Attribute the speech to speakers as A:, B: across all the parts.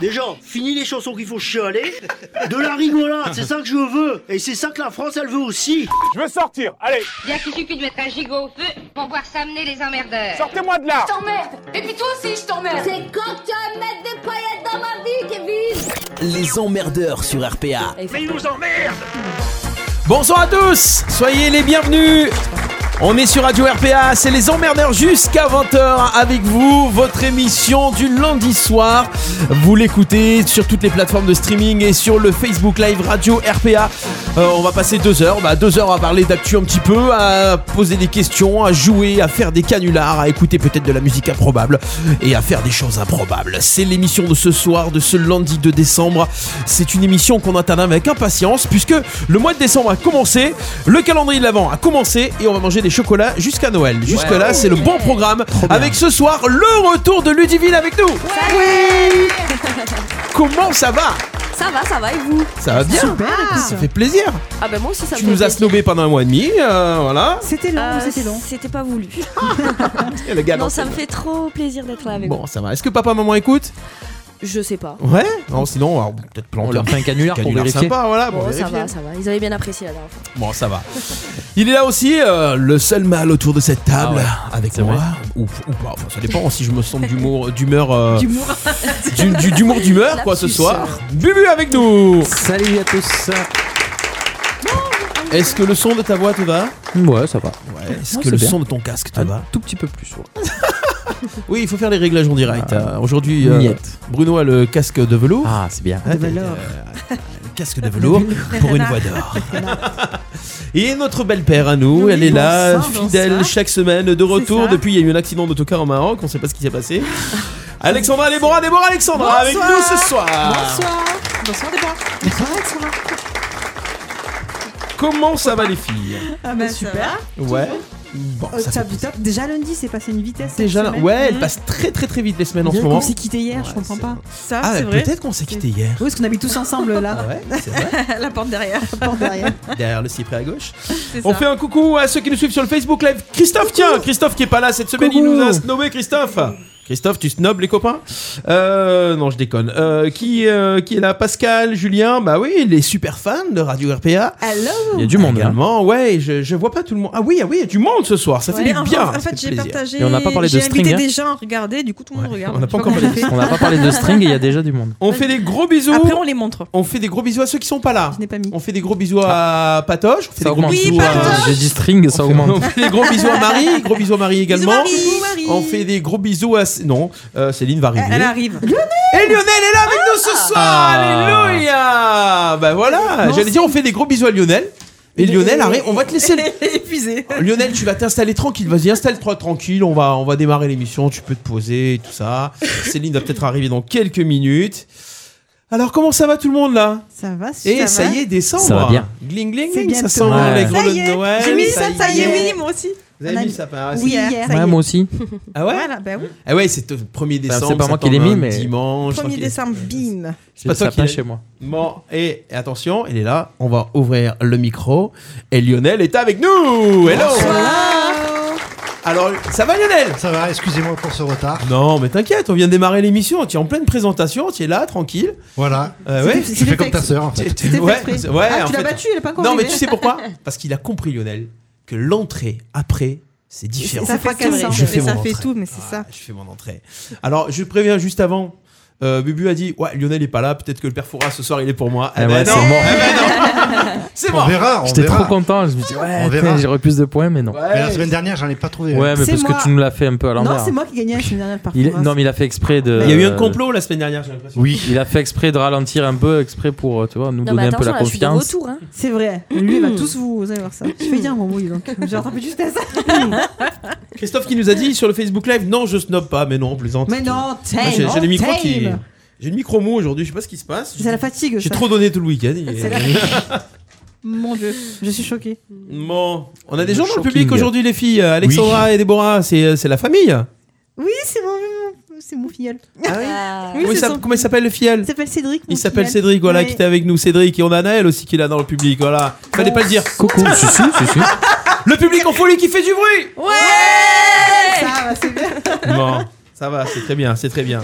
A: Déjà, fini les chansons qu'il faut chialer. De la rigolade, Ah, c'est ça que je veux. Et c'est ça que la France, elle veut aussi.
B: Je veux sortir, allez,
C: Bien qu'il suffit de mettre un gigot au feu pour voir s'amener les emmerdeurs.
B: sortez-moi de là
D: t'emmerde Et puis toi aussi, je t'emmerde
E: C'est quand que tu vas mettre des paillettes dans ma vie, Kevin
F: Les emmerdeurs sur
D: Ah,
F: RPA.
A: Mais ils nous emmerdent
F: Bonsoir à tous, soyez les bienvenus. On est sur Radio RPA, c'est les emmerdeurs jusqu'à 20h avec vous, votre émission du lundi soir. Vous l'écoutez sur toutes les plateformes de streaming et sur le Facebook Live Radio RPA. Euh, on va passer deux heures, bah, deux heures à parler d'actu un petit peu, à poser des questions, à jouer, à faire des canulars, à écouter peut-être de la musique improbable et à faire des choses improbables. C'est l'émission de ce soir, de ce lundi 2 décembre. C'est une émission qu'on attendait avec impatience puisque le mois de décembre a commencé, le calendrier de l'Avent a commencé et on va manger des chocolats jusqu'à Noël. Jusque-là, c'est le bon programme. Avec ce soir, le retour de Ludivine avec nous. Comment ça va
D: Ça va, ça va, et vous
F: Ça va bien Ça fait plaisir.
D: Ah bah moi aussi, ça
F: tu nous as snobé pendant un mois et demi, euh, voilà.
G: C'était long, c'était long.
D: C'était pas voulu.
F: Et le gars
D: non,
F: dans
D: ça
F: ses-
D: me fait trop plaisir d'être là avec vous.
F: Bon, ça va. Est-ce que papa maman écoute
D: Je sais pas.
F: Ouais Non, sinon, on va peut-être
H: On
F: planter
H: leur fait un canular pour
F: canular
H: vérifier.
F: sympa, voilà. pour
D: Bon, ça
F: vérifier.
D: va, ça va. Ils avaient bien apprécié la dernière fois.
F: Bon, ça Oh, va. Il est là aussi, euh, le seul mâle autour de cette table,
H: Ah ouais,
F: avec
H: c'est
F: moi.
H: vrai.
F: Ou, ou pas, enfin, ça dépend si je me sens d'humour, d'humeur, euh, du- du- d'humour, d'humeur, quoi, ce
D: Lapsus.
F: soir. Bubu avec nous
H: Salut à tous.
F: Est-ce que le son de ta voix te va
H: Ouais, ça va.
F: Ouais. Est-ce
H: Ouais,
F: que
H: c'est
F: le
H: bien.
F: son de ton casque te va
H: tout petit peu plus. ouais.
F: Oui, il faut faire les réglages en direct. Euh, Aujourd'hui, euh,
H: Ah. Miette.
F: Bruno a le casque de velours.
H: Ah, c'est bien.
F: Ah, t'as- t'as- le casque de velours pour une voix d'or. Et notre belle-père à nous, elle est là, fidèle chaque semaine, de retour. Depuis, il y a eu un accident d'autocar au Maroc, on sait pas ce qui s'est passé. Alexandra Déborah, Déborah Alexandra, avec nous ce soir.
G: Bonsoir. Bonsoir, Déborah. Bonsoir, Ah, Alexandra.
F: Comment ça va les filles
G: Ah bah, super.
F: Ouais. Bon,
G: Au
F: ça
G: top
F: fait
G: du
F: plaisir.
G: top. Déjà lundi, c'est passé une vitesse. cette
F: Déjà là-
G: semaine.
F: Ouais, elle
G: Mmh.
F: passe très très très vite les semaines en
G: On
F: ce
G: dirait
F: moment.
G: qu'on s'est quitté hier,
F: Ouais,
G: je comprends
F: c'est
G: pas.
I: Ça,
F: Ah,
I: c'est vrai.
F: peut-être qu'on s'est quitté hier. Ah
G: Oui, parce qu'on habite tous ensemble là,
F: Ouais, c'est vrai.
I: La porte derrière.
G: porte derrière.
F: Derrière le cyprès à gauche.
I: C'est
F: On
I: ça.
F: fait un coucou à ceux qui nous suivent sur le Facebook Live. Christophe, tiens, Christophe qui est pas là cette semaine, il
G: Coucou.
F: nous a snobé, Christophe. Christophe, tu snobes les copains euh, Non, je déconne. Euh, qui, euh, qui est là Pascal, Julien, bah oui, les super fans de Radio RPA.
G: Hello
H: Il y a du monde là.
F: Également, hein. ouais, je, je vois pas tout le monde. Ah oui, ah oui, il y a du monde ce soir, ça fait
I: Ouais,
F: du
I: en,
F: bien.
I: en
F: ça
I: fait,
F: fait
I: j'ai
F: plaisir.
I: partagé.
H: Et on n'a pas parlé de
I: J'ai invité
H: string, hein.
I: des gens à regarder, du coup, tout le monde regarde.
F: On n'a
I: Je
F: pas
I: sais
F: encore parlé de
I: comment
H: On n'a pas parlé de string et il y a déjà du monde.
F: On fait des gros bisous.
I: j'ai fait. Après, on les montre.
F: On fait des gros bisous à ceux qui sont pas là.
I: Je n'ai pas mis.
F: On fait des gros bisous à Patoche. On fait des
H: Ah. Ça
F: gros
H: augmente.
F: bisous à-
H: J'ai dit string, ça
F: on fait- on
H: augmente.
F: fait des gros bisous à Marie, gros bisous à Marie également.
I: Bisous, Marie.
F: On fait des gros bisous à. Non, euh, Céline va arriver.
I: Elle arrive.
F: Et Lionel est là avec nous ce soir
H: Ah.
F: Alléluia Ben voilà J'allais dire, on fait des gros bisous à Lionel. Et Lionel, arrête, on va te laisser. le-
I: Elle est épuisée.
F: Lionel, tu vas t'installer tranquille. Vas-y, installe-toi tranquille. On va, on va démarrer l'émission. Tu peux te poser et tout ça. Céline va peut-être arriver dans quelques minutes. Alors, comment ça va tout le monde là
G: Ça va,
F: Et ça,
G: va
F: y est, décembre.
H: Ça va bien.
F: Gling, gling,
G: C'est
F: gling. Ça
G: bientôt.
F: sent
H: Ouais.
F: les
I: Ça
F: grenades
I: y
F: de Noël.
I: est. J'ai mis ça, ça y
G: y est.
I: est. Oui, moi aussi.
F: Vous avez
G: On a
F: mis
G: mis-
F: ça par-
G: Oui, hier. ça y
H: Ouais,
G: est.
H: moi aussi.
F: Ah ouais
I: Voilà, bah oui.
F: Ah ouais, c'est le
H: Enfin,
F: 1er
H: c'est
F: décembre.
H: pas
F: ça
H: moi qui l'ai
F: tombe
H: mis,
F: un
H: mais-
F: Dimanche.
I: 1er décembre, bim.
H: C'est
F: pas toi qui l'as-
H: chez moi.
F: Bon, et et attention, il est là, on va ouvrir le micro. Et Lionel est avec nous Hello Alors, ça va Lionel
J: Ça va, excusez-moi pour ce retard.
F: Non, mais t'inquiète, on vient de démarrer l'émission, tu es en pleine présentation, tu es là, tranquille.
J: Voilà.
F: Euh, ouais,
J: Tu fais comme ta sœur en
F: T'es-
J: fait.
F: t'es-
G: C'était
F: ouais,
G: pas prêt.
F: c'est- ouais,
G: Ah,
F: en
G: tu l'as
F: fait-
G: battu, elle est pas encore
F: Non, mais
G: arrivée.
F: tu sais pourquoi Parce qu'il a compris, Lionel, que l'entrée après, c'est différent.
G: Ça
I: Ça
G: fait
I: fait tout.
G: ça.
F: Je fais
I: Mais ça
F: mon
I: fait
F: entrée.
I: tout, mais c'est ça.
F: Ah, Je fais mon entrée. Alors, je préviens juste avant. euh, Bubu a dit Ouais, Lionel est pas là, peut-être que le perfora ce soir il est pour moi. Eh
H: Eh
F: ben
H: ouais,
F: non.
H: c'est mort.
F: Eh ben non. C'est
J: On
F: mort
J: verra, on
H: J'étais
J: verra.
H: trop content. Je me dis,
J: On verra.
H: ouais, putain, j'aurais plus de points, mais non.
J: Mais la semaine dernière, j'en ai pas
A: hein.
J: trouvé.
H: Ouais, mais
G: C'est
H: parce
G: moi.
H: que tu nous l'as fait un peu à
G: Non,
H: l'envers.
G: c'est moi qui gagnais la semaine dernière par
H: Il-
G: contre.
H: Non, mais il a fait exprès de. Euh,
F: Il y a eu un complot la semaine dernière, j'ai l'impression.
J: Oui.
H: Il a fait exprès de ralentir un peu, exprès pour euh, tu vois, nous
D: Non, mais
H: donner un peu
D: attention,
H: la
D: là, je suis de
H: confiance.
D: retour. Hein.
G: C'est vrai. Lui,
F: Hmm.
G: il va tous vous, vous allez voir ça. Je fais bien mon mouille donc. J'ai rattrapé juste à ça.
F: Christophe qui nous a dit sur le Facebook Live Non, je snob pas, mais non, on plaisante.
G: Mais non,
F: Moi,
G: tame.
F: J'ai j'ai le micro
G: tame.
F: qui. J'ai le micro mou aujourd'hui, je sais pas ce qui se passe.
G: C'est la fatigue.
F: J'ai
G: ça.
F: trop donné tout le week-end. il est-
G: C'est la- Mon dieu, je suis choquée.
F: Bon, on a des gens dans le
H: Shocking.
F: public aujourd'hui, les filles. Euh, Alexandra et Déborah, c'est euh, c'est la famille.
G: Oui, c'est mon, c'est mon filleul.
D: Ah.
F: Comment il
I: c'est
F: s'appelle-
I: son-
F: Comment il s'appelle le fiel
G: Il s'appelle Cédric. mon
F: Il s'appelle
G: filleul.
F: Cédric, voilà,
G: Ouais.
F: qui était avec nous. Cédric, et on a Naël aussi qui est là dans le public, voilà. Fallait pas le dire.
H: Coucou, si, si, si, si.
F: Le public en folie qui fait du bruit
I: Ouais
G: Ça va, c'est bien.
F: Bon, ça va, c'est très bien, c'est très bien.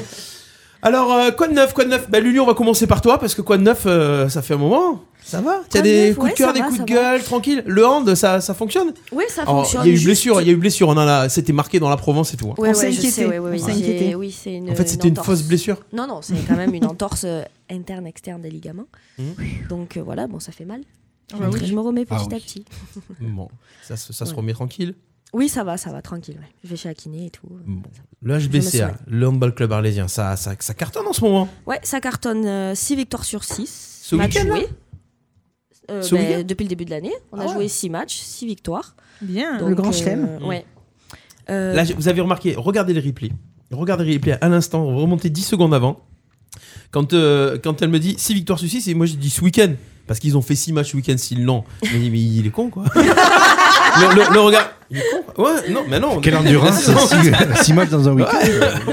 F: Alors, euh, quoi de neuf, quoi de neuf Bah Lulu, on va commencer par toi, parce que quoi de neuf, euh, ça fait un moment. Ça va T'as
D: de
F: des
D: neuf,
F: coups de
D: ouais,
F: cœur,
D: ça
F: des
D: va,
F: coups de
D: ça va.
F: gueule, tranquille. Le hand, ça, ça fonctionne
D: Ouais, ça
F: Alors,
D: fonctionne.
F: Oh, Il y a eu
D: juste-
F: blessure, il y a eu blessure, on en a, c'était marqué dans la Provence et tout. hein.
D: Ouais,
C: On
D: ouais,
C: s'est
D: je
C: inquiété.
D: sais, ouais, ouais,
C: On
D: ouais,
C: s'est
D: j'ai-
C: inquiété.
D: Oui, c'est une.
F: En fait, c'était une
D: entorse.
F: fausse blessure.
D: Non, non, c'est quand même une entorse euh, interne, externe des ligaments.
F: Mhm.
D: Donc euh, voilà, bon, ça fait mal.
G: bah oui.
D: Je me remets
A: Ah
D: petit à
A: oui.
D: petit.
F: Bon, ça, se- ça se
D: Ouais.
F: remet tranquille.
D: Oui, ça va, ça va, tranquille. ouais. Je vais chez Akiné et tout.
F: Bon. Le
D: Je me
F: HBCA,
D: soigne.
F: le Handball Club Arlésien, ça, ça, ça cartonne en ce moment.
D: Ouais, ça cartonne 6 victoires sur 6.
F: Ce week-end, là Ce week-end
D: Euh, ben, Depuis le début de l'année, on
F: Ah
D: a
F: ouais.
D: joué 6 matchs, 6 victoires.
G: Bien.
C: Le grand chelem.
D: Ouais. Euh,
F: Là, vous avez remarqué, regardez les replays. Regardez les replays à l'instant, remontez 10 secondes avant. Quand, euh, quand elle me dit 6 victoires sur 6, et moi je dis ce week-end. Parce qu'ils ont fait 6 matchs ce week-end, s'ils l'ont. Je me dis, mais il est con quoi. le, le- le regard. Il est con Ouais, non, mais non.
A: Quelle endurance, six- six matchs dans un week-end.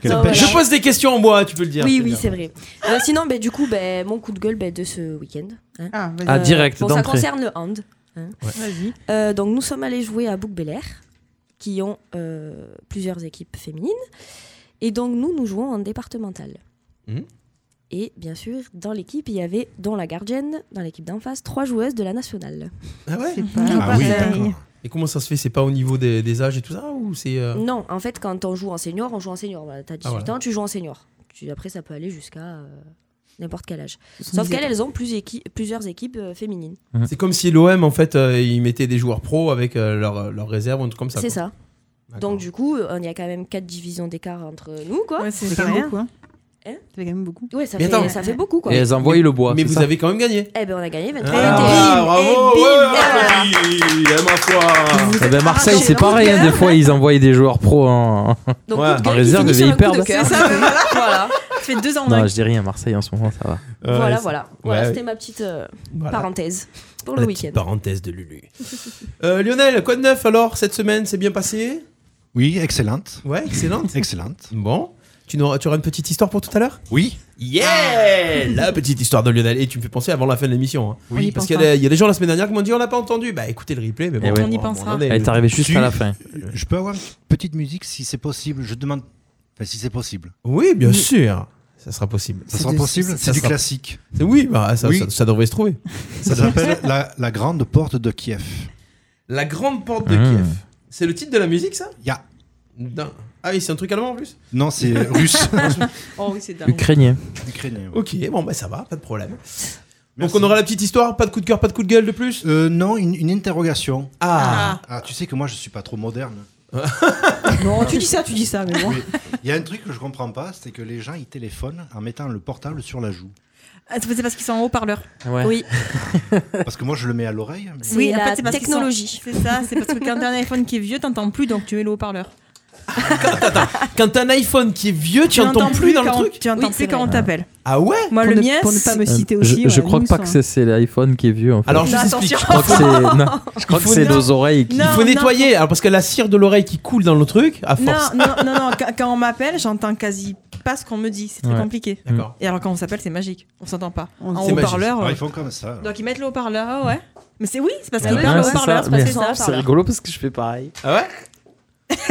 A: Quelle
D: Non,
A: pêche.
F: Je pose des questions en moi, tu peux le dire.
D: oui, oui, c'est vrai. Euh, sinon, ben, du coup, ben, mon coup de gueule ben, de ce week-end. hein.
C: Ah, vas-y.
H: Ah, direct,
D: bon, ça
H: d'entrée.
D: concerne le hand. hein.
C: Vas-y.
D: Euh, donc nous sommes allés jouer à Bouc Belair, qui ont euh, plusieurs équipes féminines. Et donc nous, nous jouons en départemental.
F: Mhm.
D: Et bien sûr, dans l'équipe, il y avait, dont la gardienne, dans l'équipe d'en face, trois joueuses de la nationale.
F: Ah ouais
C: C'est pas
A: Ah oui,
C: pareil.
A: d'accord.
F: Et comment ça se fait C'est pas au niveau des, des âges et tout ça Ou c'est. euh, Ah,
D: Non, en fait, quand on joue en senior, on joue en senior. Voilà, T'as 18
F: voilà.
D: ans, tu joues en senior. Tu- après, ça peut aller jusqu'à euh, n'importe quel âge.
C: Soixante-dix
D: Sauf qu'elles,
C: étoiles.
D: elles ont plus équi- plusieurs équipes euh, féminines.
A: Mm.
F: C'est comme si l'OM, en fait, euh, ils mettaient des joueurs pros avec euh, leur, leur réserve ou un truc comme ça.
D: C'est
F: quoi.
D: ça.
F: D'accord.
D: Donc du coup, euh, il y a quand même quatre divisions d'écart entre nous, quoi.
G: Ouais,
D: Ouais,
G: c'est
C: Ça
G: pas
C: fait
G: rien.
C: beaucoup, hein.
D: Hein
C: Ça fait quand même beaucoup.
D: ça,
F: Mais
D: fait,
F: attends.
D: ça fait beaucoup, quoi.
H: Et elles envoient le bois.
F: Mais
H: c'est
F: vous
H: ça
F: avez quand même gagné.
D: Eh ben, on a gagné 23
F: Ah,
D: Et
F: bravo,
D: bim,
F: ouais,
D: et
F: ouais,
D: voilà.
F: oui, eh, ma foi.
H: Eh ben, Marseille,
D: Arracher
H: c'est
D: leur
H: pareil. hein,
D: cœur.
H: des fois, ils envoient des joueurs pros en.
F: Ouais,
D: Donc, coup de gueule
H: en
D: qui
H: réserve,
D: finit
H: mais
D: sur
H: ils
D: un coup de
H: perdent.
D: cœur.
G: C'est ça, mais voilà.
D: voilà,
G: Ça fait deux
D: euh,
G: ans.
H: Non, je dis rien. Marseille, en ce moment, ça va.
D: voilà,
F: Ouais,
D: voilà. Voilà,
F: ouais.
D: c'était ma petite euh,
F: Voilà.
D: parenthèse pour
F: La
D: le
F: petite
D: week-end.
F: parenthèse de Lulu. Euh, Lionel, quoi de neuf alors cette semaine C'est bien passé
A: Oui, excellente.
F: Ouais, excellente.
A: Excellente.
F: bon. Tu auras, tu auras une petite histoire pour tout à l'heure
A: Oui.
F: Yeah La petite histoire de Lionel. Et tu me fais penser avant la fin de l'émission. hein.
A: Oui.
F: Parce qu'il y, a des- il y a des gens la semaine dernière qui m'ont dit on l'a pas entendu. Bah écoutez le replay, mais bon,
H: Eh oui. On y
F: en
G: pensera.
F: est.
H: Elle est arrivée juste
A: Tu-
H: à la fin.
A: Je peux avoir une petite musique si c'est possible. Je demande. Enfin, si c'est possible.
F: Oui,
D: Mm.
F: bien sûr. Ça sera possible.
A: Ça
F: C'est
A: sera
F: des-
A: possible
F: ça
A: C'est du
F: sera-
A: classique.
F: C'est- Oui, bah, ça,
A: Oui.
F: ça- ça devrait se trouver.
A: Ça s'appelle la, la Grande Porte de Kiev.
F: La grande porte de
H: Ah.
F: Kiev. C'est le titre de la musique, ça
A: Ya.
F: Non. Ah oui, c'est un truc allemand en plus Ah,
A: Non, c'est russe.
G: Oh oui, c'est dingue.
H: Ukrainien.
A: Ukrainien. ouais.
F: Ok, bon, bah ça va, pas de problème.
A: Merci.
F: Donc on aura la petite histoire, pas de coup de cœur, pas de coup de gueule de plus
A: Euh, non, une, une interrogation.
F: Ah,
A: Ah, tu sais que moi, je suis pas trop moderne.
C: Non, tu dis ça, tu dis ça, mais bon.
A: Oui. Il y a un truc que je comprends pas, c'est que les gens ils téléphonent en mettant le portable sur la joue.
G: Ah, C'est parce qu'ils sont en haut-parleur.
H: Ouais.
D: Oui,
A: Parce que moi, je le mets à l'oreille. mais-
D: c'est
G: en fait,
D: la
G: c'est parce qu'ils
D: technologie.
G: C'est ça, c'est parce que quand t'as un iPhone qui est vieux, t'entends plus, donc tu mets le haut-parleur.
F: Quand t'as un iPhone qui est vieux, tu n'entends plus dans le
G: quand on-
F: truc
G: Tu entends
D: Oui,
G: plus
D: c'est
G: quand
D: vrai.
G: on t'appelle.
F: Ah ouais
G: Moi,
C: Pour
G: le
C: ne-
G: mien,
C: Pour ne pas me
H: Euh,
C: citer aussi. hein.
H: je, je
C: ouais,
H: crois
C: nous,
H: pas
C: ça.
H: que c'est- c'est l'iPhone qui est vieux. En fait.
F: Alors je
G: Non,
F: vous explique.
H: je crois que c'est non, je crois que c'est
F: non.
H: nos oreilles qui.
G: Non.
F: Il faut
H: hein,
F: nettoyer, alors parce que la cire de l'oreille qui coule dans le truc, à
G: Non,
F: force.
G: non, non, non, quand- quand on m'appelle, j'entends quasi pas ce qu'on me dit. C'est très
H: Ouais. Mm.
G: compliqué.
F: D'accord.
G: Et alors quand on s'appelle, c'est magique. On s'entend pas.
C: On-
G: En
F: C'est magique.
G: haut-parleur.
A: Ah,
G: euh,
A: ils font comme ça.
G: Donc ils mettent le haut-parleur, ah ouais. Mais c'est oui, c'est parce qu'ils
H: Ah Ouais,
G: parlent au
H: c'est
G: haut-parleur,
H: ça,
G: c'est parce
H: mais
G: que ça.
H: C'est rigolo parce que je fais pareil.
F: Ah ouais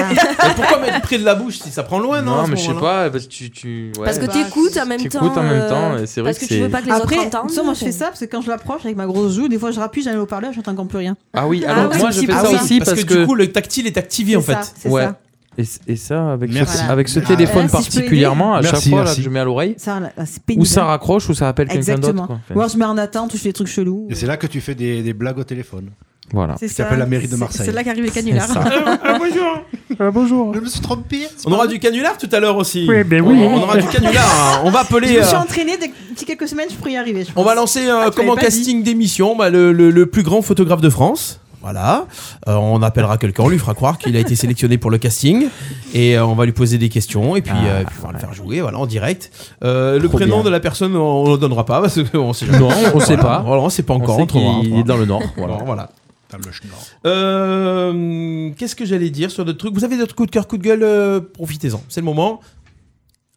F: Mais pourquoi mettre près de la bouche si ça prend loin, non à ce moment-là
H: pas. Parce que tu, tu ouais.
D: Parce que
G: bah,
D: t'écoutes en même temps.
H: t'écoutes en même temps,
D: euh,
H: et c'est vrai
D: Parce
H: que
D: que tu
H: c'est-
D: veux pas que les
C: Après,
D: autres entendent.
C: tu sais, moi je fais
D: donc- euh.
C: ça parce que quand je l'approche avec ma grosse joue, des fois je rappuie, j'allais au parleur, j'entends encore plus rien.
H: Ah oui,
G: Ah
H: alors
G: ouais,
H: moi je
G: c'est
H: fais
G: petit
H: ça
G: pour ça.
H: aussi parce, que.
F: du coup le tactile est activé en
C: C'est
F: fait.
C: ça, c'est
H: ouais.
C: ça.
H: Et, c- et ça, avec,
A: Merci.
H: ce, avec ce
A: Voilà.
H: téléphone
C: Ah, si je peux
H: particulièrement, à
A: aider.
H: chaque
A: Merci,
H: fois là,
A: merci.
H: que je mets à l'oreille,
C: Ça, là, là, c'est
H: ah, ou
C: pénible.
H: ça raccroche ou ça appelle quelqu'un d'autre.
C: Exactement.
H: quoi. Enfin,
C: Ou alors je mets en attente, ou je fais des trucs chelous.
A: Et c'est là que tu fais des, des blagues au téléphone.
H: Voilà.
G: C'est
A: Qui s'appelle la mairie de
G: C'est-
A: Marseille.
G: C'est là qu'arrivent les canulars.
A: Je me suis trompé.
F: On aura du canular tout à l'heure aussi.
H: Oui, ben oui.
F: On, on aura du canular. hein. On va appeler.
C: Je me suis
F: euh,
C: entraînée des- d'ici quelques semaines, je pourrais y arriver. je
F: On
C: pense.
F: va lancer euh,
G: Ah, tu
F: comme en
G: l'avais pas
F: casting d'émission bah, le, le- le plus grand photographe de France. Voilà, Euh, on appellera quelqu'un, on lui fera croire qu'il a été sélectionné pour le casting et euh, on va lui poser des questions et puis,
H: Ah,
F: euh, et puis on va le faire jouer voilà, en direct. Euh, le
H: Trop
F: prénom
H: bien.
F: de la personne, on ne le donnera pas parce qu'on sait
H: Non, on sait
F: Voilà.
H: pas.
F: Voilà, on sait pas encore.
H: on sait
F: trouvera,
H: qu'il
F: trouvera.
H: est dans le Nord.
F: Bon,
H: Voilà.
F: voilà.
A: T'as le schnorr.
F: Euh, Qu'est-ce que j'allais dire sur d'autres trucs Vous avez d'autres coups de cœur, coups de gueule euh, Profitez-en, c'est le moment.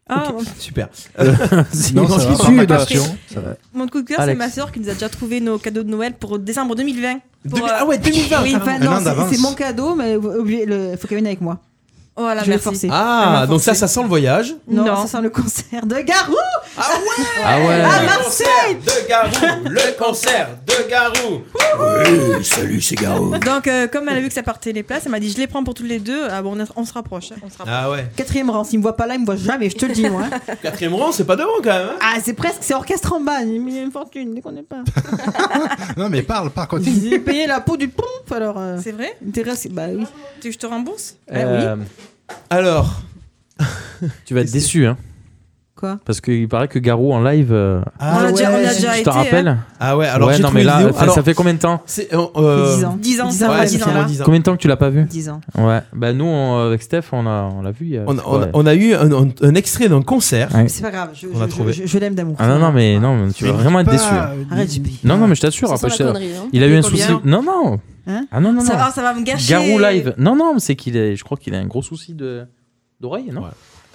G: Ah,
F: Ok, Super.
H: Euh,
F: Euh,
A: Non,
F: Dans
A: ça
F: ce
A: va,
F: qui
A: par ma
F: suit, bah,
A: question, ça va.
G: Mon coup de cœur, c'est
H: Alex.
G: ma sœur qui nous a déjà trouvé nos cadeaux de Noël pour décembre 2020. Pour,
F: deux-
G: euh,
F: Ah ouais, 2020
C: Oui, enfin,
A: Un an
C: non, c'est-
A: d'avance.
C: c'est mon cadeau, mais oubliez le- faut qu'il vienne avec moi.
G: Voilà,
I: Je vais
G: merci.
I: forcer.
F: Ah,
I: Elle m'a
F: donc ça,
I: forcé.
F: ça sent le voyage.
I: Non,
G: Non.
I: ça sent le concert de Garou
F: Ah ouais
H: Ah ouais.
I: Ah,
F: Le
I: Marseille
F: concert de Garou Le concert de Garou
B: Oui, salut, c'est Garou.
G: Donc, euh, comme elle a vu que ça partait les places, elle m'a dit Je les prends pour toutes les deux. Ah bon, on, on se rapproche. hein, on se rapproche.
F: Ah ouais.
I: Quatrième rang, s'il me voit pas là, il me voit jamais, je te le dis, moi.
G: hein.
F: Quatrième rang, c'est pas devant quand même. hein
I: Ah, c'est presque, c'est orchestre en bas, il met une fortune, dès qu'on est pas.
F: hein.
C: Non, mais parle, par contre.
I: J'ai payé la peau du pompe, alors. Euh,
G: C'est vrai
I: intérêt, c'est- bah oui.
G: Tu veux que je te rembourse
I: Ah
H: Euh,
F: Alors,
H: Tu vas être déçu, hein.
I: Quoi
H: Parce qu'il paraît que Garou en live. euh,
F: ah
G: on, a
F: ouais.
G: déjà, on a déjà
H: je te
G: été.
H: rappelle
G: hein.
F: Ah ouais, alors
H: Ouais,
F: j'ai
H: non,
F: trouvé
H: mais
F: une
H: là,
F: vidéo.
H: ça,
F: Alors,
H: ça fait combien de temps
F: c'est euh, euh,
I: 10 ans.
G: 10 ans,
I: Dix
G: ça
I: ouais,
G: va,
F: ouais,
I: dix
F: c'est
G: ans,
F: vraiment
G: là.
F: 10 ans.
H: Combien de temps que tu l'as pas vu
I: 10 ans.
H: Ouais. Bah, nous, on- avec Steph, on l'a on l'a vu. il y a-
F: On, on-
H: Euh, ouais. Ah
F: on a eu un, un- un extrait d'un concert.
H: Ouais.
I: C'est pas grave, je,
F: On l'a
I: je-
F: trouvé.
I: je- je l'aime d'amour.
H: Ah non, non, mais non, mais tu vas vraiment être
C: Pas,
H: déçu. hein.
C: euh,
I: Arrête,
C: dis-
I: j'ai payé.
H: Non, non, mais je t'assure.
D: Ça
H: Après,
D: sent
H: je-
D: la connerie. hein.
H: il a eu un
G: Combien
H: souci. Non, non.
I: Hein
H: ah non, non,
G: Ça
H: non.
G: va, ça va me gâcher.
H: Garou live. Non, non, c'est qu'il est. Je crois qu'il a un gros souci de d'oreille, non
F: Ouais.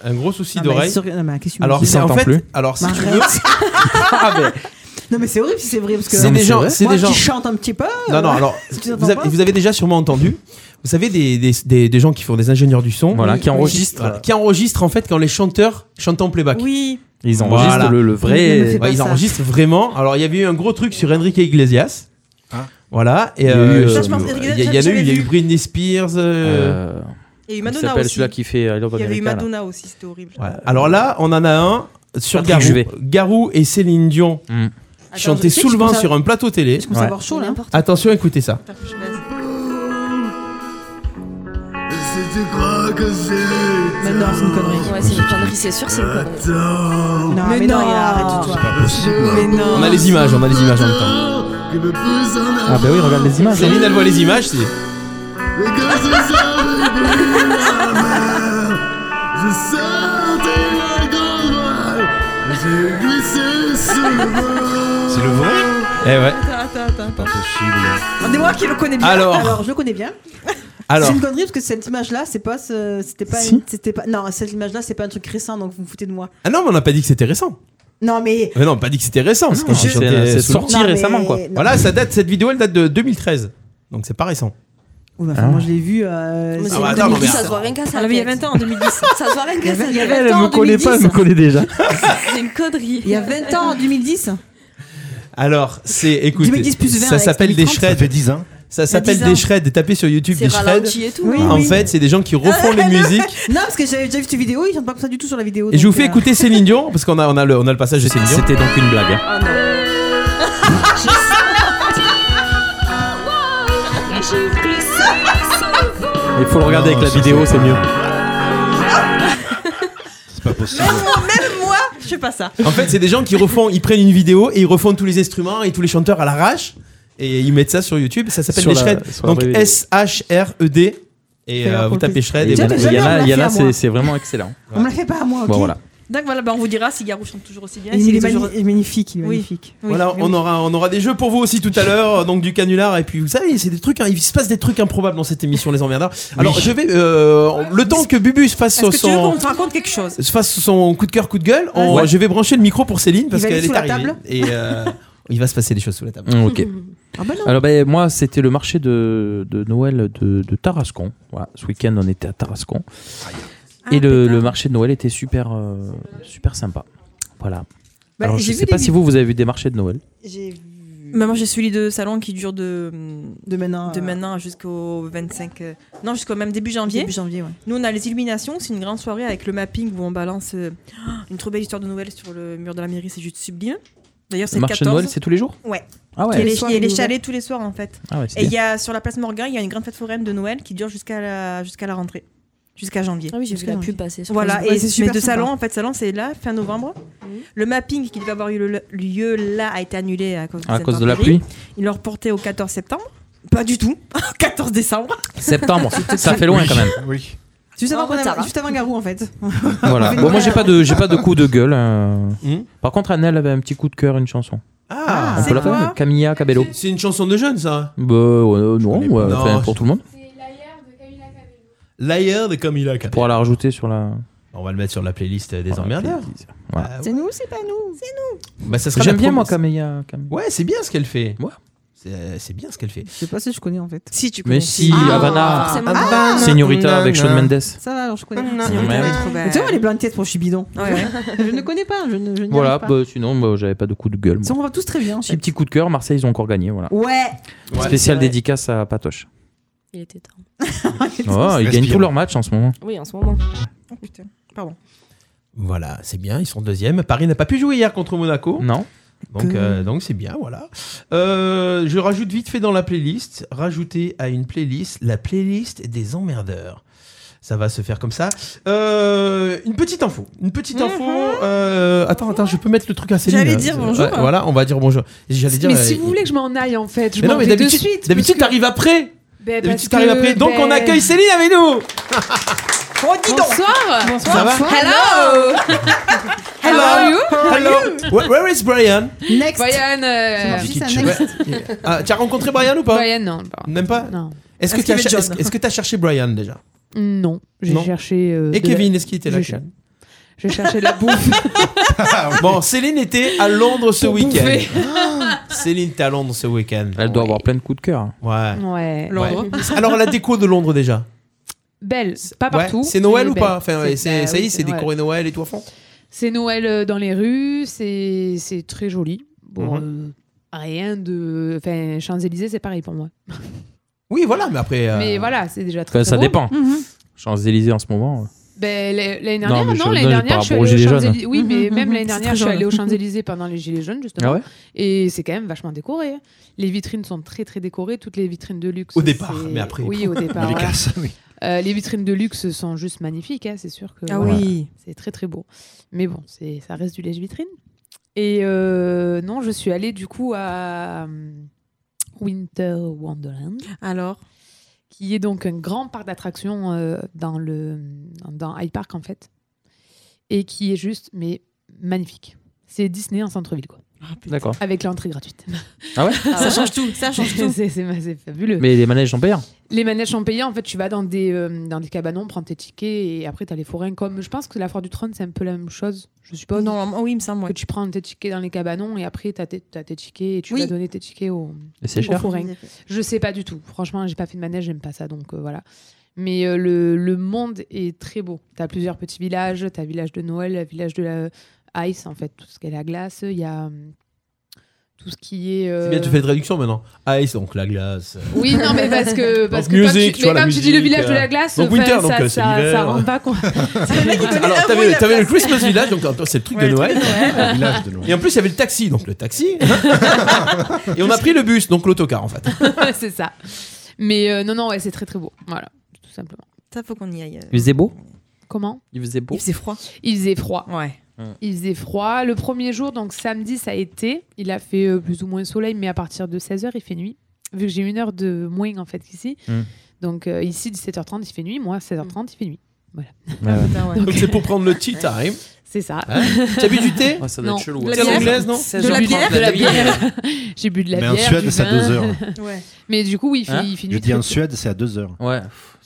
F: Un gros souci
I: Non, mais
F: d'oreille.
I: sur- non, mais qu'est-ce que tu me
F: Alors,
I: dis
F: c'est en
H: s'entend
F: fait.
H: plus.
F: Alors, si
I: Mais
F: tu
I: arrête.
F: veux. Ah, mais-
I: Non, mais c'est horrible si c'est vrai, parce que.
F: C'est
H: mais
F: des
H: c'est
F: gens,
H: vrai.
F: c'est
I: Moi
F: des gens.
I: qui chante un petit peu.
F: Non, non,
G: Ah.
I: euh,
F: alors,
I: tu
F: vous
I: t'entends
F: avez,
I: pas
F: vous avez déjà sûrement entendu. Vous savez, des, des, des, des gens qui font des ingénieurs du son.
H: Voilà,
I: Oui,
H: qui
I: oui.
H: enregistre.
F: Voilà, qui enregistrent en fait quand les chanteurs chantent en playback.
G: Oui.
H: Ils enregistrent
F: Voilà.
H: le, le
I: Il ne fait
H: vrai.
I: pas
F: Ouais, ils
I: ça.
F: enregistrent vraiment. Alors, il y avait eu un gros truc sur Enrique Iglesias.
C: Ah.
F: Voilà. Et
H: y a
F: euh,
H: eu,
F: il
H: Ça,
G: je pense que
F: y, a- il y en a eu.
G: j'avais
F: Il y a eu
G: vu.
F: Britney Spears. euh,
H: Euh,
G: Il y a eu
H: il
G: Madonna
H: s'appelle
G: aussi.
H: celui qui fait euh, I Love
G: Il y avait eu
H: America, là.
G: Madonna aussi, c'était horrible.
F: voilà. Alors là, on en a un sur
H: Patrick
F: Garou.
H: Juvet.
F: Garou et Céline Dion
H: Mm.
G: Attends,
F: chantaient
I: je sais
F: sous le
I: que je
F: vent
I: pense à-
F: sur un plateau télé.
I: Je commence
H: Ouais.
I: à avoir chaud là.
D: N'importe
F: Attention, écoutez ça.
G: je- attends, je baisse. Mais non, c'est une connerie.
D: Ouais, c'est une connerie, c'est sûr, c'est une connerie.
I: Non,
G: Mais
I: mais non,
G: non.
I: arrête toi.
G: Mais non.
F: On a les images. On a les images en même temps.
H: Ah bah oui, regarde les images.
F: Céline, elle voit les images. c'est-
C: C'est le vrai
F: Eh ouais.
G: Attends, attends, attends.
C: Pas possible.
I: Ah,
G: C'est moi Ah, qui le connais bien.
F: Alors,
I: Alors, je le connais bien.
F: alors.
I: C'est une connerie parce que cette image-là, c'est pas, ce- c'était pas,
F: Si.
I: une- c'était pas, non, cette image-là, c'est pas un truc récent, donc vous me foutez de moi.
F: Ah non, mais on n'a pas dit que c'était récent.
I: Non, mais
F: Mais non, on n'a pas dit que c'était récent. c'est
H: Non,
F: quand
H: c'est-
F: ils chantaient
H: c'est
F: sous le vent.
H: sorti
I: Non, mais-
H: récemment, quoi.
I: non.
F: Voilà, ça date. Cette vidéo, elle date de 2013. Donc c'est pas récent.
I: Oui, mais bah, enfin,
H: Ah.
I: moi je l'ai vu. euh,
D: Mais
I: c'est-
D: c'est
F: Ah bah
D: une
F: attends, non,
D: connerie,
F: mais
D: ça se
F: attends.
D: voit rien qu'à ça.
G: Elle avait Ah, il y a 20 ans, en 2010.
D: Ça se voit rien qu'à ça. Il y a
H: Elle
D: 20 ans,
H: me
D: en
H: connaît pas, elle me
D: 2010.
H: connaît déjà.
D: C'est une connerie.
I: Il y a 20 ans, en 2010.
F: Alors, c'est écoutez,
I: 2010 plus 20
F: ça
I: avec
F: s'appelle des
I: 2030.
C: Ça fait
F: shreds.
C: 10 ans.
F: Ça s'appelle
I: 10
F: des
I: ans.
F: shreds. Tapez sur YouTube
D: C'est
F: des shreds.
D: ralenti et tout.
I: Oui,
F: En
I: oui.
F: fait, c'est des gens qui refont les musiques.
I: Non, parce que j'avais déjà vu cette vidéo, ils chantent pas comme ça du tout sur la vidéo.
F: Et je vous
I: donc,
F: fais
I: euh,
F: écouter Céline Dion parce qu'on a on a le on a le passage de Céline Dion.
H: C'était donc une blague.
I: euh,
H: hein.
D: Oh non.
I: ah,
H: Il faut le regarder
C: Non,
H: avec la
C: ça,
H: vidéo,
C: c'est
H: c'est
C: pas-
H: mieux.
C: C'est pas possible.
G: Même moi, je fais pas ça.
F: En fait, c'est des gens qui refont, ils prennent une vidéo et ils refont tous les instruments et tous les chanteurs à l'arrache et ils mettent ça sur YouTube. Ça s'appelle
H: Sur
F: des
H: la-
F: shreds.
H: sur la
F: Donc
H: vraie vidéo.
F: S H R E D et
I: Fais
F: euh,
I: voir
F: vous
I: pour le
F: tapez
I: plaisir.
F: shreds.
H: Et
F: et
I: Tiens,
F: voilà.
I: déjà,
H: Il y en
I: on
H: a,
I: l'a
H: il y en
I: fait
H: a,
I: à moi.
H: c'est c'est vraiment excellent.
I: On me l'a fait pas à moi, ok.
H: Bon, voilà.
G: Donc voilà, bah, on vous dira si Garou chante toujours aussi bien.
I: Et
G: s'il
I: Il
G: est
I: est
G: toujours-
I: magni- magnifique, il est
G: Oui.
I: magnifique.
G: Oui,
F: Voilà,
G: mais
F: on
G: oui.
F: aura, on aura des jeux pour vous aussi tout à l'heure, euh, donc du canular et puis vous savez, c'est des trucs, hein, il se passe des trucs improbables dans cette émission les emmerdeurs. Alors je vais, euh, le temps que Bubu se fasse
G: Est-ce que tu veux
F: son,
G: qu'on te raconte quelque chose
F: se fasse son coup de cœur, coup de gueule, on-
H: Ouais.
F: je vais brancher le micro pour Céline parce
I: Il va aller
F: qu'elle
I: sous
F: est
I: la
F: arrivée
I: table
F: et euh, il va se passer des choses sous la table.
H: Hum, Ok.
I: Ah bah non.
H: Alors ben, moi c'était le marché de, de Noël de, de Tarascon. Voilà, ce week-end on était à Tarascon.
I: Ah,
H: Et le, le marché de Noël était super, euh, super sympa. Voilà.
I: Bah,
H: Alors je
I: j'ai
H: sais
I: vu
H: pas
I: des
H: si vous vous avez vu des marchés de Noël.
I: J'ai vu.
G: Mais Bah, moi, j'ai celui de salon qui dure de,
I: De maintenant.
G: de
I: euh,
G: maintenant jusqu'au 25. euh, Non, jusqu'au même début janvier.
I: Début janvier, ouais.
G: Nous, on a les illuminations. C'est une grande soirée avec le mapping où on balance euh, une trop belle histoire de Noël sur le mur de la mairie. C'est juste sublime. D'ailleurs, c'est
H: Le
G: le
H: marché
G: 14.
H: de Noël c'est tous les jours
G: Ouais.
H: Ah
G: Il y a
H: ouais.
G: les,
I: soir,
G: il y a
I: il est
G: les
I: ouvert.
G: chalets tous les soirs, en fait.
H: Ah ouais, c'est
G: Et il
H: bien.
G: y a sur la place Morgan, il y a une grande fête foraine de Noël qui dure jusqu'à la, jusqu'à la rentrée, jusqu'à janvier.
D: Ah oui, j'ai vu la pub passer. sur
G: Voilà,
D: Facebook.
G: et
I: c'est
G: mais
I: super
G: de
I: sympa.
G: salon, en fait, salon, c'est là, fin novembre. Le mapping qui devait avoir eu le- lieu là a été annulé à cause, des
H: À cause de la
G: intempéries.
H: pluie.
G: Il leur portait au 14 septembre. Pas du tout. 14 décembre.
H: Septembre. ça fait loin quand même.
C: Oui.
I: Juste avant,
D: En retard, hein.
I: juste avant Garou, en fait. Ah,
H: Voilà. Bon moi j'ai pas de j'ai pas de coup de gueule. euh.
F: Hum.
H: Par contre Anne elle avait un petit coup de cœur une chanson.
F: Ah,
H: On
G: C'est
H: peut la
G: quoi
H: faire Camilla Cabello.
F: c'est une chanson de jeune ça. hein.
H: Bah euh, non,
F: Mais
H: ouais,
F: non,
H: enfin,
F: je-
H: pour tout le monde.
F: Liar de Camila.
H: On pourra la rajouter sur la.
F: On va le mettre sur la playlist des emmerdeurs.
H: Voilà.
F: Ah ouais.
I: C'est nous, c'est pas nous.
F: Bah ça sera
H: J'aime
F: la
H: bien moi
F: promesse.
H: Camilla. Camilla.
F: Ouais, c'est bien ce qu'elle fait.
H: Ouais.
K: C'est c'est bien ce qu'elle fait.
G: Je sais pas si je connais en fait.
L: Si tu
K: Mais si,
G: Ah,
K: Havana,
D: forcément.
K: Señorita avec Shawn Mendes.
G: Ça va, alors je connais.
L: Non,
G: Mais
K: C'est vrai.
L: elle est trop belle.
G: Tu vois, les blindes têtes pour Chibidon.
L: Ouais, ouais.
G: je ne connais pas. Je ne, je n'y
K: Voilà,
G: arrive pas.
K: bah, sinon, bah, j'avais pas de coup de gueule. moi.
G: Ça, on va tous très bien. en
K: Petit
G: fait.
K: petit coup de cœur, Marseille, ils ont encore gagné. Voilà.
G: Ouais.
K: Spécial
D: c'est vrai.
K: dédicace à Patoche.
D: Il était temps.
K: Oh, ils
A: Respire.
K: gagnent tous leurs matchs en ce moment.
D: Oui, en ce moment.
L: Oh, putain.
F: Voilà, c'est bien, ils sont deuxième. Paris n'a pas pu jouer hier contre Monaco.
K: Non
F: Donc euh, donc c'est bien, voilà. Euh, je rajoute vite fait dans la playlist, rajouter à une playlist la playlist des emmerdeurs. Ça va se faire comme ça. Euh, une petite info. Une petite
I: Mhm.
F: info. euh, attends, attends, je peux mettre le truc à Céline.
L: J'allais dire bonjour.
F: Ouais, voilà, on va dire bonjour. J'allais dire,
I: mais
F: euh,
I: si vous voulez que je m'en aille en fait, je
F: Mais non,
I: m'en
F: mais
I: vais de
F: d'habitude,
I: suite.
F: d'habitude,
I: parce que-
F: t'arrives après.
I: Ben, parce
F: D'habitude, t'arrives
I: que-
F: après. Donc, on
I: ben,
F: accueille Céline avec nous.
L: Oh, dis donc
I: Bonsoir.
F: Ça va?
I: Hello.
F: Hello. Hello. Where, where is Brian?
G: Next.
I: Brian. euh,
G: Mardi.
F: Qui
G: ça,
F: te-
G: next.
F: Ouais. Ah, tu as rencontré Brian ou pas?
I: Brian, non. bah,
F: Même pas?
I: Non.
F: Est-ce que
L: Est-ce
F: tu as
L: qu'il y
F: cher-
L: avait
F: est-ce
L: John
F: est-ce que t'as cherché Brian déjà?
I: Non. J'ai
F: Non.
I: cherché. euh,
F: Et
I: de la-
F: Kevin, est-ce qu'il était là?
I: J'ai
F: Kevin
I: J'ai cherché de la bouffe.
F: Bon, Céline était à Londres ce
I: Pour
F: week-end.
I: bouffer.
F: Céline était à Londres ce week-end.
K: Elle doit avoir plein de coups de cœur.
F: Ouais.
I: ouais.
F: Ouais. Alors la déco de Londres déjà.
I: Belle. Pas
F: Ouais.
I: Ah, partout.
F: C'est Noël
I: mais
F: ou
I: belle.
F: pas Enfin, ouais, c'est-
I: bah
F: ça y est,
I: oui,
F: c'est
I: ouais.
F: décoré Noël et tout à fond.
I: C'est Noël euh, dans les rues, c'est c'est très joli. Bon,
K: Mhm.
I: euh, rien de. Enfin, Champs-Élysées, c'est pareil pour moi.
F: Oui, voilà, mais après. euh,
I: Mais voilà, c'est déjà très.
K: Enfin,
I: très
K: ça
I: beau.
K: dépend.
G: Mhm.
K: Champs-Élysées en ce moment. euh.
I: Ben, l'année l'année
K: Non,
I: dernière,
K: mais
I: non,
K: je-
I: l'année
K: non,
I: dernière,
K: par
I: je suis
K: rapport aux
I: allée
K: Gilets
I: aux
K: jaunes.
I: Champs-Élysées. Oui,
G: Mhm,
I: mais
G: mhm,
I: même
G: mhm,
I: l'année
G: c'est
I: dernière,
G: très
I: je suis
G: drôle.
I: allée aux Champs-Élysées pendant les Gilets jaunes, justement.
K: Ah ouais
I: Et c'est quand même vachement décoré. hein. Les vitrines sont très, très décorées. Toutes les vitrines de luxe.
F: Au départ,
I: c'est-
F: mais après,
I: Oui, au
A: Il
I: départ.
A: les
I: voilà.
A: casse, oui.
I: Euh, les vitrines de luxe sont juste magnifiques, hein, c'est sûr que
G: Ah
I: voilà,
G: oui.
I: c'est très très beau. Mais bon, c'est ça reste du lèche-vitrine. Et euh, non, je suis allée du coup à euh, Winter Wonderland,
L: Alors
I: qui est donc un grand parc d'attractions euh, dans le dans Hyde Park en fait, et qui est juste mais magnifique. C'est Disney en centre-ville quoi,
K: D'accord.
I: avec l'entrée gratuite.
K: Ah ouais
L: Ça change tout. Ça change tout.
I: c'est c'est- c'est fabuleux.
K: Mais les manèges sont payants.
I: Les manèges sont payés, en fait, tu vas dans des, euh, dans des cabanons, prends tes tickets et après t'as les forains. Comme je pense que la foire du trône, c'est un peu la même chose, je suppose.
L: Non, oui, il me semble.
I: Que tu prends tes tickets dans les cabanons et après t'as tes, t'as tes tickets et tu
L: Oui.
I: vas donner tes tickets aux,
K: Et c'est
I: aux
K: cher.
I: forains. Je sais pas du tout. Franchement, j'ai pas fait de manège, j'aime pas ça, donc euh, voilà. Mais euh, le, le monde est très beau. T'as plusieurs petits villages. T'as village de Noël, le village de la ice, en fait, tout ce qui est la glace. Il y a euh, tout ce qui est. euh,
F: C'est bien, tu fais de réduction maintenant. Ice, donc la glace.
I: oui, non, mais parce que. Parce que
F: music,
I: comme tu,
F: tu
I: mais
F: vois, la
I: comme tu dis le
F: musique,
I: village de
F: euh,
I: la glace,
F: donc
I: enfin,
F: winter, donc,
I: ça,
F: euh, c'est
I: ça,
F: l'hiver.
I: ça rend pas compte.
F: Alors, t'avais, t'avais le Christmas Village, donc toi, c'est le truc
L: Ouais,
F: de
L: le
F: Noël.
A: Un village de Londres.
F: Et en plus, il y avait le taxi, donc le taxi. et on a pris le bus, donc l'autocar en fait.
I: c'est ça. Mais euh, non, non, ouais, c'est très très beau. Voilà, tout simplement.
L: Ça, faut qu'on y aille. euh.
K: Il faisait beau
I: Comment
K: Il faisait beau.
L: Il faisait froid.
I: Il faisait froid.
L: Ouais.
F: Hum.
I: Il faisait froid. Le premier jour, donc samedi, ça a été. Il a fait euh, plus ou moins soleil, mais à partir de 16h, il fait nuit. Vu que j'ai une heure de moins en fait qu'ici.
K: Mm.
F: Hum.
I: Donc euh, ici, 17h30, il fait nuit. Moi, 16h30, il fait nuit.
L: Ah, Putain, ouais.
F: Ah Donc c'est pour prendre le tea time.
I: C'est ça.
F: Hein T'as bu du thé
K: ça
I: doit être Non.
K: chelou.
L: ouais.
F: Thé à
L: bière
F: l'anglaise, non
L: De la bière
I: de la bière. j'ai bu de la
A: Mais en
I: bière.
A: Suède,
I: du
A: c'est à
I: vin.
A: 2 heures.
L: Ouais.
I: Mais du coup, oui, il fait,
K: Hein
I: il fait nuit
A: Je dis
I: très
A: en
I: tôt.
A: Suède, c'est à 2 heures.
K: Ouais.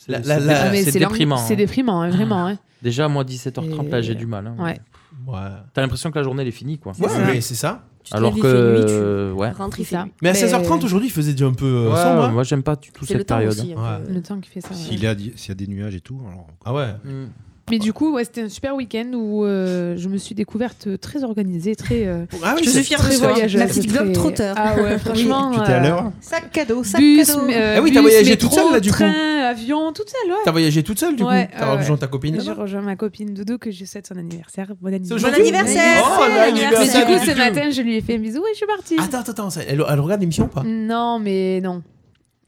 F: La-
K: C'est
F: la- la-
I: Ah, mais
K: c'est
I: lang-
K: déprimant. hein.
I: C'est déprimant, hein, vraiment. hein.
K: Déjà, moi, 17h30, là, j'ai du mal. hein.
I: Ouais.
F: Ouais,
K: T'as l'impression que la journée, elle est finie, quoi.
F: ouais,
L: ça.
F: mais c'est ça.
D: Tu te
K: Alors
D: lèves,
K: que.
D: il fait nuit, tu
K: euh, Ouais.
D: rentres,
I: C'est
D: il fait
I: ça.
D: nuit.
F: Mais à
I: Mais-
F: 16h30 aujourd'hui, il faisait déjà un peu euh,
K: Ouais,
F: sombre. hein.
K: moi, j'aime pas du tout
D: C'est le
K: cette
D: temps
K: période.
D: aussi.
F: hein.
D: un peu.
I: Le temps qui fait ça. ouais.
A: S'il y a, s'il y a des nuages et tout, alors.
F: Ah ouais.
K: Mm.
I: Mais du coup, ouais, c'était un super week-end où euh, je me suis découverte euh, très organisée, très, euh,
F: Ah oui,
L: Je
F: c'est
L: suis fière
F: très
L: de
I: très
L: toi.
F: soir.
I: voyageuse.
L: La petite
I: très-
L: globe-trotteur.
I: Ah ouais, franchement.
A: Tu t'es à
I: euh,
A: l'heure
G: Sac cadeau, sac
I: Bus,
G: cadeau.
I: mais, euh,
F: Ah oui, t'as
I: bus,
F: voyagé
I: métro,
F: toute seule, là, du coup.
I: train, avion, toute seule, ouais.
F: T'as voyagé toute seule du
I: Ouais,
F: coup T'as
I: ouais,
F: rejoint
I: ouais.
F: ta copine
I: J'ai
F: là-bas
I: rejoint ma copine Dodo que je souhaite son anniversaire. Bon anniversaire.
L: Bon
F: aujourd'hui
L: anniversaire
F: Oh,
L: c'est
F: l'anniversaire
I: Mais du
F: du
I: coup, ce
F: cul.
I: matin, je lui ai fait un bisou et je suis partie.
F: Attends, attends, attends. ça- euh, Elle, elle regarde l'émission ou pas
I: Mm. Non, mais non.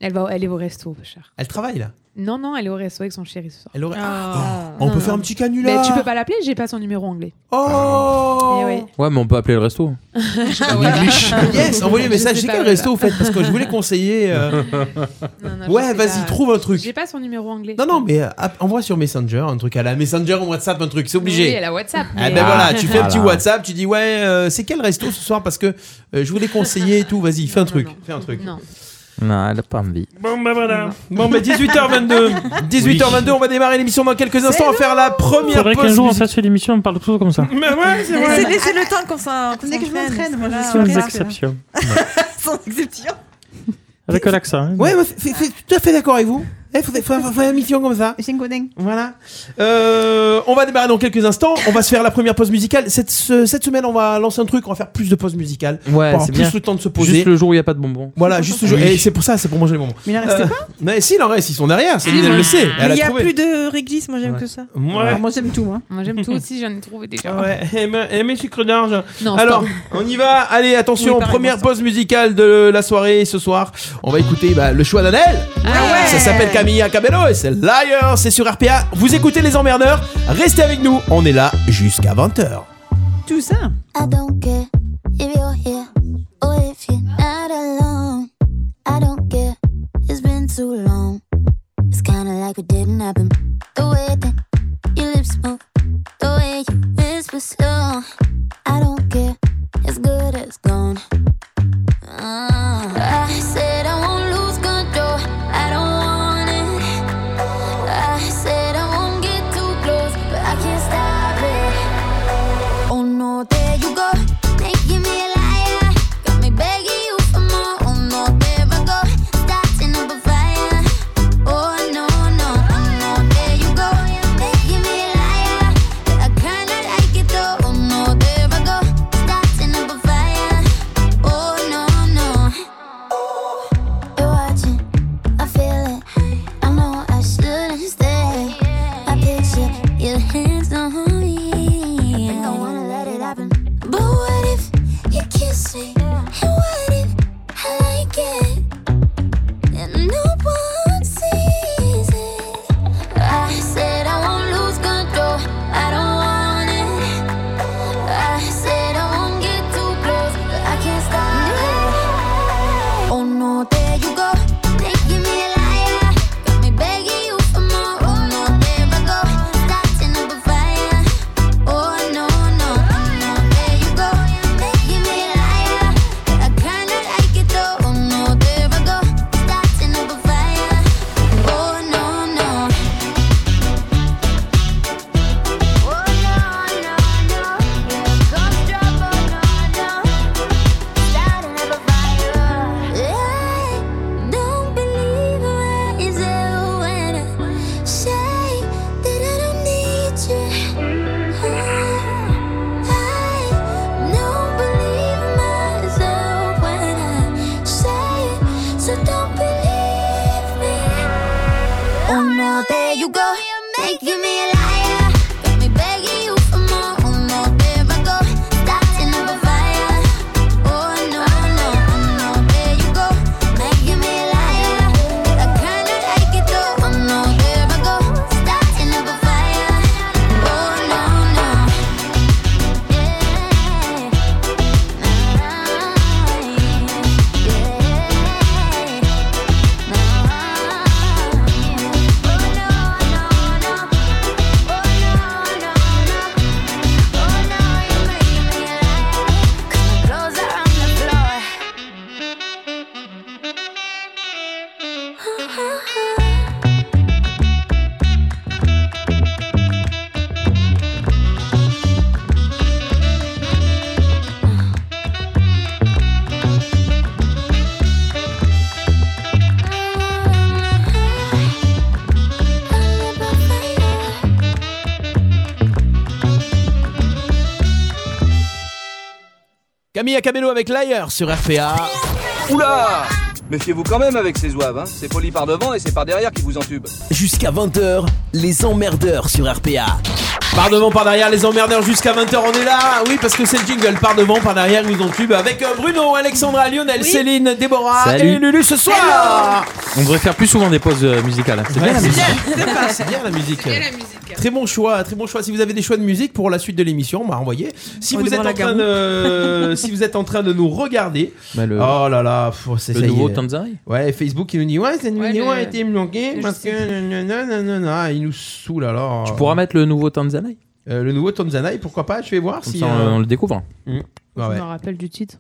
I: Elle, va, elle est au resto, cher.
F: Elle travaille là
I: Non, non, elle est au resto avec son chéri ce soir.
F: Elle aurait.
L: Ah.
F: Oh, on
I: Non,
F: peut
I: non.
F: faire un petit
I: Mais
F: canular
I: tu peux pas l'appeler, j'ai pas son numéro anglais.
F: Oh
I: Eh ouais.
K: Ouais, mais on peut appeler le resto.
F: Yes, envoyez un
I: Ah Je
F: message.
I: sais
F: J'ai
I: pas,
F: quel
I: voilà.
F: resto au fait Parce que je voulais conseiller. euh,
I: Non, non, je
F: Ouais,
I: sais
F: vas-y,
I: pas.
F: trouve un truc.
I: J'ai pas son numéro anglais.
F: Non, non, mais euh, app- envoie sur Messenger un truc à la Messenger ou WhatsApp, un truc, c'est
I: Oui,
F: obligé.
I: elle a WhatsApp.
F: Ah
I: mais-
F: ben voilà, tu fais un petit
K: Voilà.
F: WhatsApp, tu dis ouais, euh, c'est quel resto ce soir parce que euh, je voulais conseiller et tout, vas-y, fais un
I: Non, non,
F: truc,
I: non.
F: fais un truc.
I: Non.
K: Non, elle a pas envie.
M: Bon, ben voilà.
F: Bon ben 18h22, 18h22, on va démarrer l'émission dans quelques instants, on va faire la première
N: Faudrait qu'un
F: pause.
N: jour on fasse une émission, on parle tout comme ça.
F: Mais ouais, Ah, c'est vrai.
L: C'est laissez le temps qu'on s'en.
G: Ah, Dès que je m'entraîne, moi, je
L: voilà.
G: suis
N: Sans
G: Voilà.
N: exception.
L: Sans exception.
O: Avec un accent. hein.
F: Ouais, moi, c'est c'est tout à fait d'accord avec vous. Il faut, faut- faut- faut une mission comme ça. Voilà. Euh, on va démarrer dans quelques instants. On va se faire la première pause musicale. Cette, ce- cette semaine, on va lancer un truc. On va faire plus de pauses musicales. Pour
H: Ouais,
F: avoir
H: c'est
F: plus
H: bien.
F: le temps de se poser.
H: Juste le jour où il n'y a pas de bonbons.
F: Voilà, juste le jour.
H: Oui.
F: Et c'est pour ça, c'est pour manger les bonbons.
H: Mais il en restait
F: pas Mais si, il en reste. Ils sont derrière. Céline, elle le sait.
G: Mais
F: Elle
G: il y
F: a
G: a
F: trouvé.
G: plus de réglisse, moi j'aime que ça.
F: Ouais.
G: moi j'aime tout, moi.
I: Moi j'aime tout aussi, j'en ai trouvé déjà.
F: Ouais, aimez, aimez sucre d'orge.
I: Non,
F: Alors,
I: stop.
F: on y va. Allez, attention,
I: Oui, pareil,
F: première pause musicale de la soirée ce soir. On va écouter bah, le choix d'Adèle. Ça s'appelle Camilla Cabello et c'est Liar. C'est sur RPA. Vous écoutez les emmerdeurs. Restez avec nous. On est là jusqu'à 20h.
P: Tout ça.
L: I don't care if you're here or if you're not alone. I don't care, it's been too long. It's kinda like it didn't happen. The way that your lips move, the way you whisper slow. I don't care, it's good as gone. Uh, I said I won't lose control, I don't want it. I said I won't get too close, but I can't stop it. Oh no, there you go, making me a liar. Got me begging you for more. Oh no, there I go, starting up a fire. Oh no, no, oh no, there you go, making me a liar. I kinda like it though. Oh no, there I go, starting up a fire. Oh no, no. You're watching, I feel it. I know I shouldn't stay. I picture your hands on me. I think I wanna let it happen. But what if you kiss me? And what if I like it? And no one sees it. I said I won't lose control. I don't want it. I said I won't get too close, but I can't stop it. Oh no, there you go, making me a liar. Got me begging you for more. Oh no, there I go, starting up a fire. Oh no, no, oh no, there you go, making me a liar. I kinda like it though. Oh no, there I go, starting up a fire. Oh no, no. Oh, oh, Oh, Don't believe me. Oh no, there you go, making me a liar. Got me begging you for more. Oh no, there I go, starting up a fire. Oh no, no, oh no, there you go, making me a liar. I kinda like it though. Oh no, there I go, starting up a fire. Oh no, no. Clothes are on the floor.
F: Camilla Cabello avec Liar sur RPA.
A: Oula Méfiez-vous quand même avec ces zouaves, hein. c'est poli par devant et c'est par derrière qui vous entube.
Q: Jusqu'à 20h, les emmerdeurs sur RPA.
F: Par devant, par derrière, les emmerdeurs jusqu'à 20h, on est là. Oui, parce que c'est le jingle. Par devant, par derrière, ils nous ont tube avec euh, Bruno, Alexandra, Lionel, Céline, Déborah
H: Salut.
F: et Lulu ce soir.
H: On devrait faire plus souvent des pauses euh,
K: hein.
H: musicales. C'est bien la musique.
F: C'est pas- c'est bien la musique.
H: bien
I: la
F: Très bon choix, très bon choix. Si vous avez des choix de musique pour la suite de l'émission, bah envoyez. Si
I: On
F: vous êtes
I: demande
F: en
I: à
F: train de, si vous êtes en train de nous regarder,
H: Bah, le-
F: oh là là, pff, c'est
H: le
F: ça y
H: nouveau
F: est.
H: Tanzai
F: Ouais, Facebook il nous dit ouais, cette
H: Ouais,
F: vidéo
H: le-
F: a été bloquée
H: le
F: parce que nanana, nanana, il nous saoule alors.
H: Tu pourras mettre le nouveau Tanzanai
F: Euh, le nouveau Tanzanai, pourquoi pas Je vais voir
H: Comme
F: si
H: ça, on-
F: euh,
H: on le découvre.
F: Mm. Ouais, ouais.
I: Je me rappelle du titre.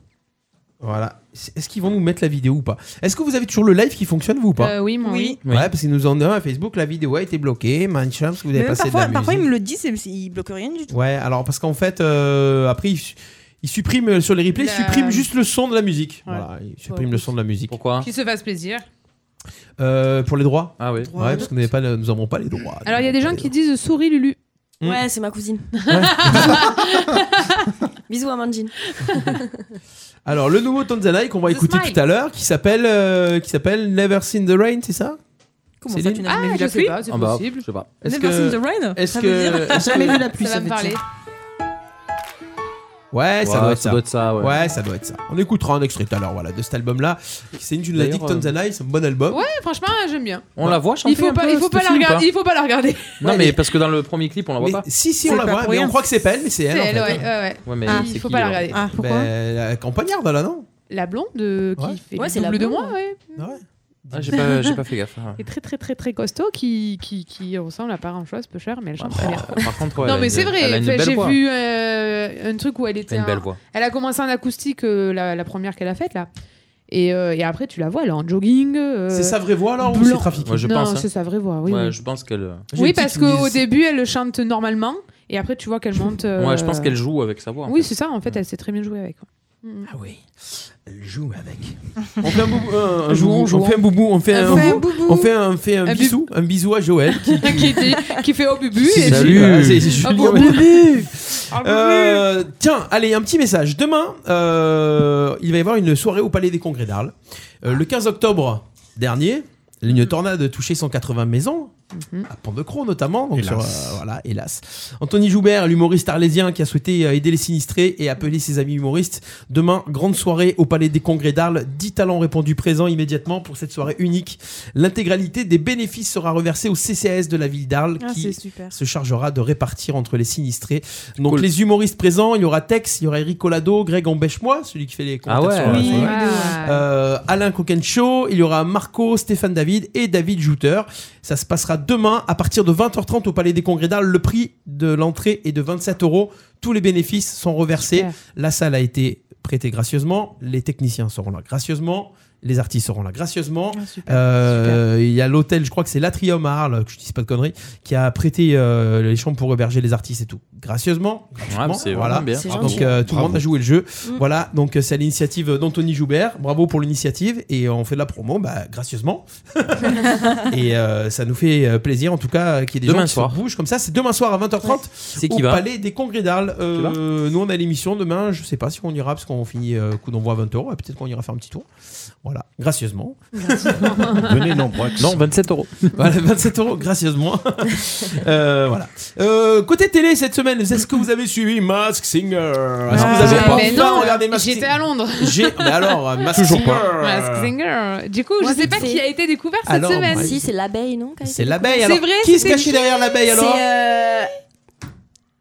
F: Voilà. C'est- Est-ce qu'ils vont nous mettre la vidéo ou pas Est-ce que vous avez toujours le live qui fonctionne vous ou pas
I: Euh, oui, moi, oui.
F: Ouais, parce qu'ils nous en donnent à Facebook, la vidéo a été bloquée, machin, parce que vous avez
G: Mais même
F: passé de
G: parfois,
F: la
G: parfois,
F: musique.
G: il me le dit, c'est- il bloque rien du tout.
F: Ouais, alors parce qu'en fait, euh, après, il, Il supprime euh, sur les replays, il
I: La-
F: supprime juste le son de la musique.
I: Ouais.
F: Voilà, il supprime le son de la musique. Pourquoi
I: Qui se fasse plaisir.
F: Pour les droits.
H: Ah oui.
F: Ouais, parce que nous n'avons pas, le- nous avons pas les droits.
I: Alors il y a des gens qui disent souris Lulu.
F: Mm. Ouais,
D: c'est ma cousine. Bisous, Amandine.
F: Alors le nouveau Tanzanite qu'on va écouter
D: Smile.
F: tout à l'heure, qui s'appelle euh, qui s'appelle Never Seen the Rain, c'est ça
L: Comment
F: Céline
L: ça, tu n'as jamais vu la pluie
F: Ah bah, Je sais pas. Est-ce
L: Never
F: que-
L: seen the rain
F: Est-ce
L: Ça
F: que
L: veut dire-
F: est-ce
L: Jamais
F: que-
L: vu la pluie, Ça ça va me veut dire. parler.
F: Ouais, ça,
H: Ouais,
F: doit être
H: ça
F: ça.
H: doit être ça, ouais.
F: ça doit être ça. On écoutera un extrait tout à l'heure, voilà, de cet album-là. Céline, tu nous as dit que
H: D'ailleurs, euh,
F: Tanzanite, c'est un bon album.
I: Ouais, franchement, j'aime bien.
H: On la voit chanter
I: Il faut
H: un
I: pas,
H: peu,
I: il faut
H: cette
I: pas la
H: fille, ou
I: regarder.
H: pas
I: Il faut pas la regarder.
H: Non, mais parce que dans le premier clip, on la voit
F: Mais
H: pas.
F: si, si, on la voit, mais on croit que c'est pas elle, mais c'est elle.
I: C'est
F: en
I: elle,
F: fait.
I: ouais, ouais, ouais.
H: Ouais, mais
I: Ah,
H: c'est
I: il faut
H: qui,
I: pas la
H: alors
I: regarder. Ah, pourquoi
F: Ben, La campagnarde, là, non
I: La blonde euh, qui
F: Ouais.
I: fait
D: Ouais,
I: le
D: c'est la
I: double de
D: blonde,
I: moi, ouais.
H: Ah, j'ai pas, j'ai pas fait gaffe. hein.
I: Et très très très très costaud qui, qui, qui ressemble à pas grand chose, peu cher, mais elle chante très bien.
H: Par contre, ouais, elle
I: non
H: a
I: mais
H: une-
I: c'est
H: elle a
I: vrai,
H: une
I: fait,
H: belle
I: j'ai
H: voix.
I: vu euh, un truc où elle était.
H: une
I: un-
H: belle voix.
I: Elle a commencé en acoustique euh, la, la première qu'elle a faite là. Et, euh, et après tu la vois, elle est en jogging. euh,
F: C'est sa vraie voix, alors, ou
I: blanc.
F: c'est trafiqué
H: Moi, je
I: Non,
H: pense. hein.
I: c'est sa vraie voix, oui.
H: Ouais,
I: oui.
H: je pense qu'elle. euh,
I: Oui, parce qu'au début elle chante normalement et après tu vois qu'elle monte.
H: Ouais, je pense
I: euh,
H: qu'elle joue avec sa voix. en
I: Oui,
H: fait.
I: c'est ça, en fait, elle sait très bien jouer avec. Ah
F: oui. Joue avec. On fait un boubou, un- un
I: Jouons,
F: boubou,
I: jouons.
F: on fait un boubou, on fait
I: On
F: un,
I: fait un
F: boubou,
I: boubou.
F: on fait un, on fait un
I: Un bu-
F: bisou, un bisou à Joël qui,
I: qui, dit- qui fait au bubu.
F: qui-
I: et-
F: Salut, voilà, c'est- c'est
I: Ah,
F: Julien.
I: bon,
F: Euh, tiens, allez, un petit message. Demain, euh, il va y avoir une soirée au Palais des Congrès d'Arles. Euh, le 15 octobre dernier,
L: Mm-hmm.
F: une tornade a touché 180 maisons. À Pont-de-Croix notamment, donc
A: Hélas.
F: sur, euh, voilà, hélas. Anthony Joubert, l'humoriste arlésien qui a souhaité euh, aider les sinistrés et appeler ses amis humoristes. Demain, grande soirée au Palais des Congrès d'Arles. 10 talents répondus présents immédiatement pour cette soirée unique. L'intégralité des bénéfices sera reversée au CCS de la ville d'Arles
L: Ah,
F: qui
L: c'est super.
F: se chargera de répartir entre les sinistrés. Donc les humoristes présents, il y aura Tex, il y aura Eric Collado, Greg Embêche-moi, celui qui fait les commentaires
H: Ah ouais.
F: sur la-
H: Oui,
F: sur la-
H: oui,
F: Euh, Alain Coquencho, il y aura Marco, Stéphane David et David Jouter. Ça se passera demain à partir de 20h30 au Palais des Congrès d'Arles. Le prix de l'entrée est de 27 euros. Tous les bénéfices sont reversés.
H: Super.
F: La salle a été prêtée gracieusement. Les techniciens seront là gracieusement. Les artistes seront là gracieusement.
H: Ah,
F: Euh, il y a l'hôtel, je crois que c'est l'Atrium à Arles, que je dise pas de conneries, qui a prêté euh, les chambres pour héberger les artistes et tout. Gracieusement. gratuitement,
H: c'est
F: voilà.
H: vraiment bien. C'est
F: Donc
H: gentil.
F: euh, tout le
H: Bravo.
F: monde a joué le jeu. Voilà, donc euh, c'est à l'initiative d'Anthony Joubert. Bravo pour l'initiative. Et on fait de la promo, bah, gracieusement. et euh, ça nous fait euh, plaisir, en tout cas, qu'il y ait des
H: Demain
F: gens qui
H: soir.
F: se bougent comme ça. C'est demain soir à 20h30
H: C'est qui
F: au
H: va
F: Palais des Congrès d'Arles. Euh, nous, on a l'émission demain. Je sais pas si on ira parce qu'on finit euh, coup d'envoi à 20h. Peut-être qu'on ira faire un petit tour. Voilà, gracieusement.
H: Venez nombreux. Non, 27 euros.
F: Voilà, 27 euros, gracieusement. Euh, voilà. Euh, côté télé cette semaine, est-ce que vous avez suivi Mask Singer
H: Ah,
F: Est-ce que vous avez pas
I: mais
F: enfin
I: Ah non,
F: regardé Mask
I: J'étais à Londres.
F: J'ai. Mais alors, euh, Mask
H: Toujours
F: Singer.
H: pas.
I: Mask Singer. Du coup, je sais pas qui a été découvert cette
F: Alors,
I: semaine.
F: moi,
D: Si, c'est l'abeille, non qui a été
F: C'est l'abeille.
I: C'est
F: Alors,
I: vrai,
F: qui se
I: c'était
F: cachait
I: qui
F: derrière l'abeille alors
D: C'est, euh,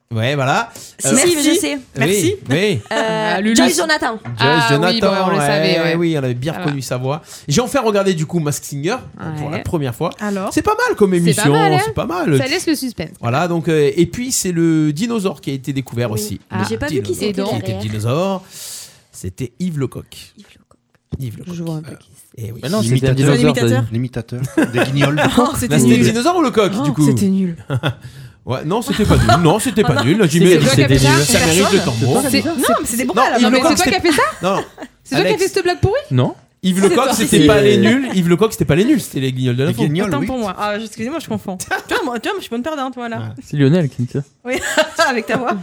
F: Ouais, voilà. Euh,
D: Si, si, je
F: Oui,
D: sais. euh, Merci.
F: Oui.
D: euh,
I: Ah, Lulu.
D: Joyce Jonathan.
F: Joyce
I: Ah oui,
F: Jonathan,
I: bah, on le
F: ouais,
I: savait, ouais.
F: oui, on avait bien
I: Ça
F: reconnu sa voix. J'ai enfin regardé du coup Mask Singer pour
I: Ouais.
F: la première fois.
L: Alors
F: C'est pas mal comme
I: C'est
F: émission,
I: pas mal. hein.
F: c'est pas mal.
I: Ça laisse le suspense.
F: Voilà, donc euh, et puis c'est le dinosaure qui a été découvert aussi.
I: Ah,
F: Le
I: j'ai pas vu qui
F: dinosaure.
I: c'était
F: Qui était le
I: derrière.
F: dinosaure C'était Yves Lecoq. Yves Lecoq.
I: Je vois un peu qui
F: Eh oui.
H: Mais non, c'était un
F: L'imitateur.
H: dinosaure, L'imitateur t'as dit.
A: L'imitateur des guignols.
I: Oh,
F: Non, c'était le dinosaure ou le coq
A: Oh,
F: du coup
A: c'était
F: nul. ouais, non, c'était pas nul. Non, c'était
L: Ah
I: Ah,
F: pas nul. Là, j'y mets-
I: toi qui as fait ça
F: ça mérite le tambour.
I: C'est- Non, mais c'est des
F: Non,
I: bourrades.
F: Yves
I: Non, mais
F: Lecoq,
I: c'est toi qui as fait ça
F: Non, non.
I: C'est toi qui as
F: Alex.
I: fait cette blague pourrie
H: Non.
F: Yves
I: C'est
F: Lecoq,
I: toi.
F: c'était pas les nuls. Yves Lecoq, c'était pas les nuls, c'était les guignols de l'info.
L: Attends pour moi. Ah, excusez-moi, je confonds. tu vois, moi, tu vois, moi, je suis bonne perdante, moi, là.
H: C'est Lionel qui me dit ça.
L: Oui, avec ta voix.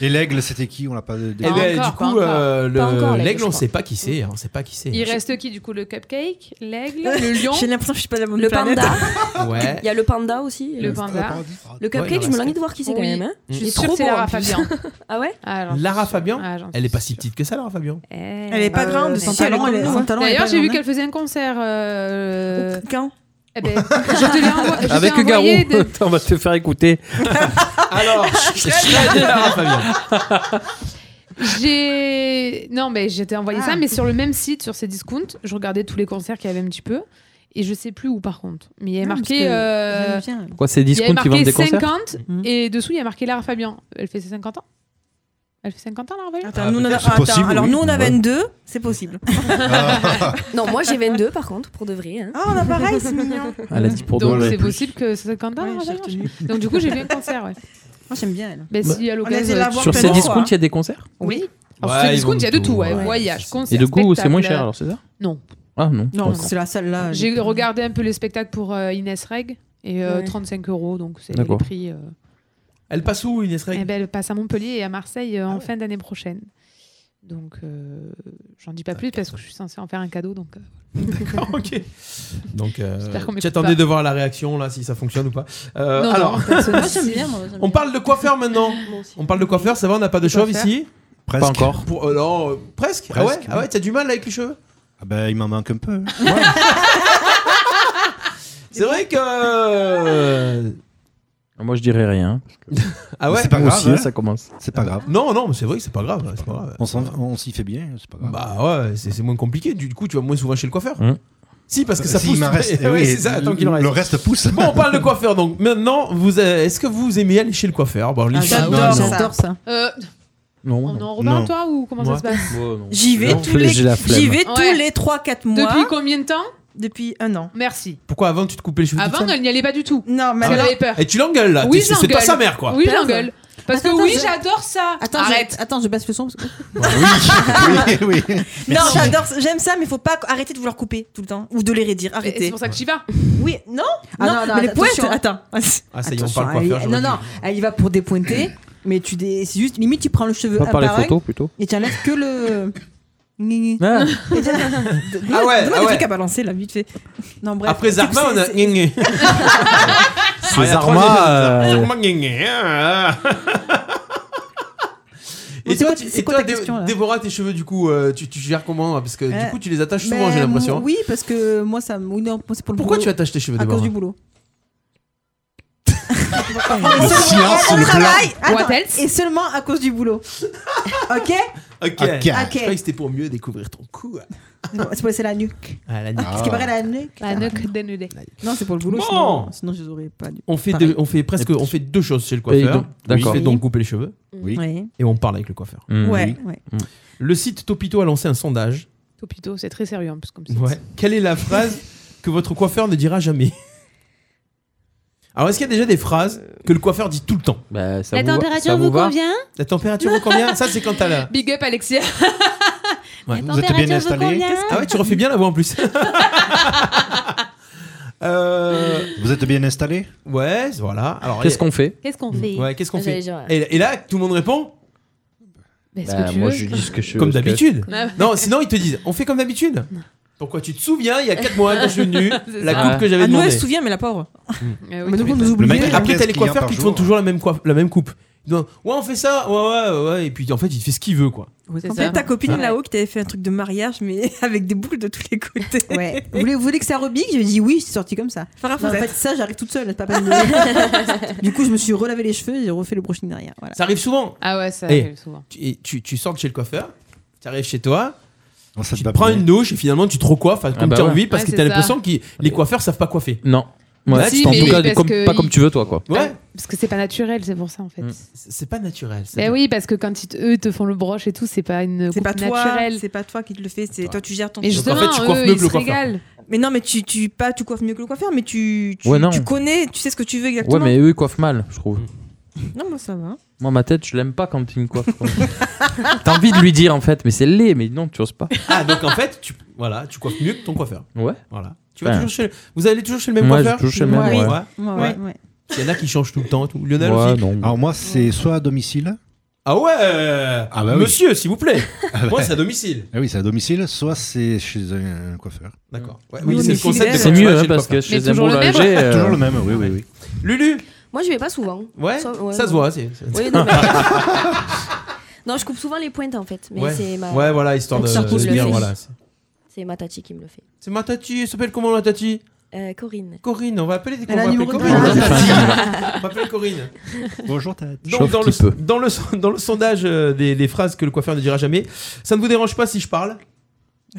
A: Et l'aigle, c'était qui On l'a pas.
F: Eh ben, du coup, euh, le- l'aigle, on
A: on
F: sait pas qui c'est. hein, On sait pas qui c'est.
I: Il reste qui du coup Le cupcake, l'aigle, le lion
L: Euh, J'ai l'impression que je suis pas la bonne
D: Le
L: planète.
D: panda.
F: Ouais.
D: Il y a le panda aussi. Euh,
I: Le panda.
D: Le
F: Ouais, il en
D: cupcake, je
F: reste
D: me languis de voir qui c'est quand
I: Oui.
D: même. hein.
I: Je
D: Il
I: suis
D: est
I: sûre
D: trop
I: que c'est
D: beau,
I: Lara
D: en plus.
I: Fabian.
D: Ah ouais
F: Lara Fabian,
I: Ah, j'en suis Eh,
F: elle est pas si petite que ça, Lara Fabian.
I: Elle
L: est pas grande,
I: mais
L: son
I: si, elle
L: talent,
I: est
L: elle est-
I: grande.
L: son talent, elle est
I: D'ailleurs,
L: pas
I: j'ai vu
L: grande, hein.
I: qu'elle faisait un concert. euh,
L: Quand
I: eh ben, je te l'ai envo- je t'ai
H: Avec Garou.
I: envoyé de-
H: Attends, On va te faire écouter.
F: Alors, c'est Shred et Lara Fabian.
I: J'ai. Non, mais j'étais envoyé ça, mais sur le même site, sur ces discounts, je regardais tous les concerts qu'il y avait un petit peu. Et je sais plus où par contre. Mais il y avait
L: Non, parce
I: marqué.
L: que
I: euh,
L: j'aime bien.
H: Quoi, c'est
I: il y
H: Discount
I: avait
H: qui vendent
I: marqué
H: des concerts
I: 50 et dessous, il y a marqué Lara Fabian. Elle fait ses 50 ans Elle fait 50 ans, Lara
H: Ah,
I: Fabian
L: Attends,
H: bah,
L: nous, on a-
A: c'est
L: attends,
A: possible,
L: alors
A: oui.
L: nous on a
A: Ouais.
L: 22, c'est possible.
D: Non, moi j'ai 22 par contre, pour de vrai. Ah,
F: Oh,
L: on a pareil, c'est mignon.
H: Elle a dit Ah, pour
I: Donc
H: deux.
I: c'est possible que c'est 50 ans, Lara Fabian, je sais pas. Donc du coup, j'ai vu un concert, ouais.
G: Moi, j'aime bien elle.
I: Ben,
G: Bah,
I: s'il y a
G: on
I: l'occasion,
G: les a la voir
H: Sur
G: plein
H: ces
G: de
H: discounts,
G: fois.
H: il y a des concerts
I: Oui.
H: Ouais,
I: Alors, sur
H: ils
I: Discount,
H: vendent
I: il y a de
H: tout,
I: tout. ouais.
H: ouais.
I: Voyage, concert.
H: Et le goût, c'est moins
I: spectacle.
H: cher, alors, c'est ça
I: Non.
H: Ah non.
I: Non,
H: d'accord.
I: c'est
G: la salle là.
I: J'ai regardé un peu les spectacles pour euh, Inès Reg et euh,
G: Ouais.
I: 35 euros, donc c'est le
H: D'accord.
I: prix. euh,
F: Elle passe où, Inès Reg
I: Eh ben, elle passe à Montpellier et à Marseille euh, en fin d'année prochaine. Donc, euh, j'en dis pas plus parce que je suis censée en faire un cadeau. Donc, euh.
F: D'accord, ok. Donc, euh,
I: J'espère qu'on m'écoute
F: j'attendais
I: pas.
F: de voir la réaction, là, si ça fonctionne ou pas. Euh,
I: Non, non,
F: alors,
I: personne- Ah,
G: Moi, j'aime bien, moi, j'aime
F: on parle de coiffeur maintenant. on parle de coiffeur, ça va, on n'a pas de chauve
G: coiffeur.
F: ici
A: Presque. Pas encore.
F: Pour- euh, non, euh, presque. Ah ouais,
A: Presque,
F: ah ouais
A: oui.
F: t'as du mal avec les cheveux
A: Ah ben, il m'en manque un peu.
F: C'est vrai que. euh,
H: Moi, je dirais rien.
F: Ah ouais
H: C'est pas
F: Moi
H: grave. hein.
F: aussi,
H: ça
F: ça
H: commence.
A: C'est pas grave.
F: Non, non, mais c'est vrai que c'est pas grave. c'est pas grave.
A: On s'en- on s'y fait bien, c'est pas grave.
F: Bah ouais, c'est c'est moins compliqué. Du coup, tu vas moins souvent chez le coiffeur. Si, parce que ça
A: Si,
F: pousse.
A: il m'en reste-
F: Ouais,
A: oui,
F: c'est ça, tant qu'il en
A: le reste pousse.
F: Bon, on parle de coiffeur. Donc maintenant, vous, euh, est-ce que vous aimez aller chez le coiffeur bon, les filles, non, non.
G: ça.
I: Euh,
F: Non,
I: Ah, on
F: non.
I: en reparle,
F: Non.
I: toi, ou comment
F: Moi
I: ça se passe
F: Moi, non.
G: J'y vais
F: Non,
G: tous les,
F: j'ai la flemme.
G: j'y vais tous
I: Ouais.
G: les 3-4 mois.
I: Depuis combien de temps
G: Depuis un an.
I: Merci.
F: Pourquoi avant tu te coupais les cheveux toute
I: Avant,
F: seule
I: elle n'y allait pas du tout.
G: Non, mais
F: Ah ouais.
I: elle avait peur.
F: Et tu l'engueules là
I: Oui,
F: T'es- C'est pas
I: j'engueule.
F: sa mère quoi.
I: Oui,
G: Pardon.
I: j'engueule. Parce que
G: Attends,
I: oui,
G: je-
I: j'adore ça.
G: Attends, je-
I: Arrête.
G: attends, je baisse le son. parce que-
F: Bah
A: oui, oui.
G: non, j'adore, ça- j'aime ça, mais faut pas arrêter de vouloir couper tout le temps ou de les redire. Arrêtez.
I: C'est pour ça que j'y vas.
G: Oui, non,
R: Ah non, non,
G: mais les pointes,
R: attention.
G: attends.
F: Ah, ça y est, on
R: Attention,
F: parle coiffeur.
R: elle-
F: je
R: Non,
F: vois
R: non, elle y va pour dépointer, mais tu dé- c'est juste, limite, tu prends le cheveu.
H: Pas
R: un
H: par les
R: un,
H: photos, plutôt.
R: Et tu enlèves que le.
H: Ah.
F: Ah ouais, ah ouais.
G: truc à balancer là, vite fait. Non, bref.
F: Après
G: C'est que
F: Zarma, on a.
G: c'est-
F: Ah, il y a
H: Zarma,
F: trois jeunes,
H: euh,
F: Zarma, gnang, gnang, ah. Et
G: c'est
F: toi,
G: quoi-
F: tu-
G: c'est
F: et
G: quoi
F: toi,
G: ta
F: Dé-
G: question, là
F: Déborah, tes cheveux, du coup, euh, tu, tu gères comment Parce que
R: Euh,
F: du coup, tu les attaches souvent,
G: ben,
R: mais,
F: j'ai l'impression. hein.
R: Oui, parce que moi, ça. me- oui, non, moi, c'est pour le
F: Pourquoi
R: boulot.
F: tu attaches tes cheveux,
R: À
F: Déborah
R: cause du boulot.
F: Le silence sur le plan.
R: Attends,
I: What else
R: et seulement à cause du boulot. ok
F: Ok.
R: Ok. Ok.
F: Je croyais que c'était pour mieux découvrir ton cou.
R: Non, C'est pour laisser la nuque.
F: Ah, la
R: Parce qu'il paraît la nuque.
I: La nuque dénudée.
R: Non, c'est pour le boulot,
F: Ah. Bon.
R: sinon, sinon je les aurais pas dû.
F: On fait,
R: Pareil.
F: deux- on fait presque, on fait deux choses chez le coiffeur.
H: donc- d'accord.
F: On fait donc couper les cheveux.
R: Oui. Oui.
F: Et on parle avec le coiffeur.
H: Mm.
R: Ouais, Oui. ouais.
H: Mm.
F: Le site Topito a lancé un sondage.
I: Topito, c'est très sérieux en plus comme ça.
F: Ouais. Quelle est la phrase que votre coiffeur ne dira jamais Alors, est-ce qu'il y a déjà des phrases que le coiffeur dit tout le temps
H: Bah, ça La vous va- température ça vous vous va convient
F: La température vous convient Ça, c'est quand t'as la.
I: Big up Alexia.
F: Ouais.
I: Vous êtes bien température installé vous convient
F: Ah ouais, tu refais bien la voix en plus. Euh,
A: Vous êtes bien installé
F: Ouais, voilà. Alors,
H: Qu'est-ce
F: il-
H: qu'on fait
I: Qu'est-ce qu'on fait Ah,
F: Ouais, qu'est-ce qu'on fait
I: J'allais dire, ouais.
F: et, et là, tout le monde répond
I: Mais est-ce
H: Bah,
I: que tu
H: moi,
I: veux Ah
H: je dis ce que je
F: Comme
H: ce que-
F: d'habitude.
I: Ouais.
F: Non, sinon ils te disent, on fait comme d'habitude. Pourquoi tu te souviens il y a 4 mois quand je suis venu,
I: C'est
F: la
I: ça.
F: coupe que j'avais
G: Ah, nous, elle
F: demandée. Hmm.
G: se souvient, mais la pauvre.
I: Eh oui,
G: Mais donc,
I: tu
G: on
I: m'étonnes.
G: nous oublie.
F: Après t'as
A: 15
F: les
A: clients
F: coiffeurs
A: par
F: qui te font
A: jour.
F: toujours la même coiffe- la même coupe. Ils disent, ouais, on fait ça. Ouais, ouais, ouais. Et puis en fait, il te fait ce qu'il veut quoi.
G: En
I: ça.
G: fait, ta copine
I: Ouais.
G: là-haut qui t'avait fait un truc de mariage, mais avec des boucles de tous les côtés.
R: Ouais. Vous voulez, vous voulez que ça rebique Je dis oui, c'est sorti comme ça.
G: Farah
R: Non, en
G: Fawcett.
R: fait, ça, j'arrive toute seule. c'est Pas peine de- du coup, je me suis relavé les cheveux et j'ai refait le brushing derrière. Voilà.
F: Ça arrive souvent.
I: Ah ouais, ça
F: Eh,
I: arrive souvent.
F: Tu, et tu, tu sors de chez le coiffeur, tu arrives chez toi,
A: tu
F: te prends une douche et finalement tu te recoiffes hein, comme
H: bah
F: t'as
H: ouais.
F: envie parce
I: Ouais,
F: que
I: c'est
F: t'as
I: ça.
F: l'impression que les coiffeurs savent pas coiffer.
H: Non. Ouais,
F: Bah,
H: c'est-
F: si,
H: en
F: mais
H: tout cas,
I: parce
H: comme-
I: que
H: pas comme
I: il- Ah,
H: tu veux, toi, quoi.
F: Ouais.
I: Parce que c'est pas naturel, c'est pour ça en fait.
H: Mm.
F: C'est pas naturel. ça.
I: Ben oui, parce que quand ils te- eux te font le broche et tout, c'est pas une
G: C'est
I: coupe
G: pas toi,
I: naturelle.
G: c'est pas toi qui te le fais, c'est toi tu gères ton.
I: Mais
G: truc.
I: justement,
F: fait, tu coiffes
I: eux,
F: mieux que
I: ils
F: le
I: se
F: coiffeur.
I: régalent.
G: Mais non, mais tu, tu pas tu coiffes mieux que le coiffeur, mais tu tu,
H: Ouais, non.
G: tu connais, tu sais ce que tu veux
H: Ouais,
G: exactement.
H: mais eux, ils coiffent mal, je trouve.
F: Mm.
G: Non, moi ça va.
H: Moi, ma tête, je l'aime pas quand il me coiffe. quoi. T'as envie de lui dire, en fait, mais c'est laid, mais non, tu oses pas.
F: Ah donc en fait, tu voilà, tu coiffes mieux que ton coiffeur.
H: Ouais.
F: Voilà. Tu vas
H: Enfin.
F: toujours chez vous allez toujours chez le même
H: Ouais, je
F: coiffeur
H: vais toujours chez le même, Ouais. ouais.
R: Ouais, ouais, ouais.
F: Il y en a qui changent tout le temps. Tout. Lionel
H: Ouais,
F: aussi.
H: non.
A: Alors moi, c'est soit à domicile.
F: Ah ouais
A: Ah bah oui.
F: Monsieur, s'il vous plaît
A: bah.
F: Moi, c'est à domicile.
A: Ah oui, c'est à domicile, soit c'est chez un coiffeur.
F: D'accord. Ouais,
A: Oui,
F: oui, c'est le
A: domicile,
F: concept de
H: C'est
F: quand tu
H: mieux,
F: vas
H: hein,
F: chez le
H: parce que
F: coiffeur.
H: chez
I: Mais toujours
H: un
I: le même hein.
H: boulanger, euh,
A: Toujours le même, oui, oui, oui.
F: Lulu
D: Moi, je vais pas souvent.
F: Ouais,
D: Ça- ouais,
F: ça se
D: non.
F: voit. c'est- c'est-
D: Oui, non, mais- Non, je coupe souvent les pointes en fait. Mais
F: Ouais.
D: c'est ma...
F: Ouais, voilà, histoire
D: Donc,
F: de-
D: ça coule
F: de
D: le
F: bien,
D: fil.
F: voilà, c'est-
D: C'est ma tati qui me le fait.
F: C'est ma tati, elle s'appelle comment la tati
D: Euh, Corinne.
F: Corinne, on va appeler des
D: Elle
F: on
D: a
F: va
D: un
F: appeler
D: numéro de
F: Corinne.
D: téléphone.
F: On va appeler Corinne.
A: Bonjour, Tate.
F: Donc,
H: Chauffe
F: dans,
H: qui
F: le, dans, le, son- dans le sondage euh, des, des phrases que le coiffeur ne dira jamais, ça ne vous dérange pas si je parle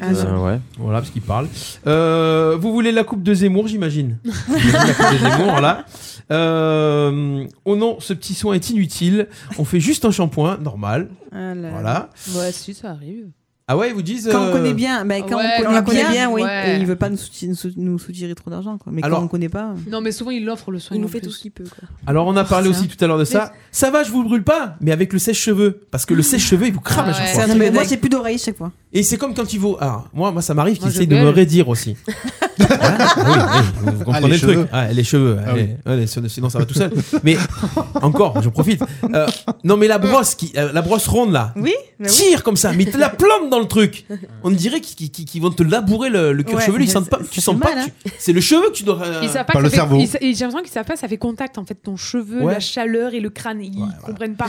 G: Ah, non.
H: euh, ouais.
F: Voilà, parce qu'il parle. Euh, vous voulez la coupe de Zemmour, j'imagine J'imagine La coupe de Zemmour, voilà. Euh, oh non, ce petit soin est inutile. On fait juste un shampoing, normal.
G: Ah là là.
F: Voilà.
I: Ouais, si, ça arrive.
F: Ah ouais, ils vous disent.
G: Quand on
F: euh,
G: connaît bien, bah, quand
I: Ouais, quand
G: on
I: on
G: connaît,
I: la connaît
G: bien,
I: bien,
G: oui.
I: ouais.
G: Et il veut pas nous soutirer, nous soutirer trop d'argent, quoi. Mais
F: Alors-
G: quand on connaît pas. hein.
I: Non, mais souvent, il offre le soin.
D: Il nous fait tout ce qu'il peut. Quoi.
F: Alors on a parlé aussi tout à l'heure de ça. Ça va, je vous brûle pas, mais avec le sèche-cheveux, parce que le sèche-cheveux il vous crame à chaque fois.
G: Non, Ah mais moi, j'ai plus d'oreilles chaque fois.
F: Et c'est comme quand il vaut. Ah, moi, moi, ça m'arrive qu'ils
G: Moi, je
F: essayent de me
G: gueule.
F: raidir aussi. Ah, oui, oui, vous comprenez
A: Ah, les
F: le truc.
A: cheveux.
F: Ah, les cheveux.
A: Ah
F: allez, allez, sinon sinon, ça va tout seul. mais encore, je profite. Euh, non, mais la brosse, qui, euh, la brosse ronde là.
L: Oui,
I: bah
L: mais oui.
F: Tire comme ça, mais te la plante dans le truc. On dirait qu'ils qu'ils- qu'ils- qu'ils vont te labourer le, le cuir
I: Ouais,
F: chevelu. Ils
I: mais
F: sentent pas,
I: ça-
F: tu
I: ça
F: sens
I: fait
F: pas.
I: mal,
F: que tu- C'est le cheveu que tu dois. euh,
I: Ils savent pas que ça fait- ils sa- et j'ai l'impression qu'ils savent pas, ça fait contact en fait, ton cheveu,
F: Ouais.
I: la chaleur et le crâne, ils comprennent pas.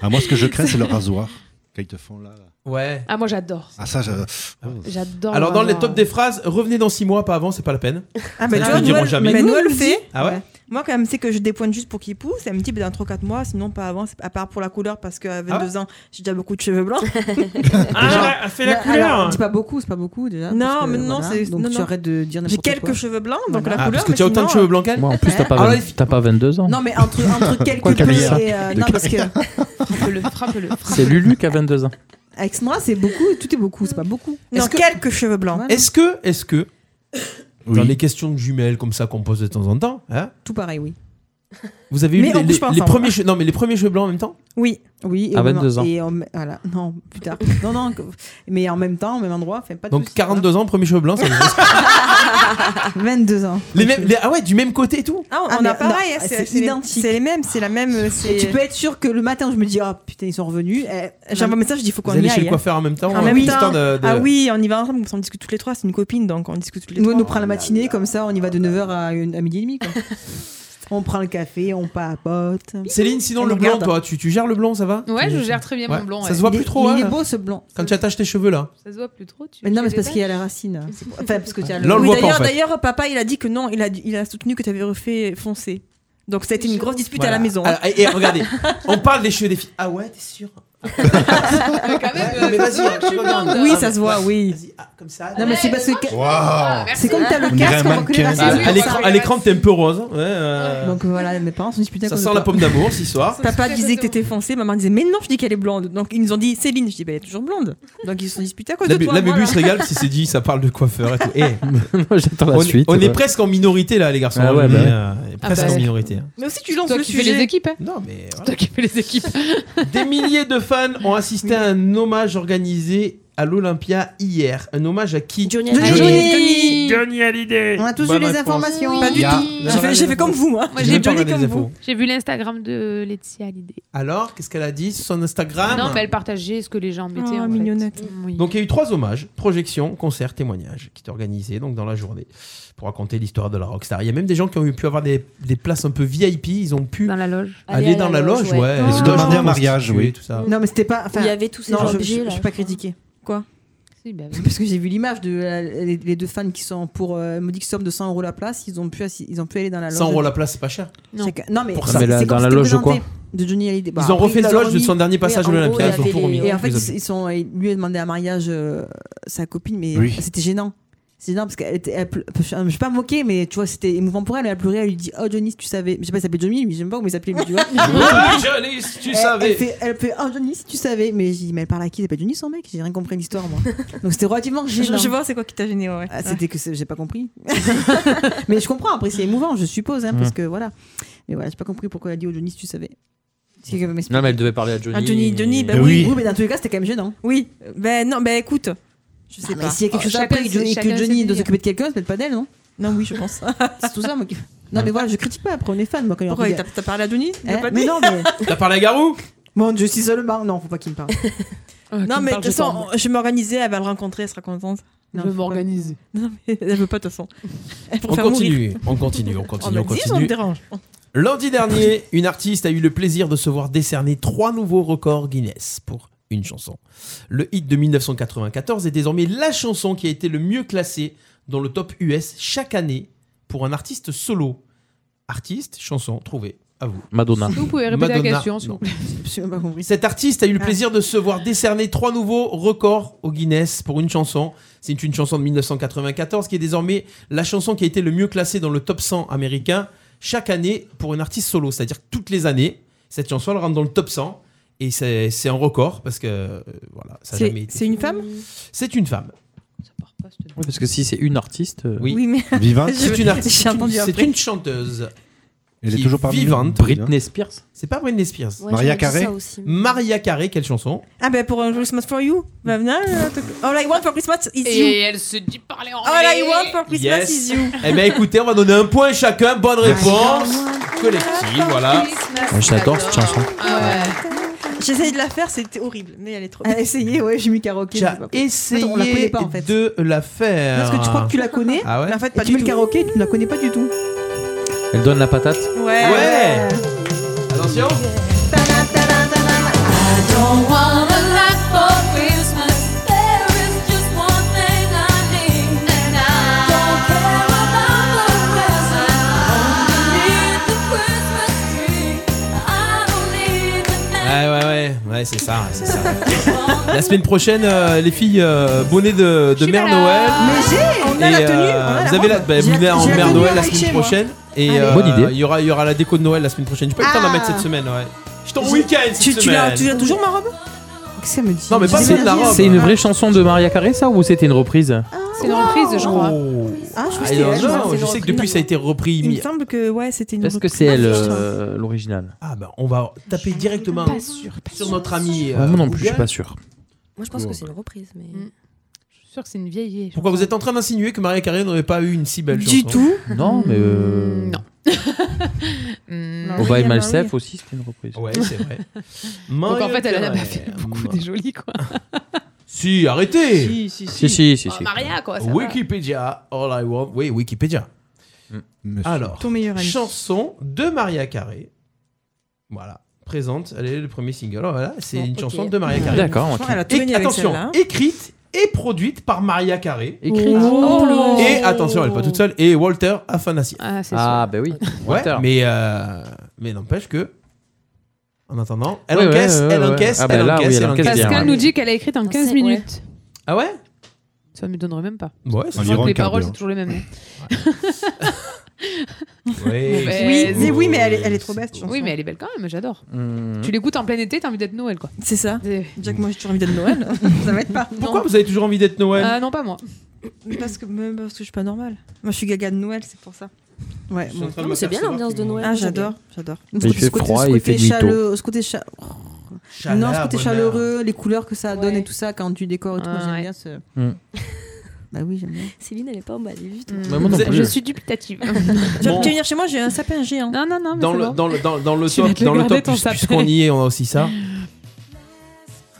A: Ah, moi, ce que je crains, c'est le rasoir. Quand ils te font là. là.
F: Ouais.
I: Ah, moi j'adore.
A: Ah, ça, je.
I: J'adore.
F: Alors,
I: le
F: dans les
I: rasoir.
F: top des phrases, revenez dans 6 mois, pas avant, c'est pas la peine.
L: Ah, mais tu
F: Ça, ils
L: vois,
F: le diront
L: Noël,
F: jamais.
L: mais Noël le fait.
F: Ah ouais
L: Moi, quand même, c'est que je dépointe juste pour qu'il pousse. Elle me dit bah, dans 3-4 mois, sinon pas avant, c'est- à part pour la couleur, parce
F: Ah
L: qu'à 22 ans, j'ai déjà beaucoup de cheveux blancs.
G: Ah,
F: elle fait
G: la couleur C'est pas beaucoup, c'est pas beaucoup déjà.
L: Non,
G: hein, parce que,
L: mais non,
G: voilà.
L: c'est-
G: Donc
L: non,
G: tu
L: non.
G: arrêtes de dire
L: J'ai
G: n'importe quoi.
L: quelques cheveux blancs, donc
G: Voilà.
L: la
F: Ah,
L: couleur.
F: parce que tu as
L: mais
F: autant de
L: sinon,
F: cheveux blancs qu'elle Eh,
H: Moi, en plus, t'as pas,
F: Alors,
H: 20 t'as pas 22 ans.
G: hein. Non, mais entre, entre quelques
H: Quoi qu'elle
G: bleus
F: hein.
H: dise.
G: et. euh,
H: De
G: non, parce que.
I: Frappe-le, frappe-le.
H: C'est Lulu qui a 22 ans.
G: Avec moi, c'est beaucoup, tout est beaucoup, c'est pas beaucoup.
L: Non, quelques cheveux blancs.
I: Hein
F: Est-ce que, est-ce que, dans les questions de jumelles comme ça qu'on pose de temps en temps, hein,
I: Ah,
G: Tout pareil, oui.
F: vous avez eu
G: Mais
F: les,
G: on bouge pas
F: les
G: ensemble.
F: premiers, che- non mais les premiers cheveux blancs en même temps
G: Oui, oui. et
F: À
G: au même-
F: 22 ans.
G: Et en- voilà, non, plus tard. Non, non, que- mais en même temps, au même endroit, fait pas de
F: Donc
G: soucis.
F: 42 ans, premiers cheveux blancs. ça vous-
G: 22 ans.
F: les mêmes, les- ah ouais, du même côté et tout.
L: Ah, on
G: Ah, mais
L: a pareil,
G: non,
L: hein,
G: c'est
L: c'est c'est les-
G: identique.
L: C'est les mêmes, c'est la même. euh, c'est-
G: Et tu peux être sûr que le matin, je me dis, ah putain, ils sont revenus. Eh,
L: J'envoie un message, je dis faut qu'on
F: Vous allez
L: y
F: chez
L: aille.
F: le
L: hein.
F: coiffeur en même temps.
L: En
F: euh,
L: même
F: histoire
L: temps.
F: de- de-
L: Ah oui, on y va ensemble, parce qu'on discute toutes les trois, c'est une copine, donc on discute toutes les
G: Nous,
L: trois.
G: on nous prend la matinée comme ça, on y va de 9h à, une- à midi et demi. quoi. on prend le café, on papote.
F: Céline, sinon
G: On
F: le blanc,
G: regarde.
F: toi, tu, tu gères le blanc, ça va
I: Ouais, je gère très bien mon blanc,
F: Ça
I: ouais.
F: se voit
I: Il
F: plus
I: est-
F: trop.
I: il
F: hein.
I: est beau,
G: ce blanc.
F: Quand tu attaches tes cheveux là.
I: Ça se voit plus trop. Tu...
G: Mais non, mais c'est
I: tu les
G: parce qu'il y a la racine. C'est pour- Enfin, parce que tu as le-
F: Là, on le
L: Oui,
F: voit pas,
L: d'ailleurs,
F: en fait.
L: d'ailleurs, papa, il a dit que non, il a, dit- il a soutenu que tu avais refait foncé. Donc ça a été une grosse dispute
F: Voilà.
L: à la maison. hein.
F: Ah, et, et regardez, on parle des cheveux des filles. Ah ouais, t'es sûr Ah mais vas-y, hein, tu regardes.
G: Oui, ça se voit, oui.
F: Comme ça.
G: Non, mais c'est parce que.
I: Ah,
F: Waouh.
G: C'est comme t'as
F: On
G: le
F: dirait
G: casque,
F: un
G: on reconnaît la
F: mannequin.
G: racine.
F: À l'écran- À l'écran, t'es un peu rose. hein. Ouais, euh,
G: Donc voilà, mes parents sont disputés à
F: Ça
G: cause de
F: sent la
G: toi.
F: pomme d'amour, ce soir.
L: Papa disait que t'étais foncé, maman disait mais non, je dis qu'elle est blonde. Donc ils nous ont dit Céline, je dis bah elle est toujours blonde. Donc ils se sont disputés à cause
F: La,
L: de
F: bu-
L: toi.
F: la
L: voilà.
F: Bubu se régale si c'est dit, ça parle de coiffeur et tout. Eh,
H: J'attends la
F: on, est-
H: suite.
F: on est
H: ouais.
F: presque en minorité là, les garçons.
H: Ah ouais,
F: On est,
H: bah ouais.
F: euh,
H: Ah
F: presque
H: bah
F: en
H: ouais.
F: minorité. hein.
L: Mais aussi tu lances
I: Toi
L: le
I: qui fais
L: sujet.
I: les équipes. hein.
F: Non, mais
I: Toi qui fais les équipes.
F: Des milliers de fans ont assisté à un hommage organisé à l'Olympia hier. Un hommage à qui Johnny
G: Johnny
F: Hallyday.
G: On a tous
F: Bonne
G: eu les
F: réponse.
G: informations.
I: Pas du
F: Yeah.
I: tout.
F: Non,
I: J'ai fait-
F: non,
I: j'ai
F: non,
I: fait
F: non.
I: comme vous, moi.
F: J'ai
I: J'ai
F: même pas
I: joli
F: regardé les
I: comme vous.
F: infos.
I: J'ai vu l'Instagram de Laetitia Hallyday.
F: Alors, qu'est-ce qu'elle a dit sur son Instagram
I: Non, mais elle partageait ce que les gens mettaient.
L: Oh,
I: en fait.
L: mignonnette.
I: Oui.
F: Donc il y a eu trois hommages, projection, concert, témoignage, qui étaient organisés donc dans la journée pour raconter l'histoire de la rockstar. Il y a même des gens qui ont eu pu avoir des, des places un peu VIP, ils ont pu aller, dans la loge, ouais,
A: Ils se
F: loges
A: demandaient un
F: constituées,
A: mariage, oui.
F: tout ça.
G: Ah. Non, mais c'était pas. enfin,
D: Il y avait tous ces
G: non, je-
D: objets,
G: je-
D: là,
G: Je
D: je
G: suis pas critiquée. Quoi
I: Si, bah oui.
G: Parce que j'ai vu l'image de la- les, les deux fans qui sont pour euh, modique somme de 100 euros la place, ils ont pu, assi- ils ont pu aller dans la loge.
F: 100 euros la place, c'est pas cher.
G: Non. non mais,
F: Pour
G: c'est-
F: ça.
G: c'est
F: Mais la-
G: comme
F: dans la
G: c'était
F: loge de
G: présenté
F: quoi
G: de Johnny Hallyday. Bah,
F: Ils ont
G: après,
F: refait la
G: ont
F: loge de
G: remis-
F: son dernier passage
G: en
F: à
G: gros,
F: l'Olympia, ils
G: il y
F: ont
G: avait
F: tout
G: les-
F: remis.
G: Et en fait,
F: Ils ont-
G: ils, ils sont, ils lui a demandé un mariage euh, sa copine, mais
F: Oui.
G: c'était gênant. C'est gênant parce qu'elle était. elle pleu- je ne suis pas moquée, mais tu vois, c'était émouvant pour elle. Elle a pleuré, elle lui dit Oh Johnny, si tu savais. Je sais pas, il s'appelait Johnny, mais j'aime pas comment il s'appelait lui, tu vois.
F: Ouais, Johnny, si tu
G: Elle-
F: savais.
G: Elle fait, elle fait Oh Johnny, si tu savais. Mais j'ai dit Mais elle parle à qui Il s'appelle Johnny son mec J'ai rien compris de l'histoire, moi. Donc c'était relativement
L: Je,
G: gênant.
L: je vois c'est quoi qui t'a gêné ouais.
G: Ah, c'était que c'est- j'ai pas compris. mais je comprends, après c'est émouvant, je suppose, hein,
L: Mm.
G: parce que voilà. Mais voilà, j'ai pas compris pourquoi elle a dit au Johnny si tu savais. Si quelqu'un peut m'expliquer.
H: Non, mais elle devait parler à Johnny.
G: Ah, Johnny, Johnny, bah
H: Eh
G: oui. Oui, mais dans tous les cas, c'était quand même gênant.
L: Oui. Ben non, ben écoute. Je sais
G: Ah,
L: pas.
G: mais s'il y a quelque chose après que Johnny, que Johnny doit s'occuper de quelqu'un, c'est peut-être pas d'elle, non Non, oui, je pense. c'est tout ça, moi. qui- Non, mais voilà, je critique pas, après on est fan, moi, quand il y a
L: Pourquoi
G: envie
L: t'as
G: de-
L: t'as parlé à Denis Il a
G: Hein,
L: pas
G: mais
L: dit
G: non, mais.
F: T'as parlé à Garou
G: Mon dieu, si seulement. Non, faut pas qu'il me parle.
L: Non,
F: Ah,
L: mais
G: me
L: de
G: parle,
L: toute
G: je
L: façon,
G: parle.
L: je vais m'organiser, elle va le rencontrer, elle sera contente.
I: Je vais m'organiser.
L: Non, mais elle veut pas, de toute façon. Pour
F: On
L: faire mourir.
F: continue, on continue, on continue,
L: On
F: on
L: me dit,
F: continue.
L: ça me dérange.
F: Lundi dernier, une artiste a eu le plaisir de se voir décerner trois nouveaux records Guinness pour une chanson. Le hit de 1994 est désormais la chanson qui a été le mieux classée dans le top US chaque année pour un artiste solo. Artiste, chanson, trouvez. À vous.
H: Madonna.
I: Vous pouvez répéter la
F: Madonna,
I: question, s'il
F: non.
I: vous plaît.
G: J'ai même pas compris.
F: Cet artiste
L: Ah.
F: a eu le plaisir de se voir décerner trois nouveaux records au Guinness pour une chanson. C'est une chanson de 1994 qui est désormais la chanson qui a été le mieux classée dans le top 100 américain chaque année pour une artiste solo. C'est-à-dire que toutes les années, cette chanson elle rentre dans le top 100 Et c'est c'est un record parce que euh, voilà, ça a
L: C'est-
F: jamais été.
L: C'est une femme
F: C'est une femme.
H: Parce que si c'est une artiste. euh,
F: Oui,
L: Oui, mais-
F: vivante.
L: Je-
F: C'est une artiste.
L: j'ai entendu
F: C'est
L: après.
F: une chanteuse.
A: Elle est
F: qui
A: toujours parmi nous.
F: vivante.
A: Britney
H: Spears.
F: C'est pas Britney Spears.
A: Ouais, Mariah j'aurais dit Carey ça aussi.
F: Maria Carey, quelle chanson
L: Ah ben pour un Christmas for you. Ben venez, euh, te- All I want for Christmas is you.
I: Et elle se dit parler en
L: All I want for Christmas
F: Yes.
L: is you.
F: Eh bien, écoutez, on va donner un point chacun. Bonne réponse collective, voilà.
H: J'adore cette chanson.
I: Ah
L: J'essayais de la faire, c'était horrible, mais elle est trop.
G: À essayer, ouais, j'ai mis karaoké.
F: J'ai
G: je sais pas.
F: essayé
G: En fait, on la connaît pas en fait.
F: de la faire.
G: Parce que tu crois que tu la connais,
F: Ah ouais
G: mais en fait, pas tu mets le karaoké, tu ne la connais pas du tout.
H: Elle donne la patate.
F: Ouais. Attention. Ouais, ouais, ouais, ouais, c'est ça, ouais, c'est ça. La semaine prochaine, euh, les filles, euh, bonnet de, de Mère Noël.
G: Mais j'ai, on a la
F: Et,
G: tenue,
F: euh,
G: on a la
F: vous avez la,
G: robe.
F: bah,
G: J'ai-
F: vous venez en
G: j'ai la
F: Mère
G: tenue
F: Noël la
G: avec
F: semaine
G: chez moi.
F: prochaine. Et
G: Allez. Ah.
F: euh,
G: Bonne idée.
F: Il y aura, il y aura la déco de Noël la semaine prochaine. J'ai pas eu le temps de la mettre cette semaine, ouais. Je t'en week-end cette
G: Tu, tu, l'as,
F: semaine.
G: tu as toujours ma robe Qu'est-ce qu'elle me dit
F: Non, mais pas celle de la robe. Ah.
H: C'est une vraie chanson de Maria Carey, ça Ou c'était une reprise
I: C'est une reprise, je crois.
G: Ah, je
F: Ah,
G: crois que c'était
F: non,
G: elle, je
F: non,
G: crois
F: je
G: c'est
F: sais que
G: une
F: depuis
G: reprise.
F: ça a été repris.
L: Il me
F: mis-
L: semble que ouais, c'était une.
H: Est-ce que
L: reprise.
H: c'est elle, euh, l'original
F: Ah bah on va taper directement sur notre ami.
H: Ah,
F: euh,
H: Moi non plus, je suis
F: Google.
H: pas sûr.
D: Moi, je pense
F: Oh.
D: que c'est une reprise, mais.
I: Mm. Je suis sûre que c'est une vieille.
F: Pourquoi vous êtes en train d'insinuer que Maria Carey n'aurait pas eu une si belle chanson
I: Du tout.
H: Non, mais. euh,
I: Non.
F: Mm.
H: Oh, by myself aussi, c'était une reprise.
F: Ouais, c'est vrai.
I: hein. Donc en
F: Mariah
I: fait, elle en a
F: Carey.
I: pas fait beaucoup des jolies, quoi.
F: Si, arrêtez
I: Si, si,
H: Si, si, si, si.
I: Maria, quoi. Ça va.
F: Wikipédia, all I want. Oui, Wikipédia.
H: Mm.
F: Alors,
L: Ton meilleur ami.
F: chanson de Maria Carey. Voilà, présente. Elle est le premier single. Oh, Voilà, c'est une
L: ok.
F: chanson de Maria Carey.
H: D'accord, ok.
L: Elle a tout
F: Et-
L: gagné avec
F: attention,
L: celle-là.
F: écrite et produite par Maria Carey.
H: Écrite.
L: Oh.
F: Et attention, elle est pas toute seule. Et Walter Afanassi.
I: Ah, c'est
H: Ah, bah oui.
F: Ouais,
H: Walter.
F: mais euh, mais n'empêche que. En attendant, elle
H: Ouais,
F: encaisse,
H: ouais, ouais,
F: elle
H: ouais.
F: encaisse,
H: Ah bah
F: elle
H: là, oui,
F: encaisse,
H: elle
F: elle
H: encaisse
F: encaisse.
H: bien,
I: Pascal nous dit qu'elle a écrit dans 15
D: ouais.
I: minutes.
F: Ah ouais
I: Ça me donnerait même pas.
F: Ouais, c'est
I: Je crois
F: environ
I: que les
F: un quart
I: paroles,
F: d'heure.
I: c'est toujours les mêmes. hein.
F: Oui,
G: Oui, mais oui, mais elle est, elle est trop belle cette chanson.
I: Oui, mais elle est belle quand même, j'adore.
H: Mmh.
I: Tu l'écoutes en plein été, t'as envie d'être Noël, quoi.
L: C'est ça.
I: C'est-
L: Déjà que moi j'ai toujours envie d'être Noël. ça m'aide pas.
F: Pourquoi vous avez toujours envie d'être Noël
G: Euh,
I: Ah non, pas moi.
L: Mais Parce que même parce que je suis pas normale. Moi je suis gaga de Noël, c'est pour ça.
G: Ouais,
F: suis en train de
G: Non, mais
F: me faire savoir que-
G: Ah, j'adore, j'adore.
H: Il fait
G: Ce côté-
H: froid,
G: ce
H: il
G: côté
H: fait nuit tôt.
G: chaleureux- Ce côté cha- Oh.
F: Chaleur,
G: Non, ce côté
F: bonheur.
G: chaleureux, les couleurs que ça donne et tout ça quand tu décores et tout, moi, j'aime bien ce.
H: Mm.
G: Bah oui, j'aime bien.
D: Céline, elle est pas emballée du tout.
H: Mais moi non
F: Vous êtes-
H: plus.
I: Je suis dubitative.
L: Tu vas
F: Bon.
L: me venir chez moi, j'ai un sapin géant.
I: non, non, non, mais
F: dans
I: c'est
F: le,
I: bon.
F: dans le dans, dans le
I: Tu vas
F: top
I: te le
F: dans le
I: garder,
F: top
I: ton
F: puis-
I: sapin.
F: puisqu'on y est on a aussi ça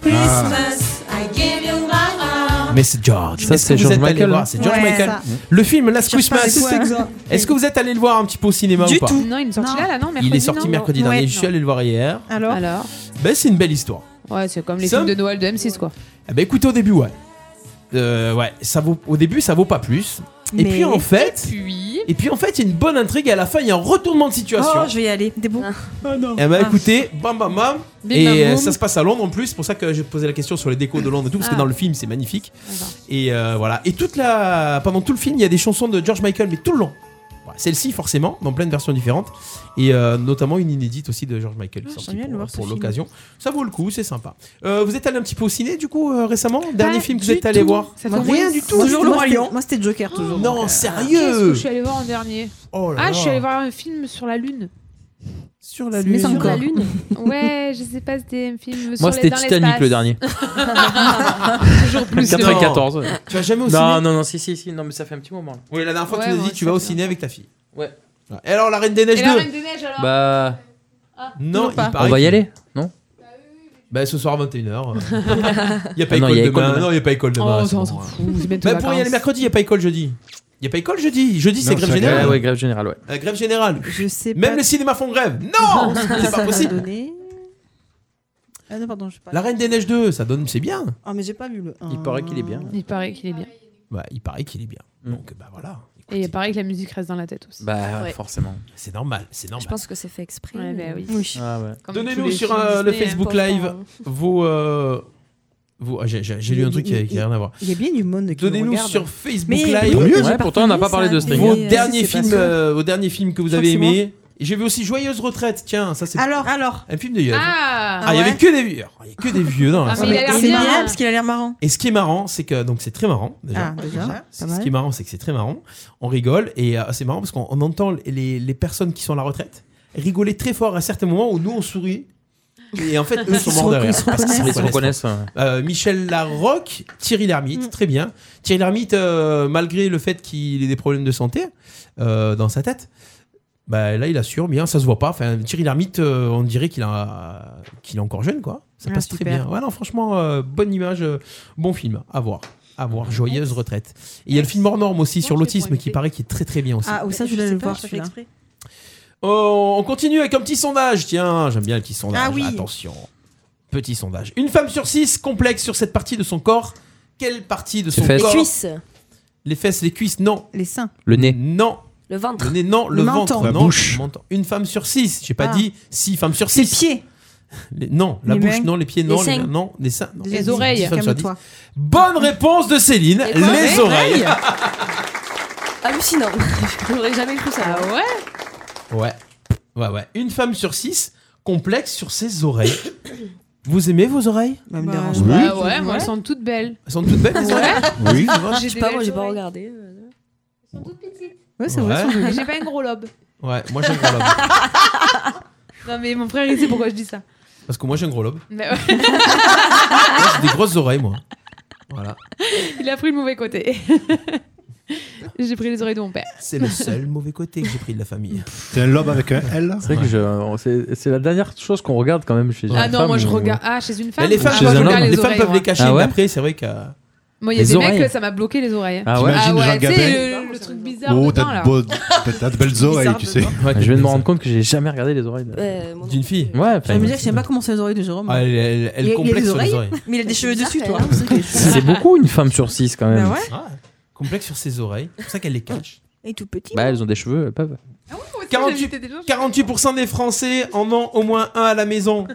G: Ah.
F: mais c'est George
H: Ça,
F: Est-ce
H: c'est
F: que vous
H: George
F: êtes allé
H: Michael.
F: voir c'est George
G: Ouais,
F: Michael
G: ça.
F: le film Last
G: Cherche pas
F: Christmas
G: les sous, hein.
F: est-ce que vous êtes allé le voir un petit peu au cinéma
G: Du
F: ou pas
G: tout.
I: Non, il me sortit
G: Non.
I: là, là, non, mercredi.
F: il est sorti
I: non
F: mercredi
I: Ouais,
F: dernier je suis
I: non.
F: allé le voir hier
G: Alors,
I: Alors
F: ben c'est une belle histoire
I: Ouais, c'est comme les
F: Ça
I: films de Noël de M6, quoi.
F: Eh ben écoutez au début ouais Euh, ouais ça vaut au début ça vaut pas plus et
L: Mais-
F: puis en fait
I: Puis.
F: et puis en fait il y a une bonne intrigue et à la fin il y a un retournement de situation
L: Oh, je vais y aller. Des bons. Ah non.
F: Eh ben écoutez, bam bam bam.
L: Bim,
F: Et
L: bam,
F: euh,
L: boum.
F: ça se passe à Londres en plus, c'est pour ça que j'ai posé la question sur les décos de Londres et tout, parce que
I: Ah.
F: dans le film c'est magnifique. Et euh, voilà. Et toute la... pendant tout le film, il y a des chansons de George Michael, mais tout le long. Ouais, Celle-ci forcément, dans plein de versions différentes. Et euh, notamment une inédite aussi de George Michael qui est sortie
L: j'aimerais le
F: pour,
L: voir, ce
F: pour
L: film.
F: l'occasion. Ça vaut le coup, c'est sympa. Euh, vous êtes allé un petit peu au ciné du coup euh, récemment Dernier
I: Pas
F: film que vous
I: du
F: êtes allé
I: tout.
F: voir Bah,
I: Ça fait
F: Rien
I: moins-
F: du tout.
G: Moi,
F: Toujours
G: c'était-
F: le
G: moi,
F: Roi
G: c'était-
F: Lion.
G: Moi, c'était Joker toujours.
F: Non,
G: donc, euh,
I: Qu'est-ce que
F: sérieux
I: je suis allée voir en dernier
F: Oh là
I: Ah, je suis
F: là.
I: allée voir un film sur la Lune.
F: Sur la
G: Mais
F: lune.
G: sans Sur la corps.
D: Lune
I: Ouais, je sais pas, c'était un film sur
H: Moi,
I: les-
H: c'était
I: dans
H: Titanic
I: l'espace.
H: le dernier.
I: Toujours plus.
F: Non.
H: 94.
F: Tu vas jamais au ciné
H: Non, non, non, si, si, si. Non, mais ça fait un petit moment. là.
F: Oui, la dernière fois que
I: Ouais,
F: tu nous as
I: ouais,
F: dit, tu vas au
I: c'est
F: ciné avec ta fille.
H: Ouais.
F: Et alors, la Reine des Neiges
I: Et la
F: 2
I: Reine des Neiges, alors
H: Bah,
F: Non,
I: toujours pas.
F: il paraît
H: on va y
F: que-
H: aller, non
F: Bah, ce soir, 21h. Il n'y a pas
H: Ah non,
F: école
H: y a école
F: demain.
H: demain.
F: Non, il n'y a pas école
H: Bah,
F: demain.
I: Oh,
F: c'est
I: ça, on
F: bon.
I: s'en fout. C'est bientôt
F: Bah, pour y aller
I: vacances.
F: mercredi, il n'y a pas école jeudi. Il n'y a pas école jeudi. Jeudi, c'est
A: Non,
F: grève
A: c'est la
F: générale.
H: Ouais, ouais, grève générale, ouais.
F: La grève générale.
G: Je sais pas.
F: Même les cinémas font grève. Non
G: ce que
F: C'est
G: Ah, ça
F: pas
G: va
F: possible.
G: donner. Ah non, pardon, je sais pas.
F: La Reine des Neiges 2, ça donne, c'est bien.
G: Ah, mais j'ai pas vu le.
H: Il
G: un.
H: paraît qu'il est bien.
I: Il paraît qu'il est bien.
F: Bah, il paraît qu'il est bien.
H: Mm.
F: Donc, bah voilà.
I: Et il paraît que la musique reste dans la tête aussi.
H: Bah,
I: Ouais.
H: forcément.
F: C'est normal, c'est normal.
D: Je pense que c'est fait exprès.
I: Ouais, bah
D: mais-
I: oui.
H: Ah ouais.
I: Comme tous
F: Donnez-nous
I: les
F: sur
I: films
F: euh, le
I: Disney,
F: Facebook
I: hein.
F: Live vos. euh, vos- ah, J'ai j'ai- j'ai lu un truc qui n'a rien à voir.
G: Il y a bien du monde qui nous
F: Donnez-nous
G: regarde.
F: sur Facebook
G: Mais-
F: Live
G: Tant mieux,
H: Ouais,
G: j'ai
H: pourtant, on n'a pas parlé de
G: partagé ça,
H: Sting.
F: vos
G: mais, euh,
F: derniers
G: c'est pas
F: films,
G: sûr.
F: euh, vos derniers films que vous
G: crois
F: avez
G: que c'est
F: aimés, Et J'ai vu aussi Joyeuse Retraite, tiens, ça c'est.
G: Alors, alors.
F: Un film de Yeuz.
I: Ah.
F: il y
I: Ah
F: avait
I: ouais.
F: que des vieux. Alors, Il y a que des vieux dans la
I: Ah, mais
F: salle.
I: il a l'air
G: C'est
I: bien.
G: marrant parce qu'il a l'air marrant.
F: Et ce qui est marrant, c'est que donc c'est très marrant déjà.
G: Ah, déjà,
F: Déjà, c'est-
G: pas mal.
F: Ce qui est marrant, c'est que c'est très marrant. On rigole et euh, c'est marrant parce qu'on on entend les, les personnes qui sont à la retraite rigoler très fort à certains moments où nous on sourit. Et en fait, eux
H: Ils
F: sont
H: se
F: morts de rire.
H: reconnaissent.
F: Parce qu'ils se
H: Ils se
F: reconnaissent.
H: reconnaissent,
F: Euh, Michel Larocque, Thierry
G: Mm.
F: Lhermitte, très bien. Thierry Lhermitte, euh, malgré le fait qu'il ait des problèmes de santé euh, dans sa tête, bah, là il assure bien, ça se voit pas. Enfin, Thierry Lhermitte, euh, on dirait qu'il a, qu'il est encore jeune, quoi. Ça
H: Ah,
F: passe très
H: super.
F: bien. Ouais, non, franchement, euh, bonne image, euh, bon film, à voir. À voir, joyeuse retraite. Et il y a le film hors norme aussi sur l'autisme qui paraît qui est très très bien aussi.
G: Ah, oh, ça, je voulais le voir celui-là.
F: Oh, on continue avec un petit sondage. Tiens, j'aime bien le petit sondage.
G: Ah oui.
F: Attention. Petit sondage. Une femme sur six complexe sur cette partie de son corps. Quelle partie de son
H: fesses.
F: corps
H: Les cuisses.
F: Les fesses, les cuisses, non.
G: Les seins.
H: Le nez.
F: Non.
D: Le ventre.
F: Le nez, non. Le,
H: Le menton.
F: ventre,
H: La
F: non.
H: bouche.
F: Le menton. Une femme sur six. J'ai pas
H: Ah.
F: dit six femmes sur six. Les pieds. non, la
H: Les
F: bouche,
H: mains.
F: non, les pieds,
H: Les
F: non, les,
H: seins.
F: non, les seins, non.
I: Les
F: Dix-
I: oreilles.
F: dix femmes sur
I: Calme-toi.
F: dix. Bonne réponse de Céline,
D: Et quoi
F: les
D: Les
F: oreilles.
D: oreilles. Hallucinant. J'aurais jamais cru ça. Ah ouais
F: Ouais. Ouais, ouais. Une femme sur six complexe sur ses oreilles. Vous aimez vos oreilles
I: Bah,
F: dérange
I: bah
F: pas.
I: ouais,
F: Oui.
I: moi
F: Ouais.
I: elles sont toutes belles.
F: Elles sont toutes belles, les oreilles
I: Ouais.
F: Oui.
D: Ah, Je sais pas, moi j'ai pas regardé. euh,
I: Ouais,
F: c'est vrai, Ouais. elles sont jolies.
I: J'ai pas un gros lobe.
F: Ouais, moi j'ai un gros lobe.
I: Non mais mon frère il sait pourquoi je dis ça.
F: Parce que moi j'ai un gros lobe.
I: Mais ouais.
F: Moi, j'ai des grosses oreilles, moi. Voilà.
I: il a pris le mauvais côté. J'ai pris les oreilles de mon père.
F: C'est le seul mauvais côté que j'ai pris de la famille.
H: C'est un lobe avec un L C'est vrai que je- on- c'est- c'est la dernière chose qu'on regarde quand même chez
I: Ah
H: une
I: non,
H: femme
I: moi je
H: ou-
I: regarde. Ah, chez une femme.
F: Mais les femmes,
I: ah,
F: peuvent-
I: je regarde
F: les, femmes
I: oreilles,
F: peuvent
I: moi.
F: les cacher,
H: Ah ouais
F: mais après, c'est vrai que.
I: Moi, il y a
F: Les
I: des
F: oreilles.
I: mecs, ça m'a bloqué les oreilles.
H: Ah ouais
I: ah
H: T'imagines
I: ouais
H: Jean
I: tu sais,
H: Gabin
I: le, le truc bizarre.
H: Oh,
I: dedans,
H: t'as
I: là.
H: de beaux-
A: T'as de belles oreilles, tu sais.
H: je viens de me rendre compte que j'ai jamais regardé les oreilles
G: Euh,
H: de-
F: d'une fille.
H: Ouais, enfin,
G: Je vais me dire, je sais pas comment c'est les oreilles de Jérôme.
H: Ah, elle- elle- elle
G: Il y a- il y a
H: complexe
G: des
H: sur les oreilles.
G: Mais il a des cheveux dessus, toi.
H: c'est beaucoup une femme sur six quand même.
G: Bah ouais.
F: Ah, complexe sur ses oreilles. C'est pour ça qu'elle les cache.
G: Et tout petit.
H: Bah, elles ont des cheveux, elles peuvent.
F: 48, 48% des Français en ont au moins un à la maison.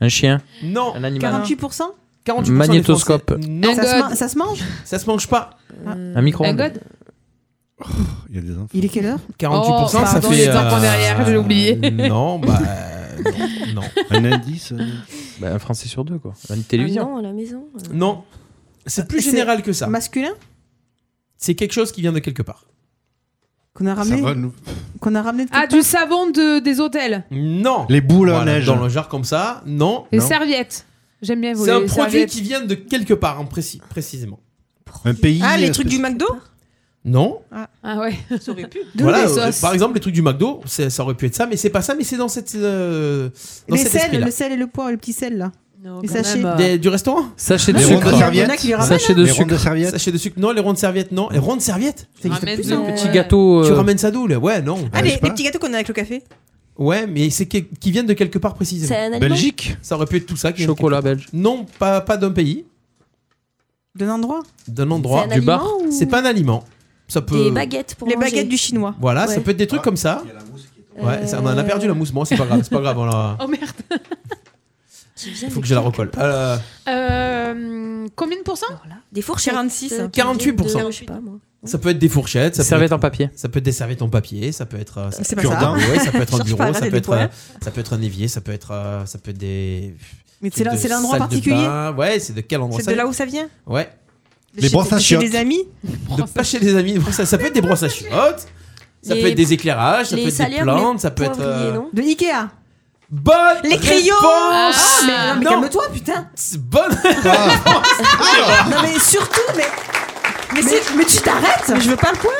H: Un chien.
F: Non.
H: Un animal.
G: 48%
F: 48%
H: Magnétoscope.
F: Non.
G: Ça se, ma- ça se mange
F: Ça se mange pas.
H: Un micro.
I: Un god
A: Il y a des enfants.
G: Il est quelle heure
F: 48%,
I: Oh,
F: ça
I: pardon,
F: fait. euh,
I: les enfants derrière, j'ai oublié.
F: Non, bah. Non.
A: Un indice
H: Bah, un Français sur deux, quoi. Une
D: Ah
H: télévision.
D: non, à la maison. euh.
F: Non. C'est plus général que ça.
G: Masculin
F: C'est quelque chose qui vient de quelque part.
G: Qu'on a ramené
F: va, nous.
G: Qu'on a ramené de
I: Ah, du savon de, des hôtels.
F: Non.
A: Les boules
F: Voilà,
A: à neige.
F: Dans le genre comme ça, non.
I: Les
F: Non.
I: serviettes. J'aime bien vous
F: C'est un
I: les
F: produit
I: serviettes.
F: qui vient de quelque part, en précis, précisément.
A: Un pays.
G: Ah,
F: euh,
H: euh,
G: les trucs du McDo
F: Non.
G: Ah,
I: ouais.
G: Ça aurait pu.
F: Voilà, euh, par exemple, les trucs du McDo, c'est- ça aurait pu être ça, mais c'est pas ça, mais c'est dans cette. euh, dans
G: Les
F: cet
G: sels,
F: esprit-là.
G: le sel et le poivre, le petit sel là. les
I: quand
G: sachets.
I: même, euh.
F: Des- du restaurant
H: Sachet de
F: Les
H: sucre.
F: rondes
H: Il
F: de
H: y en a
F: serviettes.
H: qui les ramènent, Sachet hein. de
F: Les
H: sucre.
F: rondes Sachet de sucre. Non, les rondes de serviettes, non. Les rondes de serviettes. Ça existe
I: Ramène
F: plus, ça.
I: donc, ouais.
H: Petit gâteau,
F: Tu
H: euh,
F: ramènes ça d'où, là Ouais, non.
G: Ah,
F: je
G: les,
F: sais pas.
G: les petits gâteaux qu'on a avec le café
F: Ouais, mais c'est que- qui viennent de quelque part précisément.
G: C'est un aliment Belgique
F: Ça aurait pu être tout ça. qui vient de
H: Chocolat
F: quelque part. Non, pas, pas d'un pays,
G: D'un endroit
F: d'un endroit.
G: C'est un Du bar. aliment ou-
F: C'est pas un aliment. Ça peut.
G: Des baguettes pour Les manger. baguettes du chinois.
F: Voilà,
G: Ouais.
F: ça peut être des trucs comme ça. Ouais, ça, on en a perdu la mousse. Bon, c'est pas grave, c'est pas grave. On la...
I: Oh merde.
F: Faut que je la recolle. Euh,
I: Euh, combien de pourcents
D: Des fourchettes.
I: 46.
F: Euh, 48%.
D: De- je sais pas, moi.
F: ça peut être des fourchettes, ça
H: Serviettes
F: peut être,
H: en papier.
F: Ça peut être des serviettes en papier, ça peut être. euh, ça
G: C'est
F: peut
G: pas
F: être
G: ça.
F: un- ouais, ça peut être un
G: Cherche
F: bureau,
G: pas à
F: ça
G: gratter
F: peut
G: des
F: être, euh,
G: poils.
F: ça peut être un évier, ça peut être, euh, ça peut être des.
G: Mais c'est là-
F: de
G: c'est l'endroit
F: salle de
G: particulier
F: bain. Ouais, c'est de quel endroit
G: C'est de là où ça vient
F: Ouais.
G: De Les chez- brosses à de chez chiottes. des amis
F: De pas chez des amis. Ça, ça peut être des brosses à chiottes. Ça
G: Les-
F: peut être des éclairages. Ça
G: les
F: peut être des
G: salaires,
F: plantes.
G: les
F: Ça peut être.
G: poivriers,
F: euh,
G: non De Ikea
F: Bonne
G: Les crayons
F: réponse
G: Ah, mais non, mais
F: Non.
G: calme-toi, putain
F: C'est Bonne
G: Non, mais surtout, mais. Mais, mais, tu t'arrêtes Mais je veux pas le point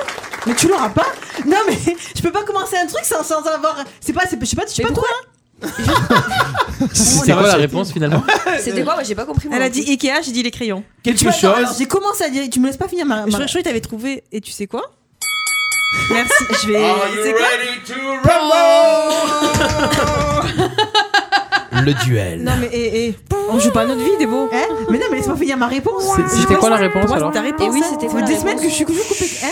G: Mais tu l'auras pas Non, mais je peux pas commencer un truc sans, sans avoir. C'est pas, c'est- je sais pas, je sais pas toi hein. Oh,
H: C'était quoi la réponse finalement
G: C'était quoi J'ai pas compris.
L: Elle a dit Ikea, j'ai dit les crayons.
F: Quelque
G: Tu vois, non,
F: chose.
G: alors, J'ai commencé à dire. Tu me laisses pas finir ma.
L: Je
G: ma...
L: croyais que t'avais trouvé. Et tu sais quoi Merci. Je vais. C'est quoi
F: Le duel.
G: Non, mais et, on joue pas à notre vie, des beaux. Hein mais non, mais laisse-moi finir ma réponse.
H: C'est- c'était
G: Je pense-
H: quoi la réponse,
G: pour moi,
H: alors
G: c'était ta réponse.
D: Eh oui,
G: hein.
D: c'était
G: Ça
D: quoi
G: fait
D: la
G: des semaines
D: réponse
G: que je suis toujours coupée. Hein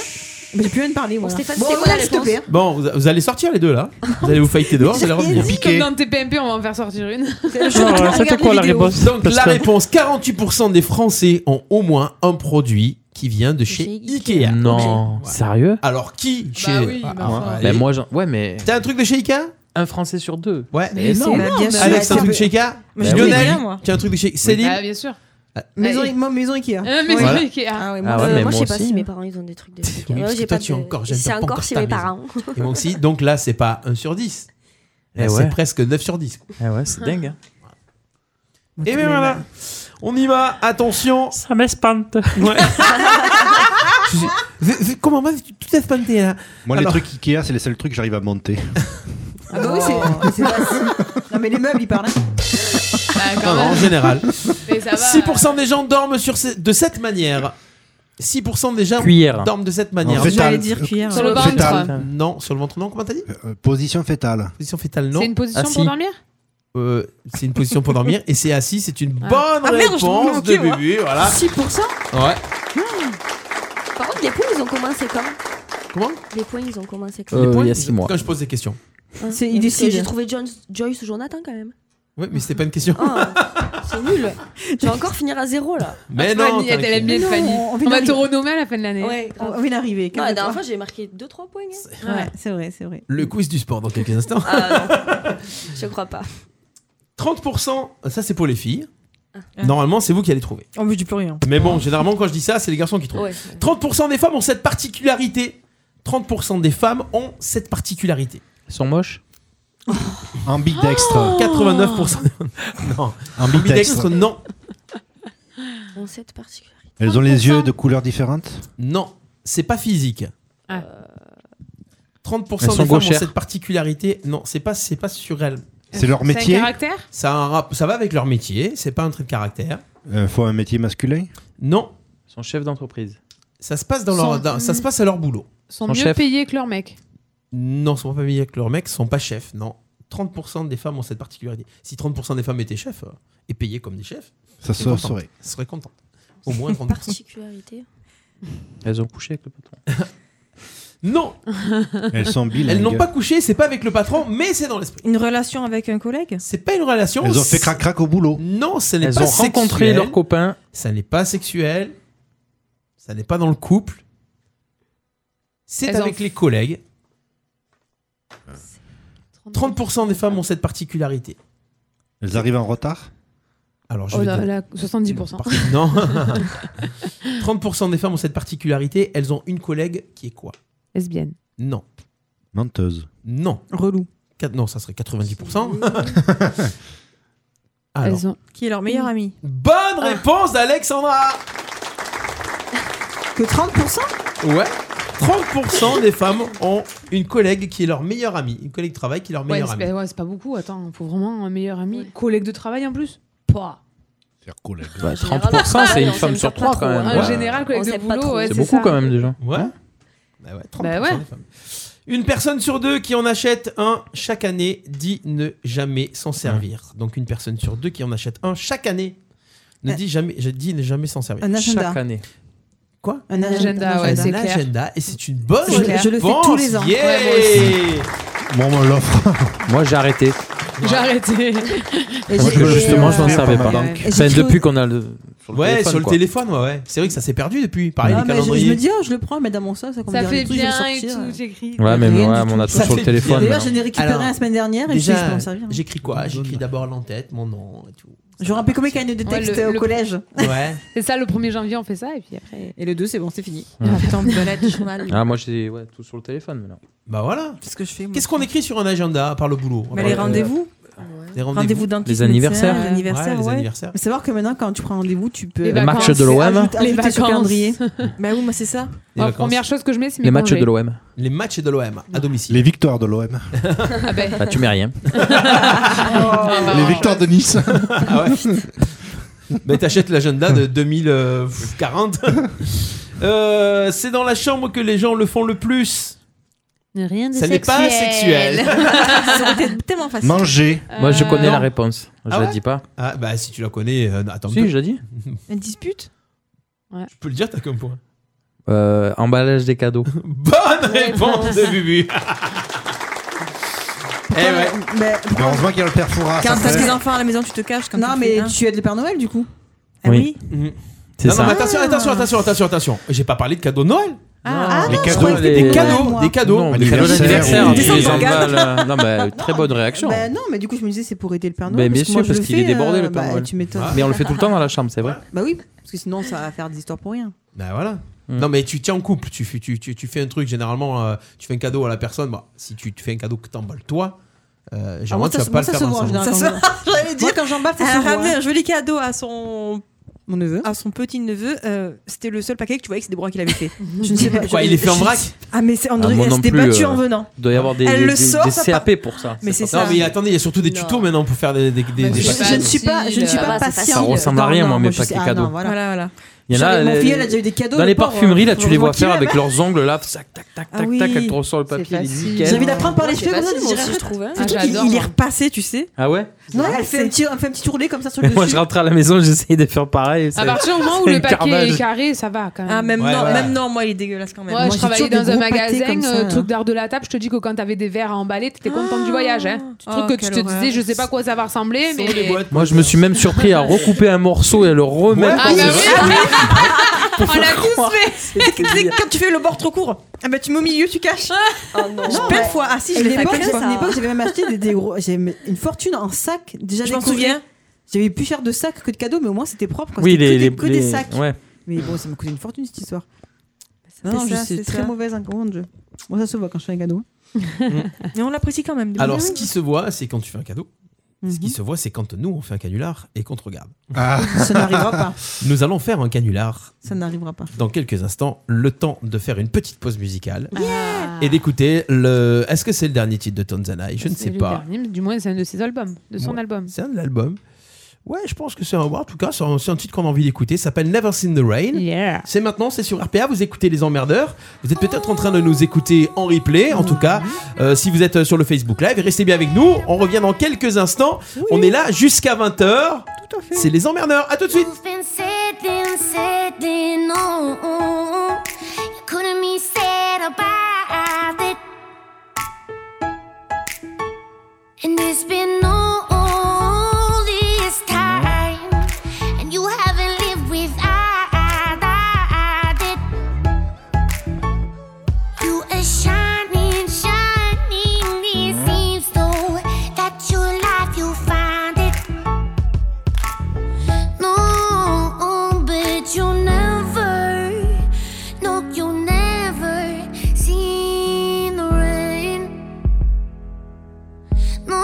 G: mais j'ai plus rien de parler, moi.
D: Stéphane,
G: bon,
D: c'était quoi
G: voilà,
D: la
G: s'il te
D: réponse
G: plaît, hein.
F: Bon, vous, vous allez sortir les deux là. Vous allez vous fighter dehors, vous allez revenir.
I: Comme dans le TPMP, on va en faire sortir une.
F: Donc
H: Parce
F: la
H: que-
F: réponse 48% des Français ont au moins un produit qui vient de chez Ikea.
H: Non, sérieux
F: Alors
D: Bah
F: qui chez
H: oui,
F: Ah,
H: mais
F: ah,
H: enfin.
F: allez.
H: Ben, moi, j'en- ouais, mais.
F: T'as un truc de chez Ikea
H: Un Français sur Eh deux.
F: Ouais,
H: Mais
F: Et
H: c'est
F: non,
H: énorme, bien sûr.
F: Alex, t'as un
H: Bah,
F: truc
H: oui.
F: chez Ikea
H: Bah, je connais rien, moi.
F: Lionel, t'as un truc de
G: Bah,
F: chez Céline
I: Ah, bien sûr.
G: Maison,
I: Allez.
G: moi, maison Ikea.
I: Euh, maison
F: Voilà.
I: Ikea.
G: Ah
F: ouais, Ah ouais, mais
D: Euh, moi, je
F: moi
D: sais pas
F: aussi,
D: si
F: hein.
D: mes parents ils ont des trucs de
F: Oui, parce
D: Ouais,
F: que toi,
D: j'ai pas
F: tu as
D: de-
F: encore, j'aime
D: C'est
F: pas
D: encore,
F: encore
D: chez
F: ta
D: mes
F: maison.
D: parents.
F: Et moi aussi, donc là, c'est pas 1 sur 10. Là,
H: Eh
F: c'est
H: ouais.
F: presque 9 sur 10.
H: Eh ouais, c'est dingue. hein.
F: Et bien voilà, on y va, attention.
N: Ça m'espante.
F: Je suis- V- v- Comment moi, je suis tout espanté là.
A: Moi,
F: Alors-
A: les trucs Ikea, c'est les seuls trucs que j'arrive à monter.
G: Ah bah oui, c'est-
A: hein.
G: c'est facile. Non mais les meubles, ils parlent. Bah,
F: Non, non, en général.
I: Ah, Mais ça va,
F: 6% des gens dorment sur ce- de cette manière. 6% des gens
H: Cuillère.
F: dorment de cette manière.
A: Non, J'allais fétale. dire cuillère. Sur le ventre. Fétale.
F: Non, sur le ventre, non. Comment t'as dit
A: Euh, Position fétale.
F: Position fétale, non. Ah,
I: C'est une
H: ah,
I: position pour dormir
F: Euh, c'est une position pour dormir et c'est assis, c'est une
I: Ah.
F: bonne
I: Ah merde,
F: réponse
I: je me
F: de
I: manquais, moi.
F: Bubu, voilà.
D: 6%
F: Ouais.
D: Par contre, les points, ils ont commencé quand
F: Comment
D: Les points, ils ont commencé quand
F: Les points,
H: Euh, il y a
F: je-
H: six mois.
F: Quand je pose des questions.
D: Hein
G: C'est- il
D: Parce que
G: décide.
D: J'ai trouvé Jones- Joyce ou Jonathan quand même.
F: Oui, mais c'était pas une question.
D: C'est nul. Je vais encore finir à zéro là.
F: Mais non,
I: Fanny, elle aime bien
F: t'inquiète.
I: Fanny.
G: on- on vient
I: On va te
G: d'arriver.
I: renommer à la fin de l'année.
D: Ouais, grave.
G: On vient d'arriver.
D: Non, la
G: calme-toi.
D: dernière fois, j'ai marqué 2-3 points. hein.
G: Ouais, c'est vrai, c'est vrai.
F: Le quiz du sport dans quelques instants.
D: Ah, non. Je crois pas.
F: 30%, Ah, ça c'est pour les filles. Normalement, c'est vous qui allez trouver.
L: En plus, du plus rien.
F: Mais bon, généralement, quand je dis ça, c'est les garçons qui trouvent.
L: Ouais.
F: 30% des femmes ont cette particularité. 30% des femmes ont cette particularité. Oh.
H: Elles sont moches
A: Ambidextre.
F: 89% Non. Ambidextre, non.
D: Dans cette particularité.
A: Elles ont les yeux de couleurs différentes
F: Non. C'est pas physique.
D: euh,
H: Elles
F: 30% des
H: sont
F: femmes ont
H: gauchères.
F: cette particularité. Non, c'est pas, c'est pas sur elles.
A: C'est leur C'est un métier
I: caractère
F: ça, a un rap- ça va avec leur métier. C'est pas un trait de caractère.
A: Euh, Faut un métier masculin
F: Non.
H: Son chef d'entreprise.
F: Ça se passe dans leur,
I: Sont-
F: dans- ça se passe à leur boulot.
I: Sont mieux payés que leur mec.
F: Non, sont pas payés que leurs mecs, sont pas chefs, non. 30% des femmes ont cette particularité. Si 30% des femmes étaient chefs euh, et payées comme des chefs,
A: Ça
F: serait
A: se
F: contente.
A: saurait.
F: Ça serait contente. Au moins 30%.
D: Particularité.
H: Elles ont couché avec le patron.
F: non
A: Elles sont bilingues.
F: Elles n'ont pas couché, c'est pas avec le patron, mais c'est dans l'esprit.
L: Une relation avec un collègue
F: C'est pas une relation.
A: Elles ont fait crac-crac au boulot.
F: Non, ce n'est
H: Elles
F: pas
H: ont rencontré
F: sexuel.
H: leur copain.
F: Ça n'est pas sexuel. Ça n'est pas dans le couple. C'est
I: Elles
F: avec
I: ont-
F: les collègues. 30% des femmes ont cette particularité.
A: Elles arrivent en retard
F: Alors je
I: Oh
F: vais
I: là
F: te-
I: là, 70%.
F: Non. 30% des femmes ont cette particularité, elles ont une collègue qui est quoi
I: Lesbienne.
F: Non.
A: Menteuse.
F: Non.
G: Relou.
F: Quatre- Non, ça serait 90%. Alors,
I: Elles ont...
L: Qui est leur meilleur ami
F: Bonne réponse d'Alexandra
G: Que 30%
F: Ouais. 30% des femmes ont une collègue qui est leur meilleure amie, une collègue de travail qui est leur
I: Ouais,
F: meilleure
I: c'est
F: amie.
I: pas, ouais, c'est pas beaucoup. Attends, faut vraiment un meilleur ami. Collègue de travail en plus Pouah.
A: Faire collègue.
H: Ouais, 30%, c'est une femme sur trois quand même.
I: En
H: Ouais.
I: général, collègue
D: On
I: de
D: s'aime pas
I: boulot,
D: trop.
I: ouais,
H: C'est beaucoup
I: ça.
H: quand même déjà.
F: Ouais. Bah ouais, 30%
I: Bah ouais.
F: des femmes. Une personne sur deux qui en achète un chaque année dit ne jamais s'en servir. Donc une personne sur deux qui en achète un chaque année ne
G: Un-
F: dit jamais, je dis ne jamais s'en servir.
G: Euh. Un agenda.
F: Chaque année. Quoi
G: Un
I: agenda, ouais, c'est
F: un
I: clair.
F: agenda et c'est une bonne
G: Je- je le fais
F: réponse.
G: tous les ans.
F: Yeah
I: Ouais, moi aussi.
A: Bon, on l'offre.
H: Moi, j'ai arrêté.
I: J'ai arrêté.
G: Et
H: Moi,
G: j'ai-
H: je- justement,
K: euh,
H: je m'en
A: Par
H: servais
A: ma
H: pas.
A: banque.
G: Et
H: Enfin,
G: j'ai cru-
H: depuis qu'on a le.
F: ouais, sur le
H: quoi.
F: téléphone, ouais. ouais. C'est vrai que ça s'est perdu depuis. Pareil,
G: Ah,
F: les
G: mais je, je
F: calendriers.
G: me dis, oh, je le prends, mais dans mon sac, ça,
I: Ça
G: combien
I: fait
G: de trucs, je vais le
I: bien et
G: sortir.
I: tout, j'écris.
H: Ouais, mais ouais,
G: Rien du
H: mais on a
F: tout.
H: tout
F: Ça
H: sur
F: fait
H: le téléphone. hein.
G: D'ailleurs,
H: maintenant.
G: j'en ai récupéré
F: Alors,
G: la semaine dernière et je sais, je peux
F: Déjà,
G: m'en servir.
F: j'écris quoi J'écris d'abord l'entête, mon nom et tout.
G: Je rappelle combien il y a de
I: Ouais,
G: textes
I: le-
G: au
I: le-
G: collège.
F: Ouais.
I: C'est ça, le 1er janvier, on fait ça, et puis après.
G: Et le 2, c'est bon, c'est fini.
I: Ah, putain, balade, journal.
H: Ah, moi, j'ai ouais, tout sur le téléphone maintenant.
F: Bah voilà.
G: Qu'est-ce que je fais moi
F: Qu'est-ce qu'on écrit sur un agenda par le boulot
G: Mais les
F: Par-
G: rendez-vous
F: Les
G: Rendez-vous dentiste,
H: Les
G: médecin,
H: anniversaires.
G: les
F: Ouais,
G: anniversaires,
F: les
G: ouais.
F: anniversaires.
G: Mais savoir que maintenant, quand tu prends rendez-vous, tu peux.
I: Les
G: ajouter-
I: vacances.
H: matchs de l'OM.
G: ajouter
I: Les
G: sur le
I: vacances.
G: calendrier. bah oui, moi, c'est ça.
F: Les
I: Moi,
F: vacances.
I: première chose que je mets, c'est mes
H: Les matchs
I: congés.
H: de l'OM.
F: Les matchs de l'OM à domicile.
A: Les victoires de l'OM.
I: Ah ben,
H: Bah, tu mets rien.
G: Oh. Ah, bah,
A: Les victoires de Nice.
F: Ah ouais. Mais t'achètes l'agenda de 2040. Euh, c'est dans la chambre que les gens le font le plus.
I: rien de
F: Ça n'est pas sexuel.
G: ça aurait été tellement facile.
A: Manger.
L: Euh,
I: Euh,
H: Moi, je connais
F: non.
H: la réponse. Je
F: Ah
H: la
F: ouais
H: dis pas.
F: Ah bah si tu la connais, euh, attends.
H: Si, je la dis.
G: Une dispute
F: Tu peux le dire, t'as comme point.
H: Euh, emballage des cadeaux.
F: Bonne réponse de Bubu. eh ouais. Ah,
G: Mais
A: Mais Heureusement qu'il y a le père Fouras
L: Quand t'as
A: après.
L: tes enfants à la maison, tu te caches. Quand
G: Non,
L: tu
G: mais
L: fais un.
G: tu aides le Père Noël, du coup.
H: Oui.
F: Mhm.
K: C'est
F: Non, non,
L: Ah.
K: ça.
F: mais attention, attention, attention, attention, attention. J'ai pas parlé de cadeaux de Noël.
K: Ah,
I: Bah,
F: les
K: non, je
F: cadeaux,
K: croyais que
F: des
K: c'était
F: cadeaux,
K: Noël,
F: des cadeaux,
K: moi. Non, des cadeaux d'anniversaire, Des tu les emballes, euh, non, mais très bonne réaction.
G: Bah non, mais du coup, je me disais, c'est pour aider le Père
H: Bah,
G: Noël.
K: Ben, bien
G: que
K: sûr,
G: moi, je
K: parce
G: le
K: qu'il est
G: fais,
K: débordé
G: euh,
K: le
G: bah,
K: Père Noël.
G: Tu m'étonnes.
K: Mais on le fait tout le temps dans la chambre, c'est vrai.
G: Bah oui, parce que sinon, ça va faire des histoires pour rien.
F: Bah voilà. Non mais tu tiens en couple, tu, fais- tu, tu, tu fais un truc, généralement euh, tu fais un cadeau à la personne, bah, si tu te fais un cadeau que t'emballes toi,
L: Ah,
F: euh, généralement
G: moi,
F: tu
G: ça
F: vas
G: se-
F: pas
G: moi,
F: le
G: ça
F: faire
G: se voit, en
L: hein,
F: ensemble.
G: général, quand je-
L: J'allais
G: Moi, quand j'en bats, ça
L: elle
G: se
L: a
G: voit.
L: ramené un joli cadeau à son.
G: Mon neveu
L: À son petit neveu. euh, c'était le seul paquet que tu voyais que c'est des bras qu'il avait fait.
G: je ne sais pas.
F: Quoi,
L: je-
F: il est fait en
L: je-
F: vrac
L: Ah, mais c'est, on
F: Ah,
L: dirait
F: moi
L: qu'elle
F: non
L: s'était
F: plus,
L: battue
F: euh,
L: en venant.
K: Il doit y avoir des,
L: Elle
K: des-
L: le sort,
K: des
L: ça part.
K: CAP pour ça.
L: Mais c'est
K: pas
L: ça.
F: Non mais attendez, il y a surtout des
L: Non. Bah,
F: tutos maintenant pour faire des, des, des- des
G: je-
F: paquets.
G: je ne suis pas- je ne suis pas patiente.
K: Ça ressemble à
G: Non,
K: rien,
G: non,
K: moi, mes
G: je sais-
K: paquets
G: ah,
K: cadeaux.
G: non, voilà.
K: Il y en
G: J'en
K: a,
G: ai- mon
K: les-
G: fille, elle a déjà eu des cadeaux,
K: Dans
G: le
K: les
G: pauvre.
K: parfumeries, là, tu
G: Faut Ah
K: les vois
G: qu'il
K: faire
G: aime.
K: avec leurs ongles, là, tac, tac, tac, tac,
L: oui.
K: tac, elles te ressortent le papier, il est nickel.
G: J'ai envie d'apprendre par les
L: C'est
G: cheveux comme ça,
L: facile,
G: tu
L: moi
G: dirais,
L: aussi, je trouve, hein.
G: ce
L: Ah,
G: truc,
L: j'adore,
G: il, il est
L: moi.
G: repassé, tu sais.
K: Ah ouais
G: Non, elle fait un petit, elle fait un petit tourné comme ça sur le
K: Mais Moi,
G: dessus.
K: je rentre à la maison, j'essaye de faire pareil.
I: À
K: c'est-
I: partir du moment où
K: c'est
I: le
K: un
I: paquet
K: carnage.
I: est carré, ça va quand même.
L: Ah, même
K: Ouais,
L: non,
K: ouais.
L: même non, moi il est dégueulasse quand même.
I: Moi, je travaillais dans un magasin,
L: comme ça,
I: euh,
L: hein.
I: truc d'art de la table. Je te dis que quand t'avais des verres à emballer, t'étais content du voyage. Hein.
L: Oh,
I: truc que tu
L: quelle
I: te
L: horreur.
I: disais, je sais pas quoi ça va ressembler, mais.
K: Moi, je me suis même surpris à recouper un morceau et à le remettre.
I: Ah,
K: dans
I: bah
K: le-
I: oui.
L: On l'a tous fait. Tu sais, Quand tu fais le bord trop court, ah bah, tu mets au milieu, tu caches. Je perds
G: Non, mais-
L: fois. Ah si, je
G: une
L: l'ai fait
G: époque,
L: quelques
G: une
L: fois.
G: époque, j'avais même acheté des, des gros- j'avais mis une fortune en sac. Déjà,
L: Je m'en
G: décoré.
L: souviens.
G: J'avais plus cher de sacs que de cadeaux, mais au moins c'était propre. Quoi.
K: Oui,
G: C'était
K: les-
G: que,
K: les-
G: des, que des
K: les-
G: sacs.
K: ouais.
G: Mais bon, ça m'a coûté une fortune cette histoire.
L: ça
G: non,
L: fait
G: je
L: ça,
G: suis
L: c'est
G: très
L: ça.
G: mauvaise en commande. Moi, ça se voit quand je fais un cadeau.
K: Mm.
L: Mais on l'apprécie quand même.
F: Alors
L: Oui,
F: ce
L: oui.
F: qui se voit, c'est quand tu fais un cadeau. Ce
G: Mhm.
F: qui se voit, c'est quand nous on fait un canular et qu'on te regarde.
G: Ah. Ça n'arrivera pas.
F: Nous allons faire un canular
G: Ça n'arrivera pas.
F: dans quelques instants. Le temps de faire une petite pause musicale
G: Ah.
F: et d'écouter le. Est-ce que c'est le dernier titre de Tanzanai Je ne
I: C'est
F: sais
I: le
F: pas.
I: dernier, du moins, c'est un de ses albums, de son
F: Ouais.
I: album.
F: C'est un de l'album. Ouais, je pense que c'est un. En tout cas, c'est un, c'est un titre qu'on a envie d'écouter. Ça s'appelle Never Seen the Rain. C'est maintenant, c'est sur RPA. Vous écoutez Les Emmerdeurs. Vous êtes peut-être en train de nous écouter en replay. En tout cas,
I: Mm-hmm.
F: euh, si vous êtes euh, sur le Facebook Live, restez bien avec nous. On revient dans quelques instants. On est là jusqu'à 20h. C'est Les Emmerdeurs. À tout de suite.
C: You've been sitting, sitting on. You couldn't be said about it. And it's been all this time. And you haven't lived without it. You are shining, shining. It seems though that your life you find it. No, oh, but you'll never, no, you'll never see the rain. No,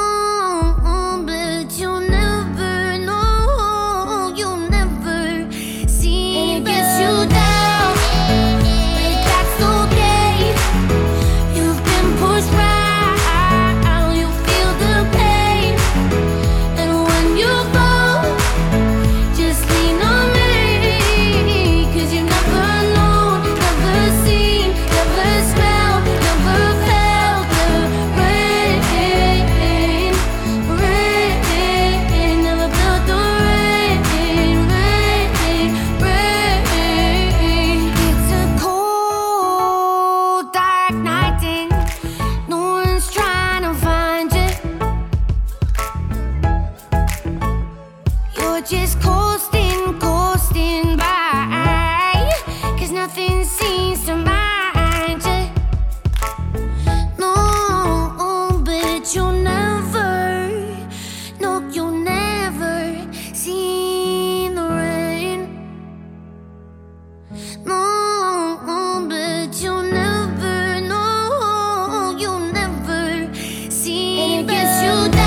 C: oh, but you'll never, no, you'll never see. It gets you down, but that's okay. You've been pushed right, you feel the pain, and when you fall. Just lean on me, cause you're never alone, never seen, never smelled, never felt the rain, rain, never felt the rain, rain, rain. It's a cold, dark night and no one's trying to find you. You're just coasting, coasting by. Cause nothing seems to mind you. No, but you'll never, no, you'll never see the rain. No, but you'll never, no, you'll never see. And it gets you down.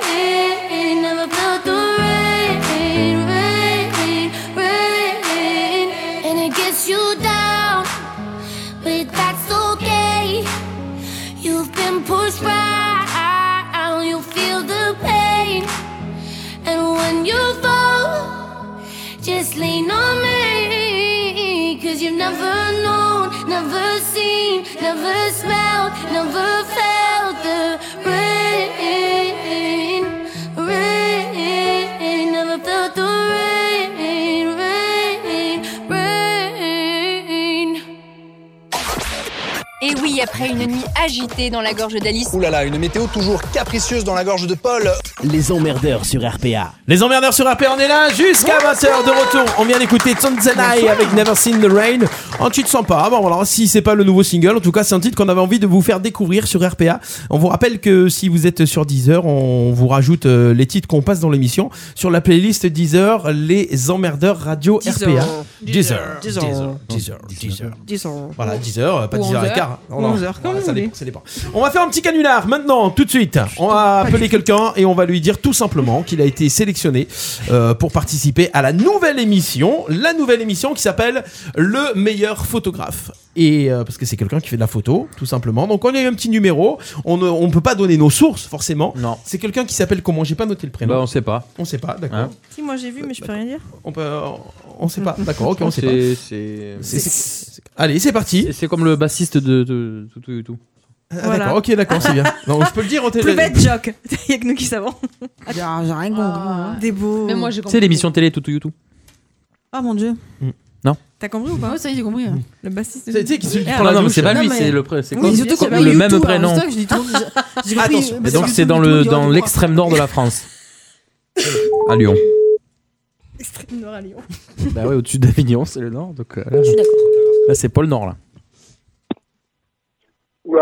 C: Never felt the rain, rain, rain, and it gets you down but that's okay. You've been pushed right, you feel the pain, and when you fall, just lean on me. Cause you've never known, never seen, never smelled, never felt. rain, rain. Never felt the rain, rain, rain.
D: Et oui, après une nuit agitée dans la gorge d'Alice.
A: Ouh là là, une météo toujours capricieuse dans la gorge de Paul.
F: Les emmerdeurs sur RPA. Les emmerdeurs sur RPA, on est là jusqu'à 20h de retour. On vient d'écouter Tanzanai avec Never Seen the Rain. Un titre sympa. Bon, alors si c'est pas le nouveau single, en tout cas, c'est un titre qu'on avait envie de vous faire découvrir sur RPA. On vous rappelle que si vous êtes sur Deezer, on vous rajoute euh, les titres qu'on passe dans l'émission sur la playlist Deezer, les emmerdeurs radio
S: Deezer.
F: RPA.
S: Deezer.
F: Deezer.
S: Deezer.
F: Deezer. Deezer.
S: Disons.
F: Voilà, 10h, pas
S: Ou
F: 10h15.
S: 11h.
F: Non, non.
S: Ou 11h, comme
F: Voilà,
S: vous
F: ça,
S: voulez.
F: dépend, ça dépend. On va faire un petit canular maintenant, tout de suite. On va appeler quelqu'un et on va lui dire tout simplement qu'il a été sélectionné euh, pour participer à la nouvelle émission, la nouvelle émission qui s'appelle Le meilleur photographe. Et euh, parce que c'est quelqu'un qui fait de la photo, tout simplement. Donc on a eu un petit numéro. On ne on peut pas donner nos sources, forcément. Non. C'est quelqu'un qui s'appelle comment J'ai pas noté le prénom.
H: Bah, on sait pas.
F: On sait pas, d'accord.
H: Hein
G: Si, moi j'ai vu, mais je peux rien dire.
F: on peut. On sait pas. D'accord, ok, on sait
H: C'est-
F: pas.
H: c'est-
F: C'est- c'est- Allez, c'est parti.
H: C'est comme le bassiste de, de- tout, tout, tout.
F: Ah, D'accord, ok, d'accord, c'est bien. Non, je peux le dire au
G: Plus
F: télé.
G: bête joke. Il y a que nous qui savons.
S: J'ai rien compris. moi.
G: hein. Des beaux. Oh,
I: Mais moi, j'ai
H: Tu sais, l'émission télé tout, tout, tout.
S: Ah mon dieu.
H: Non.
G: T'as compris ou pas Mm.
I: Ouais, ça y est, j'ai compris.
G: Le bassiste.
F: Mm. C'est- tu sais qui se- qui
G: Ah,
F: prend la
H: non, mais
F: douche.
H: c'est pas lui,
F: Non, mais-
H: c'est le pré- c'est
F: Oui,
H: quoi
F: ils ont tout compris,
H: Le
F: ils ont
H: même
F: tout,
H: prénom.
I: alors, c'est ça que je dis tout, j'ai- j'ai compris,
F: Attention.
I: mais
H: Et
I: c'est
H: donc
I: parce
H: c'est
I: que
H: dans
I: tout le
H: le
I: monde
H: dans
I: doit
H: l'extrême nord de la France. À Lyon.
G: Extrême Nord à Lyon.
H: Bah ouais, au-dessus d'Avignon, c'est le nord. Donc euh, là,
T: je suis d'accord.
H: Là, c'est Pôle Nord là.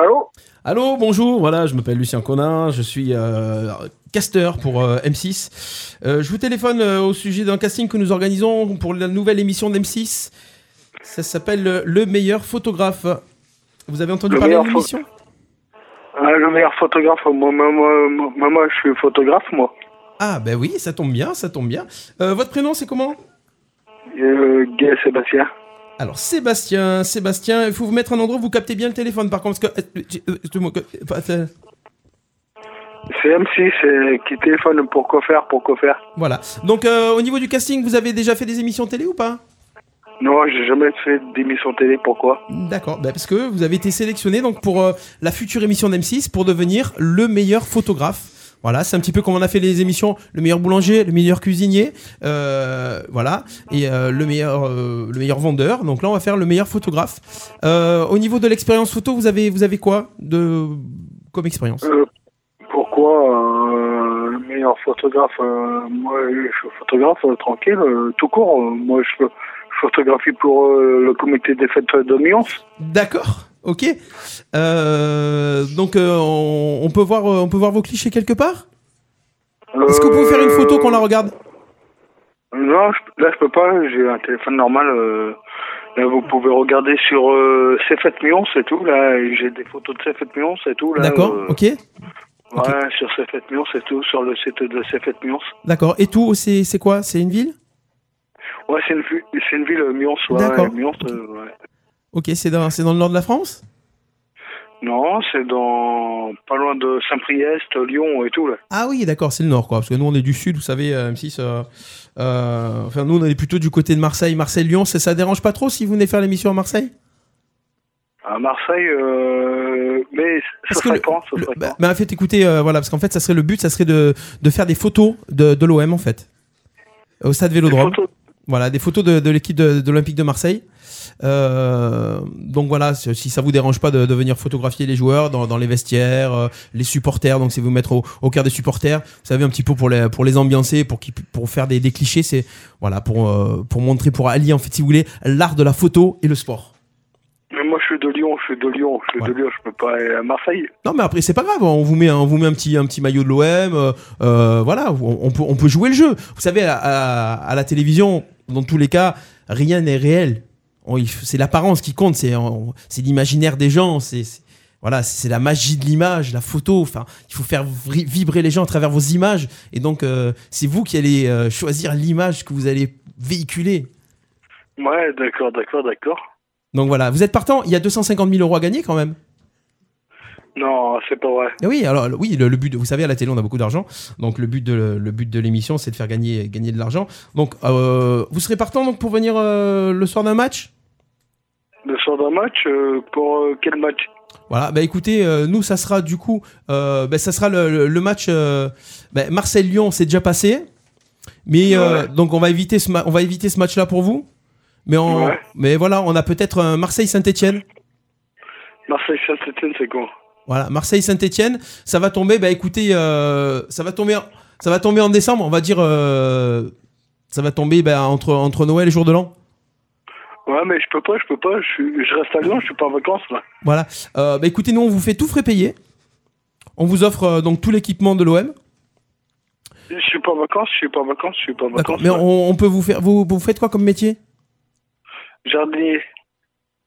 F: allô Allô, bonjour, voilà, je m'appelle Lucien Conin, je suis euh, casteur pour euh, M6. Euh, je vous téléphone euh, au sujet d'un casting que nous organisons pour la nouvelle émission d'M6. Ça s'appelle euh, Le meilleur photographe. Vous avez entendu
U: Le
F: parler de
U: meilleur
F: l'émission
U: Ah, le meilleur photographe, moi, moi, moi, moi, moi, je suis photographe, moi.
F: Ah, bah oui, ça tombe bien, ça tombe bien. Euh, votre prénom, c'est comment
U: Euh, Gay Sébastien.
F: Alors Sébastien, Sébastien, il faut vous mettre un endroit où vous captez bien le téléphone par contre parce que euh, euh,
U: C'est M6 euh, qui téléphone pour quoi faire, pour quoi faire.
F: voilà. Donc euh, au niveau du casting, vous avez déjà fait des émissions télé ou pas
U: Non, j'ai jamais fait d'émission télé, pourquoi
F: D'accord, bah, parce que vous avez été sélectionné donc pour euh, la future émission d'M6 pour devenir le meilleur photographe. Voilà, c'est un petit peu comme on a fait les émissions le meilleur boulanger, le meilleur cuisinier, euh, voilà, et euh, le meilleur euh, le meilleur vendeur. Donc là, on va faire le meilleur photographe. Euh, au niveau de l'expérience photo, vous avez vous avez quoi de comme expérience
U: Euh, Pourquoi euh, le meilleur photographe euh, Moi, je suis photographe euh, tranquille, euh, tout court. Euh, moi, je, je photographie pour euh, le comité des fêtes de Mions.
F: D'accord, ok. Euh, donc euh, on, on peut voir, euh, on peut voir vos clichés quelque part.
U: Euh,
F: Est-ce que vous pouvez faire une photo qu'on la regarde
U: Non, je- là, je peux pas. J'ai un téléphone normal. euh, là, vous pouvez regarder sur euh, C'est fêtes Mions, c'est tout. Là, j'ai des photos de C'est fêtes Mions, c'est tout. là,
F: D'accord,
U: euh,
F: ok,
U: Ouais, sur C'est fêtes Mions, c'est tout. Sur le site de C'est fêtes Mions.
F: d'accord. Et tout, c'est c'est quoi C'est une ville
U: Ouais, c'est une, vi- c'est une ville euh, Mions. Ouais,
F: D'accord.
U: Mions, euh, ouais.
F: Ok, c'est dans, c'est dans le nord de la France
U: Non, c'est dans pas loin de Saint-Priest, Lyon et tout là.
F: Ah oui, d'accord, c'est le nord, quoi. Parce que nous, on est du sud, vous savez, euh, M6. euh, euh, enfin, nous, on est plutôt du côté de Marseille, Marseille-Lyon. Ça, ça dérange pas trop si vous venez faire l'émission à Marseille
U: À Marseille, euh, mais ça serait quand, ça serait quand
F: Ben, en fait, écoutez, euh, voilà, parce qu'en fait, ça serait le but, ça serait de, de faire des photos de, de l'OM, en fait. Au stade Vélodrome. Voilà, des photos de, de l'équipe de, de l'Olympique de Marseille. Euh, donc voilà, si si ça vous dérange pas de, de venir photographier les joueurs dans, dans les vestiaires, euh, les supporters, donc c'est vous mettre au, au cœur des supporters, vous savez un petit peu pour les pour les ambiancer, pour qu'ils pu- pour faire des, des clichés, c'est voilà pour euh, pour montrer pour allier en fait si vous voulez l'art de la photo et le sport.
U: Mais moi, je suis de Lyon, je suis de Lyon, je suis de Lyon. Je peux pas aller à Marseille.
F: Non mais après c'est pas grave, on vous met un- on vous met un petit un petit maillot de l'OM, euh, euh, voilà, on, on peut on peut jouer le jeu. Vous savez à, à- à la télévision, dans tous les cas, rien n'est réel. On- il f- C'est l'apparence qui compte, c'est on- c'est l'imaginaire des gens, c'est c'est- voilà, c'est la magie de l'image, la photo. Enfin, il faut faire vri- vibrer les gens à travers vos images, et donc euh, c'est vous qui allez euh, choisir l'image que vous allez véhiculer.
U: Ouais, d'accord, d'accord, d'accord.
F: Donc voilà, vous êtes partant. Il y a 250 000 euros à gagner quand même.
U: Non, c'est pas vrai.
F: Eh Oui, alors oui, le, le but, de- vous savez, à la télé, on a beaucoup d'argent, donc le but de le but de l'émission, c'est de faire gagner gagner de l'argent. Donc, euh, vous serez partant donc pour venir euh, le soir d'un match
U: Le soir d'un match, euh, pour euh, quel match
F: Voilà, bah écoutez, euh, nous, ça sera du coup, euh, bah, ça sera le, le- le match euh, bah, Marseille-Lyon, c'est déjà passé. Mais euh, donc on va éviter ce, ma- on va éviter ce match-là pour vous. Mais, on-
U: Ouais.
F: mais voilà, on a peut-être euh, un Marseille-Saint-Etienne.
U: Marseille-Saint-Etienne, c'est quoi
F: Voilà, Marseille-Saint-Etienne, ça va tomber, bah écoutez, euh, ça, va tomber en, ça va tomber en décembre, on va dire, euh, ça va tomber bah, entre, entre Noël et Jour de l'An.
U: Ouais, mais je peux pas, je peux pas. Je, suis- je reste à Lyon, je suis pas en vacances là.
F: Voilà. Euh, bah, écoutez, nous, on vous fait tout frais payé. On vous offre euh, donc tout l'équipement de l'OM.
U: Je suis pas en vacances, je suis pas en vacances, je suis pas en
F: D'accord.
U: vacances.
F: Mais on, on peut vous faire. Vous, vous faites quoi comme métier
U: Jardinier,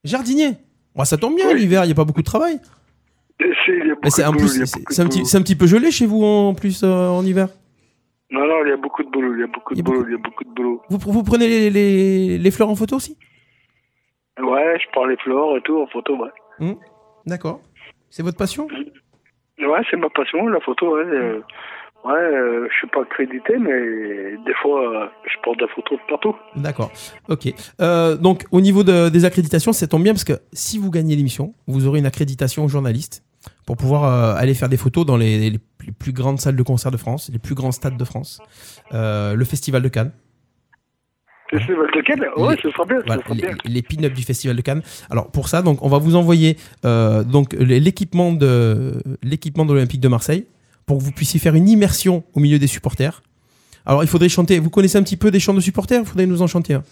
F: Jardinier. Ouais, ça tombe bien, l'hiver, il n'y a pas beaucoup de travail.
U: c'est il y a beaucoup
F: Mais c'est
U: de
F: en
U: boulot.
F: plus,
U: il y a
F: c'est-
U: beaucoup de
F: c'est un, petit-
U: boulot.
F: c'est un petit peu gelé chez vous en plus euh, en hiver.
U: Non, non, il y a beaucoup de boulot, il y a beaucoup de boulot, il y a beaucoup de boulot.
F: Vous, pr- vous prenez les, les- les fleurs en photo aussi
U: Ouais, je prends les fleurs et tout en photo, ouais.
F: Hum, D'accord. C'est votre passion
U: Ouais, c'est ma passion, la photo, ouais. euh, ouais, euh, je suis pas crédité, mais des fois, euh, je porte de la photo de partout.
F: D'accord. Ok. Euh, donc, au niveau de- des accréditations, ça tombe bien parce que si vous gagnez l'émission, vous aurez une accréditation journaliste pour pouvoir euh, aller faire des photos dans les, les- les plus grandes salles de concert de France, les plus grands stades de France, euh, le Festival de Cannes.
U: C'est c'est lequel Ouais, ce sera bien, ce
F: Voilà,
U: sera
F: les,
U: bien.
F: les pin-up du Festival de Cannes. Alors pour ça, donc on va vous envoyer euh, donc les- l'équipement de l'équipement de l'Olympique de Marseille pour que vous puissiez faire une immersion au milieu des supporters. Alors il faudrait chanter. Vous connaissez un petit peu des chants de supporters Il faudrait nous en chanter. un.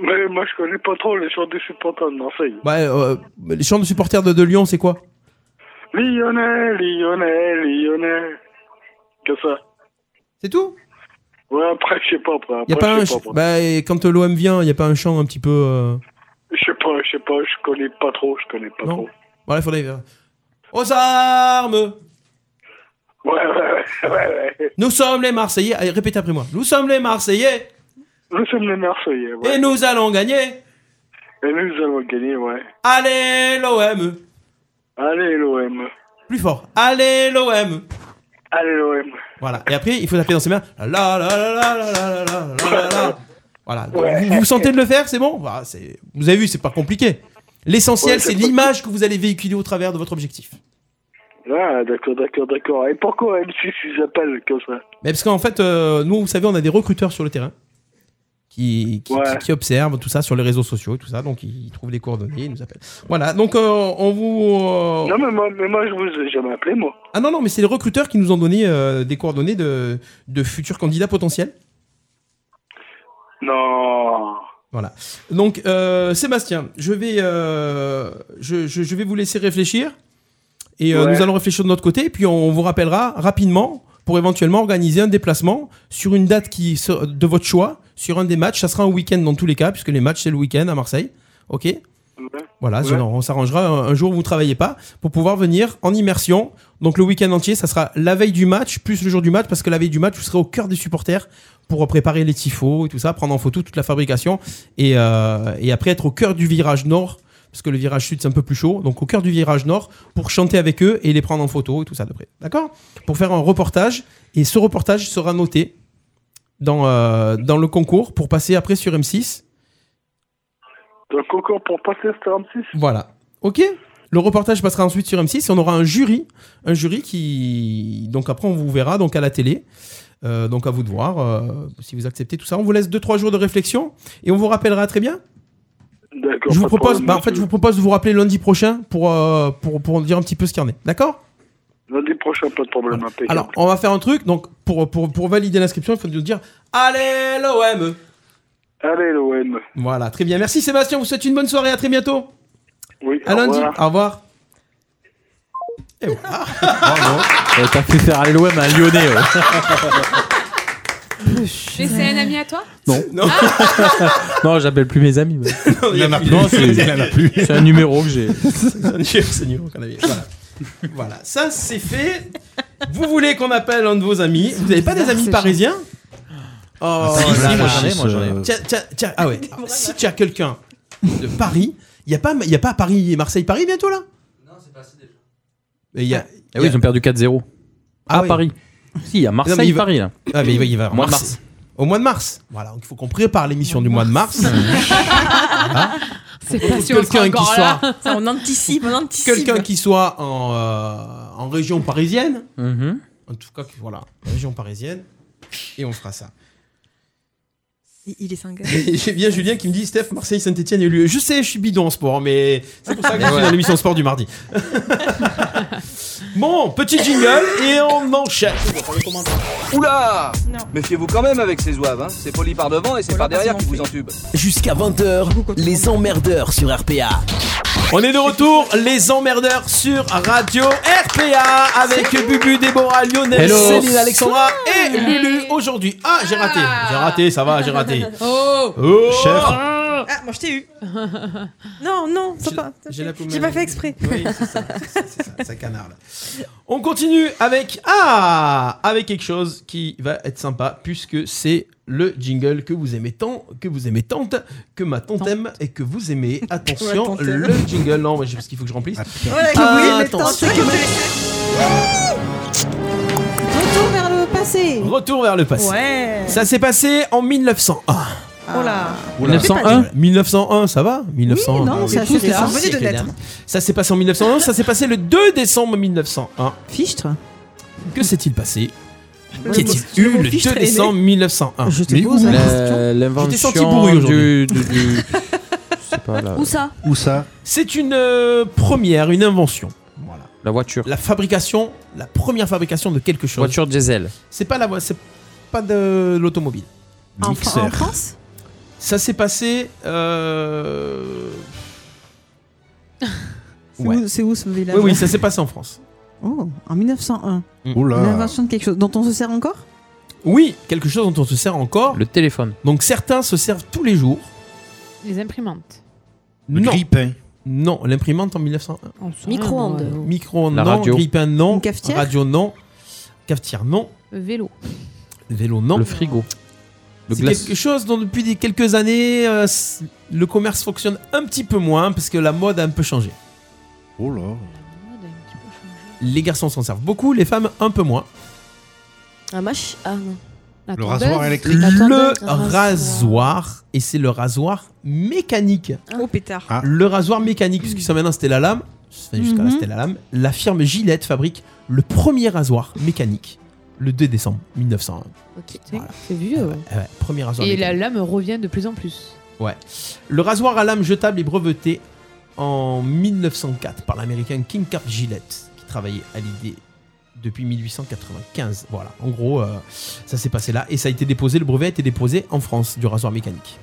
U: Mais moi, je connais pas trop les chants des supporters de Marseille.
F: Ouais, euh, les chants de supporters de, de Lyon, c'est quoi
U: Lyonnais, Lyonnais, Lyonnais. Que ça.
F: C'est tout
U: Ouais, après, je sais pas, après.
F: Il y
U: après,
F: a pas un.
U: Euh, je sais
F: ch-
U: pas, après.
F: Bah, et quand l'OM vient, il y a pas un chant un petit peu. euh,
U: Je sais pas, je sais pas, je connais pas trop, je connais pas
F: Non.
U: trop.
F: Voilà, il faudrait. euh, Aux armes.
U: Ouais, ouais, ouais, ouais, ouais.
F: Nous sommes les Marseillais. Allez, répétez après moi. Nous sommes les Marseillais
U: Nous sommes les Marseillais, ouais.
F: et nous allons gagner.
U: Et nous allons gagner, ouais.
F: Allez l'OM.
U: Allez, l'OM.
F: Plus fort. Allez l'OM.
U: Allez, l'OM.
F: Voilà. Et après, il faut taper dans ses mains. La la la la la la la la la la la la. Voilà.
U: Ouais.
F: Vous, vous sentez de le faire, c'est bon Voilà, c'est- Vous avez vu, c'est pas compliqué. L'essentiel,
U: Ouais,
F: c'est
U: c'est pas-
F: l'image que vous allez véhiculer au travers de votre objectif.
U: Ah, d'accord, d'accord, d'accord. Et pourquoi M6 ils appellent comme ça
F: Mais parce qu'en fait, euh, nous, vous savez, on a des recruteurs sur le terrain qui, qui,
U: Ouais.
F: qui observent tout ça sur les réseaux sociaux et tout ça. Donc, ils trouvent les coordonnées, ils nous appellent. Voilà. Donc, euh, on vous. euh,
U: Non, mais moi, mais moi, je vous ai jamais appelé, moi.
F: Ah non, non, mais c'est les recruteurs qui nous ont donné euh, des coordonnées de, de futurs candidats potentiels.
U: Non.
F: Voilà. Donc, euh, Sébastien, je vais, euh, je, je- je vais vous laisser réfléchir. Et euh,
U: Ouais.
F: nous allons réfléchir de notre côté. Et puis, on vous rappellera rapidement pour éventuellement organiser un déplacement sur une date qui se- de votre choix, sur un des matchs. Ça sera un week-end dans tous les cas, puisque les matchs, c'est le week-end à Marseille. OK Voilà,
U: Ouais.
F: sinon, on s'arrangera un, un jour où vous ne travaillez pas pour pouvoir venir en immersion. Donc, le week-end entier, ça sera la veille du match, plus le jour du match, parce que la veille du match, vous serez au cœur des supporters pour préparer les tifos et tout ça, prendre en photo toute la fabrication et, euh, et après être au cœur du virage nord. Parce que le virage sud c'est un peu plus chaud, donc au cœur du virage nord pour chanter avec eux et les prendre en photo et tout ça de près. D'accord Pour faire un reportage et ce reportage sera noté dans, euh, dans le concours pour passer après sur M6.
U: Donc, encore pour passer sur M6
F: Voilà. Ok Le reportage passera ensuite sur M6 et on aura un jury. Un jury qui. Donc après, on vous verra donc à la télé. Euh, donc à vous de voir euh, si vous acceptez tout ça. On vous laisse 2-3 jours de réflexion et on vous rappellera très bien.
U: D'accord.
F: Je vous
U: pas de
F: propose,
U: problème,
F: bah, en fait, je
U: monsieur.
F: vous propose de vous rappeler lundi prochain pour, euh, pour, pour dire un petit peu ce qu'il y en est. D'accord
U: Lundi prochain, pas de problème. impeccable.
F: Alors, on va faire un truc. Donc, pour, pour, pour valider l'inscription, il faut nous dire Allez l'OM
U: Allez l'OM
F: Voilà, très bien. Merci Sébastien, vous souhaite une bonne soirée. À très bientôt.
U: Oui,
F: à
U: au
F: lundi.
U: revoir.
F: Au revoir.
H: Euh, T'as fait faire aller l'OM à un Lyonnais.
I: Mais c'est un ami à toi Ah
H: Non. Non, j'appelle plus mes amis. mais-
F: il y en a plus.
H: Non, c'est-
F: Il y en a plus.
H: C'est un numéro que j'ai.
F: C'est un numéro qu'on avait. Voilà. Voilà, ça c'est fait. Vous voulez qu'on appelle un de vos amis Vous n'avez pas des amis parisiens Oh,
H: Ah, si, si,
F: là
H: moi,
F: là.
H: j'en ai, moi, j'en ai.
F: Tiens, tiens, tiens, ah ouais. Alors, si tu as quelqu'un de Paris, il n'y a, pas- y a pas Paris et Marseille-Paris bientôt là Non, c'est passé déjà. Il y a.
H: Ah oui, ils ont perdu 4-0.
F: Ah
H: à
F: oui.
H: Paris. Si, il y a
F: Non, mais il va-
H: Marseille-Paris là.
F: Ah, mais il va- il va-
H: Mois de
F: Marse-
H: mars.
F: Au mois de mars. Voilà, donc il faut qu'on prépare l'émission du mois de mars.
L: C'est
F: pas sûr, quelqu'un on sera qui encore là. soit-
L: on anticipe, on anticipe.
F: Quelqu'un qui soit en, euh, en région parisienne.
H: Mm-hmm.
F: En tout cas, qui- voilà, région parisienne. Et on fera ça.
L: Il- Il est cinq heures.
F: Et J'ai bien Julien qui me dit Steph, Marseille, Saint-Etienne et lieu. Je sais, je suis bidon en sport, mais c'est pour ça que je suis
K: Ouais.
F: dans l'émission sport du mardi. bon, petit jingle et on enchaîne.
V: Oula Méfiez-vous quand même avec ces ouaves, hein. c'est poli par devant et c'est par derrière qui vous entube.
K: Jusqu'à 20h, les emmerdeurs sur RPA.
F: On est de retour, les emmerdeurs sur Radio RPA avec Bubu, Déborah, Lionel,
K: Hello.
F: Céline, Alexandra et Lulu aujourd'hui. Ah, j'ai raté, j'ai raté, ça va, j'ai raté.
L: Oh,
F: Oh. Chef.
L: Ah, moi je t'ai eu. non, non, ça pas.
F: j'ai la pomme-
L: J'ai pas fait exprès.
F: Oui, c'est ça, c'est ça, ça canarde. On continue avec ah avec quelque chose qui va être sympa puisque c'est le jingle que vous aimez tant, que vous aimez tant, que ma tante, aime et que vous aimez.
L: Ouais,
F: Attention,
L: tante aime.
F: le jingle. Non, mais je- parce qu'il faut que je remplisse.
G: Voilà,
F: Ah,
G: que vous aimez tant,
F: Attention.
G: que vous Retour vers le passé.
F: Retour vers le passé.
G: Ouais.
F: Ça s'est passé en 1901.
G: Oh là.
F: Oula. 1901 1901, ça va 1901.
G: non,
F: Ah,
G: ça,
F: oui.
G: c'est ça. Venez de
F: C'est
G: naître.
F: clair. Ça s'est passé en 1901, ça s'est passé le 2 décembre 1901. Fichtre Que s'est-il passé
K: Ouais,
F: Qu'est-il
K: moi,
F: eu
K: mon
F: le 2
K: fichtre est né.
F: décembre 1901
K: Je te pose la question.
F: J'étais senti
K: L'invention
F: bourru
K: du-
F: aujourd'hui.
K: du- du- là. Où ça
F: Où ça C'est une euh, première, une invention.
K: La voiture.
F: La fabrication, la première fabrication de quelque chose.
K: Voiture diesel.
F: C'est pas la voie, c'est pas de l'automobile.
K: En Fran- en France
F: Ça s'est passé. euh,
G: C'est
F: Ouais.
G: où, c'est où ce village
F: Oui, oui, ça s'est passé en France.
G: Oh, en 1901.
F: Mm. Oula.
G: L'invention de quelque chose dont on se sert encore
F: Oui, quelque chose dont on se sert encore.
K: Le téléphone.
F: Donc certains se servent tous les jours.
I: Les imprimantes.
F: non. Non, l'imprimante en 1901.
I: On euh, s'en Micro-ondes. va, ouais.
F: Micro-ondes,
K: La
F: non.
K: radio.
F: Grippin, non.
I: cafetière
F: Radio, non. Cafetière, non.
I: euh, Vélo.
F: Vélo, non. Le frigo.
K: Le
F: C'est
K: glace-
F: quelque chose dont depuis des- quelques années, euh, c- le commerce fonctionne un petit peu moins parce que la mode a un peu changé. Oh là. Les garçons s'en servent beaucoup, les femmes un peu moins.
D: Un mâche Ah non.
F: Le Le rasoir, et c'est le rasoir mécanique.
L: Oh pétard.
F: Le rasoir mécanique, puisque ça maintenant c'était la lame, enfin, jusqu'à là
L: Mhm.
F: c'était la lame, la firme Gillette fabrique le premier rasoir mécanique le 2 décembre 1901.
I: Ok. C'est vieux. ouais.
F: Ah ouais, premier rasoir
I: Et
F: mécanique.
I: la lame revient de plus en plus.
F: Ouais. Le rasoir à lame jetable est breveté en 1904 par l'américain King Carp Gillette, qui travaillait à l'idée depuis 1895. Voilà, en gros, euh, ça s'est passé là et ça a été déposé, le brevet a été déposé en France du rasoir mécanique.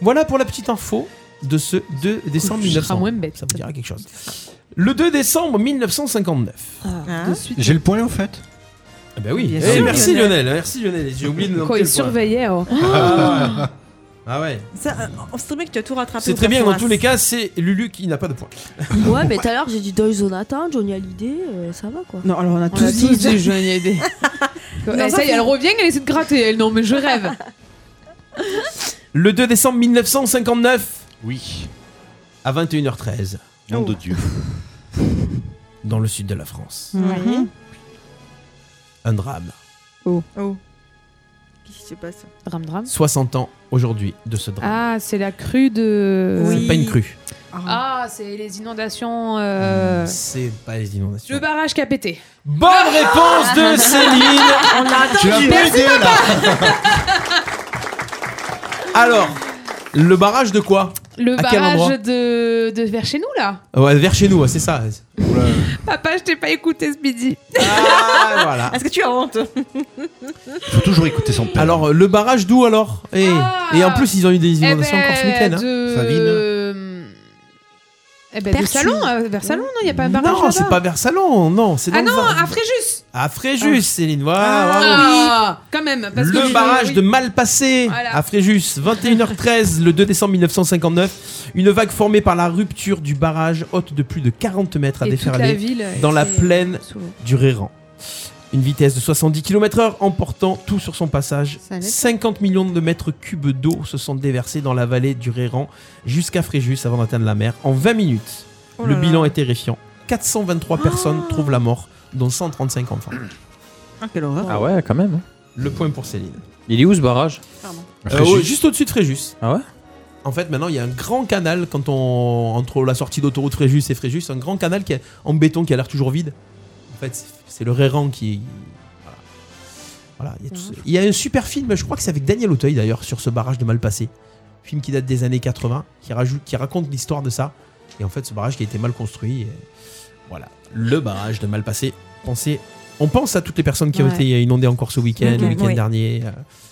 F: Voilà pour la petite info de ce 2 décembre
I: Tu seras
F: 1900.
I: moins bête.
F: Ça vous dira quelque chose. Le 2 décembre 1959.
G: Hein
I: Ah. De suite.
F: le point au fait ah bah oui,
I: Bien
F: Eh,
I: sûr,
F: merci
I: Lionel.
F: Lionel, merci Lionel, j'ai oublié de
I: Quand
F: noter
I: il
F: le point.
I: surveillait. oh.
F: Ah. ah ouais.
L: Ça, euh, on se bien que tu as tout rattrapé.
F: C'est
L: au
F: très bien, dans
L: perforas.
F: tous les cas, c'est Lulu qui n'a pas de points.
D: Ouais, mais tout à l'heure j'ai dit Doyle Zonata, Johnny Hallyday, euh, ça va quoi.
G: Non, alors on a
I: On a
G: tous
I: tous dit
G: dit
I: Johnny Hallyday.
D: Non,
I: Eh,
D: ça,
I: ça y est,
D: c'est-
I: elle revient, elle essaie de gratter. Elle, non, mais je rêve.
F: Le 2 décembre 1959. Oui. À 21h13. Nom de Dieu. Dans le sud de la France.
L: Ouais.
F: Un drame.
I: Oh.
L: Qu'est-ce qui se passe
I: Drame, drame.
F: 60 ans aujourd'hui de ce drame.
I: Ah, c'est la crue de.
F: C'est pas une crue.
I: Ah, c'est les inondations. euh,
F: C'est pas les inondations.
I: Le barrage qui a pété.
F: Mmh. Bonne réponse de Céline.
I: On a
F: Tu
I: Ah. attendu.
F: l'as
I: Merci,
F: pété,
I: papa.
F: Alors, le barrage de quoi
I: Le
F: À quel endroit
I: barrage de... de vers chez nous, là.
F: Ouais, Vers chez nous, ouais, c'est ça.
I: Papa, je t'ai pas écouté ce midi.
F: Ah, voilà.
L: Est-ce que tu as honte
F: Faut toujours écouter son père. Alors, le barrage d'où alors et, et en plus, ils ont eu des
I: Ah. Eh
F: inondations
I: ben,
F: encore ce week-end. hein.
I: de- Eh ben, de
L: Pertuis.
I: Salon, euh, vers Salon, non, il n'y a pas un barrage
F: Non,
I: là-bas.
F: c'est pas vers Salon, non, c'est dans
I: Ah
F: le
I: non,
F: Var.
I: à Fréjus.
F: À Fréjus, Céline, voilà.
I: Ah, quand même. Parce
F: le
I: que
F: barrage
I: oui.
F: de Malpassé
I: Voilà.
F: à Fréjus, 21h13, le 2 décembre 1959. Une vague formée par la rupture du barrage haute de plus de 40 mètres à
I: Et toute
F: déferler
I: la ville
F: dans la
I: était
F: plaine
I: sous l'eau.
F: du Réran. Une vitesse de 70 km/h emportant tout sur son passage.
I: Ça m'étonne.
F: 50 millions de mètres cubes d'eau se sont déversés dans la vallée du Réran jusqu'à Fréjus avant d'atteindre la mer en 20 minutes.
I: Oh
F: le
I: là
F: bilan
I: là. Oh.
F: est terrifiant. 423 personnes trouvent la mort, dont 135 enfants.
G: Ah, quelle horreur.
F: ouais, quand même. Le point pour Céline.
H: Il est où ce barrage
F: Euh, ouais, juste au-dessus de Fréjus.
H: Ah ouais
F: En fait, maintenant, il y a un grand canal quand on entre la sortie d'autoroute Fréjus et Fréjus, un grand canal qui est en béton qui a l'air toujours vide. En fait, c'est- c'est le Réran qui. voilà. Voilà, il y a tout ça. Il y a un super film, je crois que c'est avec Daniel Auteuil d'ailleurs, sur ce barrage de Malpassé. Film qui date des années 80, qui, rajoute, qui raconte l'histoire de ça. Et en fait, ce barrage qui a été mal construit. et Voilà, le barrage de Malpassé. Pensez, on pense à toutes les personnes qui ont
K: Ouais.
F: été inondées encore ce week-end, le
K: Mhm.
F: week-end
K: Oui.
F: dernier.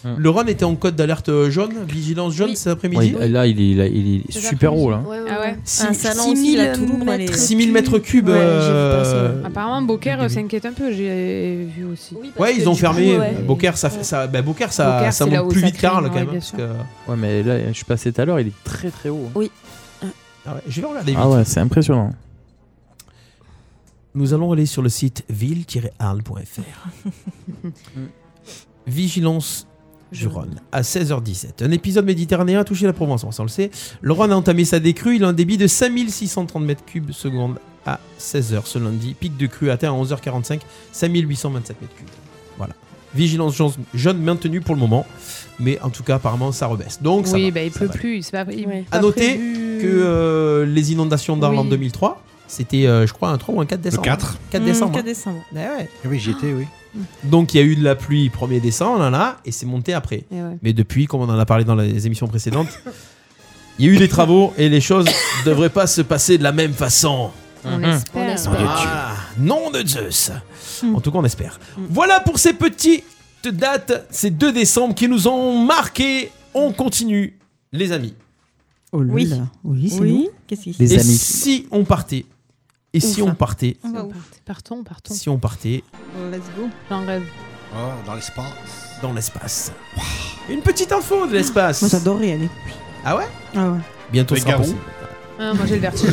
F: euh. Le Rhône était en code d'alerte jaune, vigilance jaune cet après-midi.
H: Ouais, Là, il est, là, il est super haut là.
I: Ah ouais.
F: Six- Un salon aussi, là, à Toulouse, quoi, les- 6000 mètres cubes,
I: Ouais, j'ai vu
F: euh,
I: passer, ouais. Apparemment, Beaucaire euh, s'inquiète un peu, j'ai vu aussi.
F: Ouais, ils ont fermé. euh, Beaucaire, ça, fait- ça, bah, Beaucaire, ça,
I: Beaucaire,
F: ça
I: c'est là
F: monte
I: où
F: plus
I: ça
F: vite qu'Arles
I: crée,
F: quand
I: ouais,
F: même.
I: bien
F: parce
I: sûr.
F: que-
H: Ouais, mais là, je suis passé tout à l'heure, il est très très haut.
D: Oui.
F: Ah ouais, je vais regarder vite.
H: Ah ouais, c'est impressionnant.
F: Nous allons aller sur le site ville-arles.fr. Vigilance du Rhône à 16h17. Un épisode méditerranéen a touché la Provence, on le sait. Le Rhône a entamé sa décrue, il a un débit de 5630 mètres cubes seconde à 16h ce lundi. Pic de crue atteint à 11h45, 5827 mètres cubes. Voilà. Vigilance jaune- jaune maintenue pour le moment, mais en tout cas apparemment ça rebaisse. Donc ça
I: oui,
F: va,
I: bah, il
F: ça
I: peut
F: va.
I: plus. c'est Pas, il est pas
F: À noter
I: prévu.
F: que euh, les inondations d'Arles en
I: Oui. Mmh,
F: 2003, c'était euh, je crois un 3 ou un 4 décembre.
A: 4.
F: 4 décembre. hein.
G: décembre.
A: Oui, j'y étais, oui.
F: Donc il y a eu de la pluie 1er décembre, là, là, et c'est monté après.
I: Et ouais.
F: Mais depuis, comme on en a parlé dans les émissions précédentes, il y a eu des travaux et les choses ne devraient pas se passer de la même façon. Mmh.
I: On Mhm. espère. On espère.
F: Ah, nom de Zeus. En tout cas, on espère. Voilà pour ces petites dates, ces 2 décembre qui nous ont marqué. On continue, les amis.
R: Oh là
F: Oui.
R: là. Oui, c'est
F: Oui.
R: nous.
G: Qu'est-ce qui
F: et si on partait Et si
I: Ouf.
F: on partait
I: On va où Partons, partons.
F: Si on partait
I: Let's go. J'en rêve.
A: dans l'espace.
F: dans l'espace. Une petite info de l'espace.
G: Moi, j'adorerais y aller.
F: Ah ouais
G: Ah ouais.
F: Bientôt
G: Avec
F: sera
G: Garou.
F: possible.
I: Ah, moi j'ai le vertige.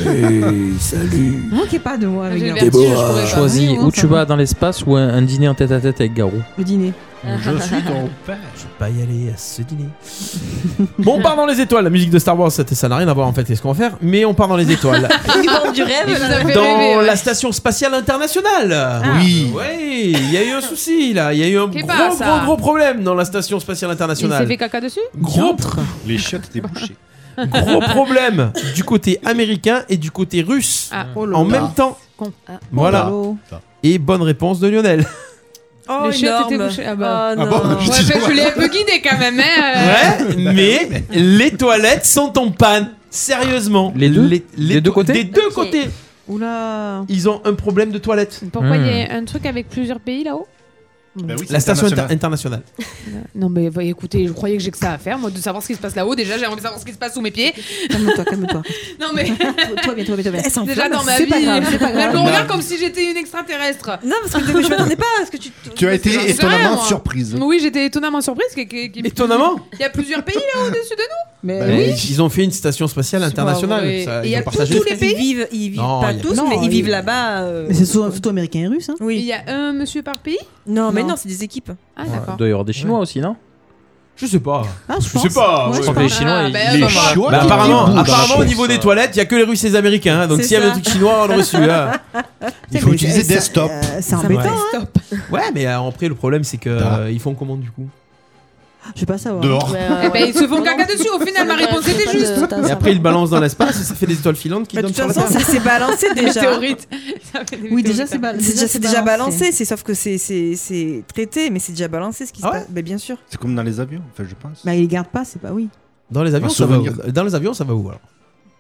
H: salut
G: Manquez pas de moi avec
I: J'ai le
G: un-
I: vertige, je
F: euh,
I: pourrais pas.
H: Choisis
I: Oui,
H: où
I: bon,
H: tu
I: ça va.
H: vas dans l'espace ou un, un dîner en tête à tête avec Garou.
F: Bah
G: Le dîner.
F: Je suis ton père. Je vais pas y aller à ce dîner. bon, on part dans les étoiles. La musique de Star Wars, ça ça n'a rien à voir en fait avec ce qu'on va faire, mais on part dans les étoiles.
G: du rêve,
I: Il vous a fait
F: dans
I: rêver, ouais. Ah.
F: la station spatiale internationale. Oui. Ouais, il y a eu un souci là. Il y a eu un
I: Qu'est
F: gros,
I: pas,
F: gros,
I: ça
F: gros problème dans la station spatiale
I: hein. Il s'est
F: internationale.
I: fait caca dessus
F: Gros,
A: Les chiottes débouchées.
F: gros problème du côté américain et du côté russe
I: Ah.
G: Oh là
F: en
G: là.
F: même temps.
I: Con.
F: Voilà. Et bonne réponse de Lionel.
G: Oh,
I: Les chiottes étaient
G: énorme.
I: bouchées. Ah bah.
G: Oh, Ah bon, non.
I: ouais,
F: je dis-
I: fait, je l'ai un peu guidé quand même. Hein,
F: Ouais, mais les toilettes sont en panne. Sérieusement. Les deux les, deux côtés Des deux côtés.
G: Oula.
F: Ils ont un problème de toilette.
I: Pourquoi il y a un truc avec plusieurs pays là-haut
H: Bah
F: La station inter- internationale.
I: Non mais bah, écoutez, je croyais que j'ai que ça à faire, moi, de savoir ce qui se passe là-haut. Déjà, j'ai envie de savoir ce qui se passe sous mes pieds.
G: Calme-toi, calme-toi.
I: Non mais
G: Toi bien, toi bien, toi bien.
I: déjà dans ma vie,
G: pas grave, c'est pas
I: elle
G: grave.
I: me regarde comme si j'étais une extraterrestre.
G: Non, parce que je m'attendais pas à ce que tu.
A: Tu as été
I: J'en sais
A: étonnamment
I: rien, moi.
A: surprise.
I: Oui, j'étais étonnamment surprise. que- que- que-
F: Étonnamment
I: Il y a plusieurs pays là au-dessus de nous.
H: Bah
G: Mais
F: Mais Ils ont fait une station spatiale
I: pas
F: internationale.
I: vrai.
F: ça,
I: Et
F: ils
I: il y a
F: ont
I: tout-
F: partagé-
I: tous les pays
G: Ils vivent, ils vivent
F: Non,
G: pas
F: il y a-
G: tous,
F: non,
G: mais ils
F: il-
G: vivent là-bas. euh,
R: Mais c'est souvent- surtout américain et russe. Hein.
I: Il y a un monsieur par pays
G: Non, mais non, c'est des équipes.
I: Ah
H: Ouais,
I: d'accord.
H: Il doit y avoir des Chinois aussi, non
F: Je sais pas.
G: Ah, je
F: Je sais pas.
H: Je crois que les Chinois, ils-
I: ben, voilà.
F: Bah, apparemment, apparemment au niveau des toilettes, il y a que les Russes et les Américains. hein, donc
G: C'est
F: s'il y avait un
G: ça.
F: truc chinois, on le reçu. hein.
A: Il faut
I: Eh,
A: utiliser desktop.
G: C'est embêtant.
F: Ouais.
G: hein.
F: Ouais, mais euh, après le problème c'est que euh, ils font comment du coup
G: Je vais pas savoir.
F: Dehors.
G: Ouais, ouais,
I: Eh ben,
G: ouais.
I: ils se font caca dessus. Au final, ma réponse était juste.
F: Et après ils balancent dans l'espace et ça fait des étoiles filantes qui
G: Mais de
F: donnent
G: toute
F: sur la
G: façon,
F: Terre.
G: Bah, ça s'est balancé
I: Des
G: déjà.
I: météorites. Ça fait des
G: Oui, déjà
I: météorites.
G: c'est bal- c'est déjà, c'est déjà balancé, c'est sauf que c'est- c'est c'est traité, mais c'est déjà balancé ce qui se passe. Ben, bien sûr.
A: C'est comme dans les avions, enfin, je pense.
G: Bah, il garde pas, c'est pas oui.
F: Dans les avions,
A: Un
F: ça va
A: souvenir.
F: où Dans les avions, ça va où alors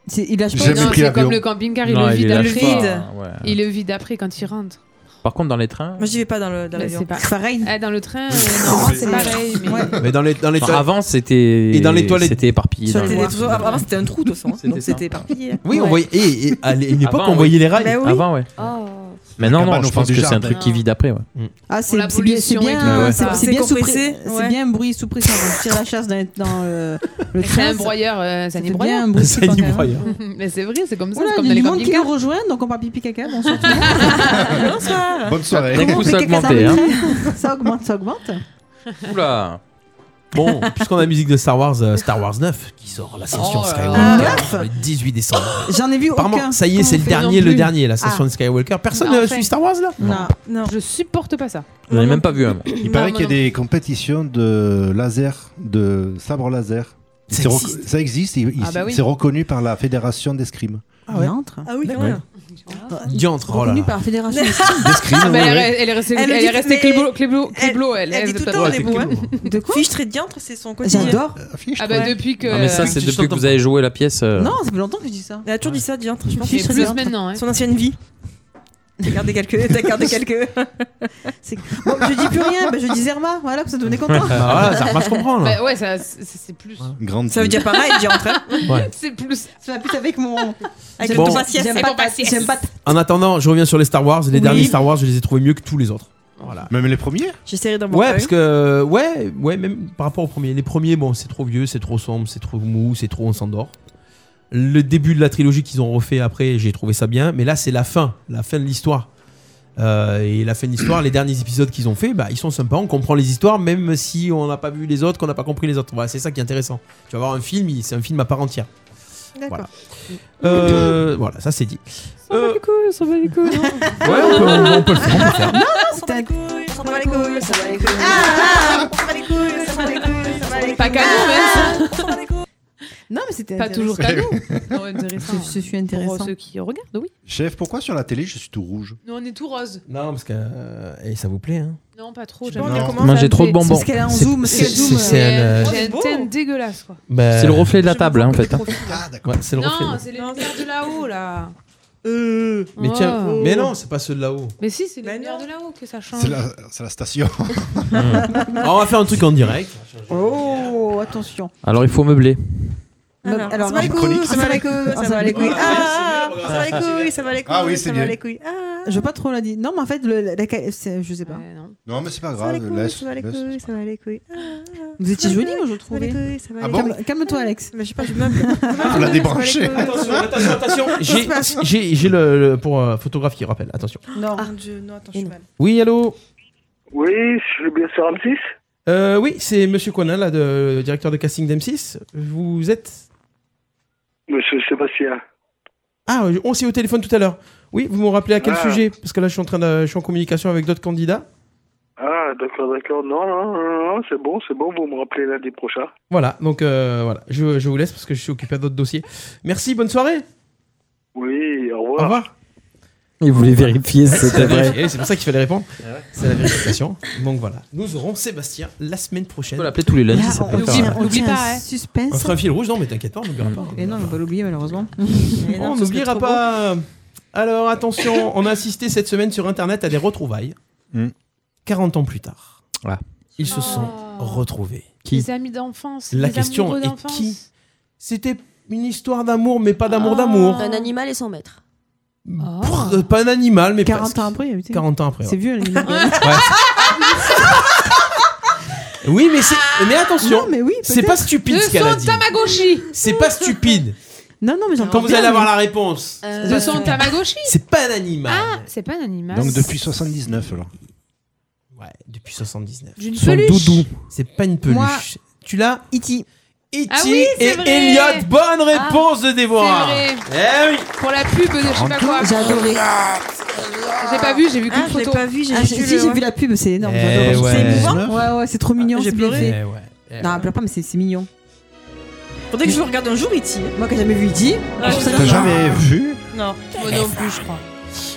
G: C'est- Il lâche
A: J'ai
G: pas.
A: jamais
I: Non,
A: pris
I: c'est
A: l'avion.
I: comme le camping-car, il
H: Non,
I: le
H: il
I: vide.
H: est
I: Il
H: là,
I: le
H: je crois.
I: vide.
H: Ouais.
I: Il le vide après quand il rentre.
H: Par contre, dans les trains.
G: Moi, j'y vais pas dans le dans
I: Bah,
G: l'avion.
I: c'est pas-
G: C'est pareil.
I: Ah, dans le train, euh, non, c'est pareil. Mais...
F: Mais dans les dans les
H: Enfin,
F: toilettes-
H: avant, c'était.
F: Et dans les toilettes-
H: C'était éparpillé.
G: Sur
H: dans
G: les
H: les-
G: télés, toujours- Avant, c'était un trou de toute façon. hein. Donc c'était éparpillé.
F: Oui, on
G: Ouais.
F: voyait. Et, et à une époque,
H: Avant,
F: on voyait
H: oui.
F: les rails.
G: Bah oui.
H: Avant, ouais. Maintenant, non,
F: cabane au
H: je
F: fond
H: pense
F: du
H: que c'est un
F: jardin.
H: truc qui vide après, ouais. Ah
R: Ah,
I: la
R: c'est c'est bien, c'est
I: pollution et
R: bien,
I: tout, ouais,
R: c'est-
I: ouais.
R: Ah, c'est bien
G: C'est
R: sous
G: compressé,
R: pré-
G: ouais.
R: c'est bien un bruit sous pression. On tire la chasse dans, dans, euh, le
I: C'est
R: train.
I: un broyeur, euh, c'est un
R: fait bien
I: broyeur.
R: un bruit
F: C'est un
R: sous-
F: broyeur.
I: Mais c'est vrai, c'est comme ça,
R: Voilà, il
I: c'est comme
R: y a
I: dans les
R: du monde qui nous
I: camping-cars.
R: rejoint, donc on parle pipi caca. Bonsoir. tout le monde. Bonsoir.
A: Bonne soirée.
H: D'un
R: Comment
H: coup,
R: on fait
H: ça a
R: caca,
H: augmenté,
R: Ça augmente, ça augmente.
H: Oula
F: Bon, puisqu'on a la musique de Star Wars, euh, Star Wars 9 qui sort l'ascension
G: Oh là
F: Skywalker
G: là.
F: le 18 décembre.
G: J'en ai vu
F: Apparemment,
G: aucun.
F: ça y est,
G: Comment
F: c'est
G: on
F: le
G: fait non
F: dernier, le
G: plus Ah. Bah,
F: dernier, l'ascension de Skywalker. Personne ne suit Star Wars là
I: Bah, Non,
L: non,
I: je supporte pas ça.
F: J'en ai même pas vu un. moi.
A: Il paraît qu'il y a des compétitions de laser, de sabre laser.
F: Ça
A: C'est rec-
F: existe.
A: ça existe, il- il-
F: Ah bah oui.
A: c'est reconnu par la Fédération d'escrime.
G: Ah ouais. Ah oui, quand
A: Ouais.
G: même.
F: Diantre, oh là
G: Reconnu
F: là.
G: par la fédération.
F: D'escrime,
I: Ah bah, elle,
F: ouais,
I: est- elle est restée,
L: Elle
I: elle
L: le
I: est
L: dit,
I: restée
L: mais-
I: Cléblo, Cléblo, Cléblo, elle,
L: Elle dit tout le temps les mots. De quoi Euh, Fichtre et diantre, c'est son quotidien.
G: J'adore.
I: Ah bah depuis que.
H: Ah, mais ça, c'est
F: Je
H: depuis que
F: t'entends
H: vous avez joué la pièce. euh,
G: Non, ça fait longtemps que je dis ça.
L: Elle a toujours dit ça, diantre. Je pense
I: Fichtre
L: que
I: et
L: c'est
I: diantre.
L: maintenant. Son ancienne vie. T'as gardé quelques. T'as gardé quelques.
G: C'est- Bon, je dis plus rien, bah, je dis Zerma, voilà, ça devenait content.
F: Bah voilà, Zerma, je comprends, là.
I: Bah ouais, ça, c'est c'est plus.
A: Grande
G: Ça veut dire pareil, diantre.
L: hein.
F: Ouais.
I: C'est plus.
G: Ça va plus avec mon. Avec
F: Bon.
G: le ton faciès.
I: J'aime
G: J'aime
I: pas
G: pas faciès. J'aime pas.
F: En attendant, je reviens sur les Star Wars. Les
G: Oui.
F: derniers Star Wars, je les ai trouvés mieux que tous les autres. Voilà.
A: Même les premiers
L: J'essaierai d'en
F: Ouais, parce que ouais, ouais, même par rapport aux premiers. Les premiers, bon, c'est trop vieux, c'est trop sombre, c'est trop mou, c'est trop on s'endort. Le début de la trilogie qu'ils ont refait après, j'ai trouvé ça bien, mais là c'est la fin, la fin de l'histoire. Euh, et la fin de l'histoire, les derniers épisodes qu'ils ont fait, bah, ils sont sympas, on comprend les histoires, même si on n'a pas vu les autres, qu'on n'a pas compris les autres. Voilà, c'est ça qui est intéressant. Tu vas voir un film, il- c'est un film à part entière.
L: D'accord.
F: Euh, voilà, ça c'est dit.
I: Euh... Du coup, ça va du coup.
F: Ouais, on peut, on peut le faire, on peut le faire.
G: Non, non, c'est un
L: Ça va les couilles, ça va les Ah, couilles.
G: Ah, ah, ça va les couilles, ça va les couilles, ça va les couilles.
I: Pas canon,
G: Ah,
I: même
G: ça va les couilles. Non, mais c'était
I: Pas toujours canon. Non, intéressant.
G: Ce- ce fut intéressant.
I: Pour euh, ceux qui regardent, oui.
A: Chef, pourquoi sur la télé je suis tout rouge
I: Nous, on est tout rose.
F: Non, parce que. euh, et ça vous plaît, hein
I: Non, pas trop.
F: Non.
I: j'aime bien.
F: Moi, j'ai trop de bonbons.
I: C'est ce qu'elle a en
F: C'est-
I: zoom.
F: c'est-
I: C'est
F: c'est- c'est un, euh,
I: J'ai un thème dégueulasse, quoi.
F: Bah, Ah,
H: C'est le reflet de la table, hein, en fait. hein.
F: Ouais, c'est le reflet.
I: Non, c'est les lumières de là-haut, là.
F: Mais tiens,
I: Oh.
F: mais non, c'est pas ceux de là-haut.
I: Mais si, c'est les lumières de là-haut que ça change.
A: C'est la,
G: Ah.
A: c'est la station.
H: Mm.
F: Alors, on va faire un truc en direct.
G: Oh, attention.
H: Alors, il faut meubler.
G: Alors,
L: ça va les couilles, ça va les couilles, ça va les couilles. Ah, ça va les couilles, ça va les couilles.
G: Ah oui,
L: ça
G: c'est
L: va
G: bien.
L: les couilles. Ah,
G: Je veux pas trop la dire. Non, mais en fait, le, la, la- c'est- je sais pas.
A: Non, mais c'est pas
G: Ça va
A: grave.
G: les couilles,
A: laisse,
G: ça va les
A: laisse.
G: couilles, ça va les couilles.
L: Ah, Vous étiez
G: jolie,
L: moi,
G: je
L: trouvais.
A: Ah bon
G: Calme- Calme-toi, Alex.
L: Ah, Mais je sais pas, je meuble.
A: On l'a débranché.
F: Attention, attention, attention. J'ai-
L: Attention.
F: J'ai j'ai le, le- pour euh, photographe qui rappelle. Attention.
G: Non,
L: Dieu, non, attends, je suis mal.
F: Oui, allô.
U: Oui, je suis bien sur M6.
F: Euh, oui, c'est Monsieur Conan, là, de- le directeur de casting d'M6. Vous êtes
U: Monsieur Sébastien.
F: Ah, on s'est au téléphone tout à l'heure. Oui, vous me rappelez à quel
U: Ah.
F: sujet Parce que là, je suis en train de, je suis en communication avec d'autres candidats.
U: Ah, d'accord, d'accord. Non, non, non, non, c'est bon, c'est bon, vous me rappelez lundi prochain.
F: Voilà, donc euh, voilà, je, je vous laisse parce que je suis occupé à d'autres dossiers. Merci, bonne soirée.
U: Oui, au
F: Au
U: revoir.
F: revoir.
H: Il voulait vérifier si c'était vrai.
F: Eh, C'est pour ça qu'il fallait répondre.
U: Ah ouais.
F: C'est la vérification. Donc voilà. Nous aurons Sébastien la semaine prochaine. On peut
H: l'appeler tous les lundis, ça
F: on,
H: peut le
F: tient-
H: faire.
F: on
G: N'oublie
F: tient-
G: pas, hein.
F: on
G: Suspense.
F: fera un fil rouge, non mais t'inquiète pas, on n'oubliera pas.
G: Et non, on va pas l'oublier, malheureusement.
F: Oh, on n'oubliera pas. Alors attention, on a assisté cette semaine sur internet à des retrouvailles.
H: Mm.
F: 40 ans plus tard. Ils se sont retrouvés.
I: Oh. Les amis d'enfance.
F: La
I: les
F: question
I: amoureux
F: est
I: d'enfance. Ah,
F: qui C'était une histoire d'amour, mais pas d'amour d'amour.
D: Un animal et son maître.
F: Prr, Euh, Pas un animal, mais
G: 40
F: presque.
G: ans après, putain.
F: 40 ans après.
G: C'est
F: ouais.
G: vieux, l'animal.
F: Oui, mais c'est. Mais attention.
G: Non, mais oui,
F: c'est pas
G: peut-être.
F: stupide
I: Le
F: ce qu'elle a
I: son
F: dit.
I: Tamagotchi.
F: C'est pas stupide.
G: Non, Ah, non, mais
F: Quand
G: j'entends.
F: vous
G: bien,
F: allez
G: mais-
F: avoir la réponse.
I: Le Euh, son Tamagotchi.
F: C'est pas un animal.
I: Ah, c'est pas un animal.
A: Donc depuis 79 alors.
F: Ouais, depuis 79.
I: D'une Son peluche. doudou.
F: C'est pas une peluche.
I: Moi-
F: Tu l'as E
G: E.T.
F: E.T.
I: Ah oui, c'est
F: et
I: vrai.
F: Elliot.
G: Ah,
F: Bonne réponse de Déborah.
I: c'est
F: Eh oui.
I: Pour la pub de je sais pas quoi.
G: J'ai adoré.
I: J'ai pas vu, j'ai vu qu'une
L: Ah, je l'ai
I: photo.
L: pas vu, j'ai
G: Ah,
L: vu
G: j'ai-
L: le-
G: si, j'ai vu la pub, c'est énorme.
F: Eh
G: j'adore.
F: ouais.
G: C'est
F: émouvant.
G: Ouais, ouais, c'est trop mignon.
L: Ah, j'ai
G: c'est bien
L: pleuré.
G: fait.
F: Eh ouais. Eh
G: Non,
F: ouais.
G: pleure pas, mais c'est c'est mignon.
L: Faudrait que je vous regarde un jour, E.T.
G: Moi, qui n'ai jamais vu E.T.,
L: Ah,
G: je trouve ça
F: T'as
G: mignon.
F: jamais vu
L: Non.
I: Moi
A: Eh.
I: non plus, je crois.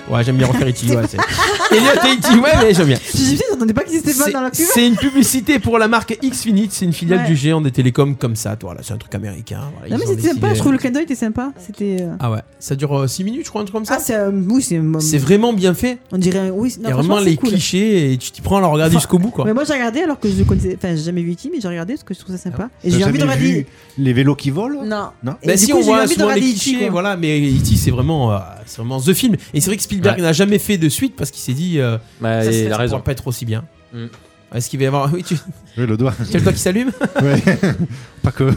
F: Ouais, j'aime bien refaire E.T. Ouais, c'est- Elliot et E.T. Ouais, mais j'aime bien.
G: J'ai dit, putain, j'entendais pas qu'ils étaient pas
F: C'est-
G: dans la pub.
F: C'est une publicité pour la marque Xfinite, c'est une filiale
G: Ouais.
F: du géant des télécoms comme ça. Voilà, c'est un truc américain. voilà,
G: Non,
F: ils
G: mais
F: ont
G: c'était
F: décidé-
G: sympa, je trouve le clin d'œil était sympa. C'était. euh,
F: Ah ouais, ça dure 6 minutes, je crois, un truc comme ça.
G: Ah, c'est. euh, Oui, c'est.
F: c'est vraiment bien fait.
G: On dirait. Oui,
F: Il y a vraiment les clichés et tu t'y prends à le regarder jusqu'au bout quoi.
G: Mais moi j'ai regardé alors que je connaissais, enfin j'ai jamais vu E.T. mais j'ai regardé parce que je trouve
F: Ah
G: ça sympa. Et
A: T'as
G: j'ai envie de
A: jamais
G: regarder.
A: vu Les vélos qui volent
G: Non.
A: Non.
F: Bah
G: Et
F: si
G: du
F: on
G: coup, j'ai eu
F: voit
G: envie de
F: souvent les
G: regarder E.T.,
F: clichés,
G: quoi.
F: voilà, mais E.T. c'est vraiment, euh, c'est vraiment The Film. Et c'est vrai que Spielberg n'a jamais fait de suite parce qu'il s'est dit, euh,
H: Bah,
F: ça,
H: il
F: ça
H: a
F: pourra
H: raison. Mm.
F: pas être aussi bien. Est-ce qu'il va y avoir. Oui, tu...
A: Oui, le doigt.
F: C'est le doigt qui s'allume
A: Ouais. Pas que.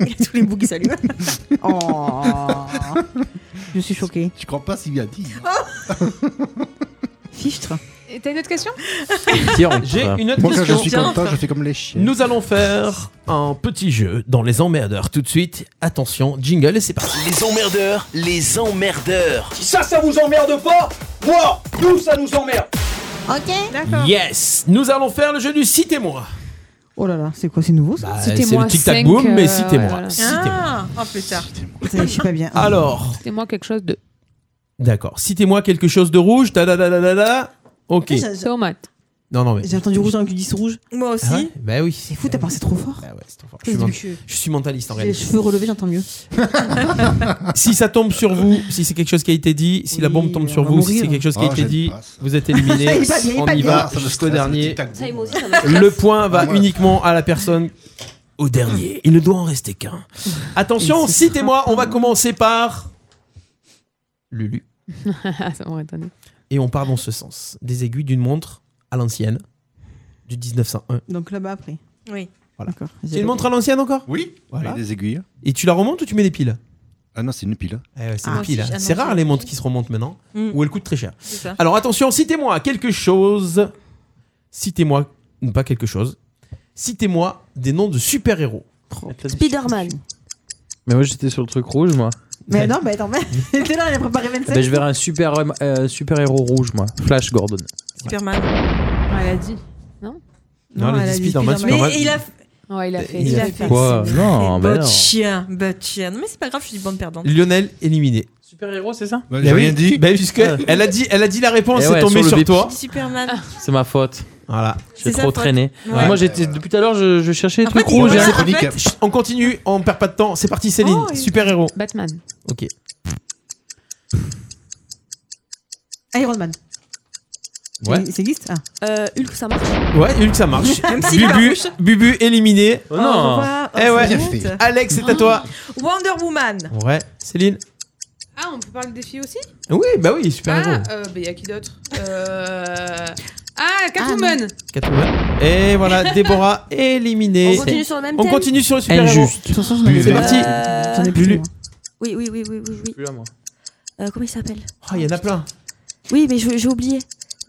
G: Il y a tous les bouts qui s'allument. oh. Je suis choquée.
A: Je crois pas s'il a dit.
G: Fichtre.
I: Et T'as une autre question
F: J'ai une autre
A: Moi, quand je
F: question.
A: suis comme toi, je fais comme les chiens.
F: Nous allons faire un petit jeu dans les emmerdeurs tout de suite. Attention, jingle et c'est parti.
W: Les emmerdeurs, les emmerdeurs.
V: Si ça, ça vous emmerde pas, moi, Oh, nous, ça nous emmerde.
C: Ok.
I: D'accord.
F: Yes, nous allons faire le jeu du citez-moi.
G: Oh là là, c'est quoi, c'est nouveau ça
F: Bah, c'est le tic-tac boom,
I: euh,
F: mais citez-moi. Citez-moi.
L: Ah, oh putain.
G: Je suis pas bien.
F: Alors,
I: Citez-moi quelque chose de.
F: d'accord, citez-moi quelque chose de rouge. Da, da, da, da, da, da. Ok.
I: Tomate.
F: Non, non, mais.
G: J'ai entendu rouge dans le cul rouge.
L: Moi
F: Ah ouais bah oui. C'est
G: fou, t'as pensé trop fort.
F: ouais, c'est trop fort. Je
G: J'ai
F: suis, ment- je suis mentaliste en
G: les
F: réalité.
G: cheveux relevés, j'entends mieux.
F: si ça tombe sur vous, si c'est quelque chose qui a été dit, si la bombe tombe sur
G: va
F: vous, si
G: mourir.
F: c'est quelque chose qui a
A: Oh,
F: été
A: j'aime
F: dit,
A: pas ça.
F: vous êtes éliminé.
A: Il est pas bien, il est
F: On
A: pas
F: y
A: bien.
F: va
A: Ah, ça me
F: jusqu'au
A: stresse,
F: dernier.
A: le tic-tac
D: Ça, moi aussi, ça me stresse.
F: Le point va
D: Ah, moi.
F: uniquement à la personne au dernier. Il ne doit en rester qu'un. Attention, citez-moi, on va commencer par Lulu.
I: Ça m'aurait étonné.
F: Et on part dans ce sens. Des aiguilles d'une montre à l'ancienne du 1901.
G: Donc là-bas après.
L: Oui.
F: Voilà. C'est une montre à l'ancienne encore
A: Oui.
F: Voilà.
A: Avec des aiguilles.
F: Et tu la remontes ou tu mets des piles
A: Ah non, c'est une pile.
F: Eh ouais, c'est
A: Ah,
F: une pile,
A: si,
F: hein.
A: ah non,
F: C'est rare
A: c'est-
F: les montres qui se remontent maintenant,
A: Mm.
F: ou elles coûtent très cher.
A: C'est ça.
F: Alors attention, citez-moi quelque chose. Citez-moi, non, pas quelque chose. Citez-moi des noms de super-héros.
D: Spider-Man.
H: Mais moi j'étais sur le truc rouge, moi.
G: Mais non, mais attends, mais t'es là, il a préparé 27.
H: Ben, je verrai un super, euh, super héros rouge, moi. Flash Gordon.
L: Superman.
I: elle a dit. Non
H: Non, elle a dit Superman.
L: Mais il a.
I: Ouais, il a fait.
F: Il a fait
H: quoi
L: c'est
H: Non,
L: vrai.
H: bah
L: Bah,
H: non.
L: chien, bah chien. Non, mais c'est pas grave, je suis une bonne perdante.
F: Lionel éliminé.
H: Super-héros, c'est
G: Hein
H: ça
F: Bah, oui. Bah, puisque elle a dit, elle a dit la réponse,
H: Eh
F: c'est
H: ouais,
F: tombé
H: sur
F: sur,
H: le bip.
F: toi.
L: Superman.
H: C'est ma faute.
F: Voilà.
H: J'ai
L: C'est sa
H: trop
L: faute.
H: traîné.
L: Ouais.
H: Moi j'étais depuis tout à l'heure, je, je cherchais les
L: Après,
H: trucs
L: il-
H: rouges.
L: voilà,
H: hein.
L: en fait-
F: Chut, on continue, on perd pas de temps. C'est parti, Céline.
L: Oh, il-
F: super-héros.
I: Batman.
F: Ok.
G: Iron Man.
F: Ouais.
G: Ça existe Ah.
D: Euh, Hulk, ça marche.
F: Ouais, Hulk, ça marche.
L: Même s'il est pas
F: Bubu,
L: rouge.
F: Bubu éliminé.
L: Oh, non. voilà. Oh,
F: Eh
L: c'est
F: ouais.
L: bien fait.
F: Alex,
I: Oh.
F: c'est à toi.
L: Wonder Woman.
F: Ouais, Céline.
I: Ah, on peut parler des filles aussi
F: Oui, bah oui, super héros.
I: Ah, euh, bah, y a qui d'autre euh... Ah, Catwoman
F: Catwoman. Et voilà, Déborora éliminée.
D: On continue sur le même
F: On
D: thème
F: continue sur le super héros.
H: Injuste. De toute façon, je m'en
F: C'est
H: vais.
F: parti.
D: Euh, J'en ai plus,
F: Lulu.
D: Oui, oui, oui, oui, oui. oui. Euh, comment il s'appelle
F: Oh, il y en a plein.
D: Oui, mais je- j'ai oublié.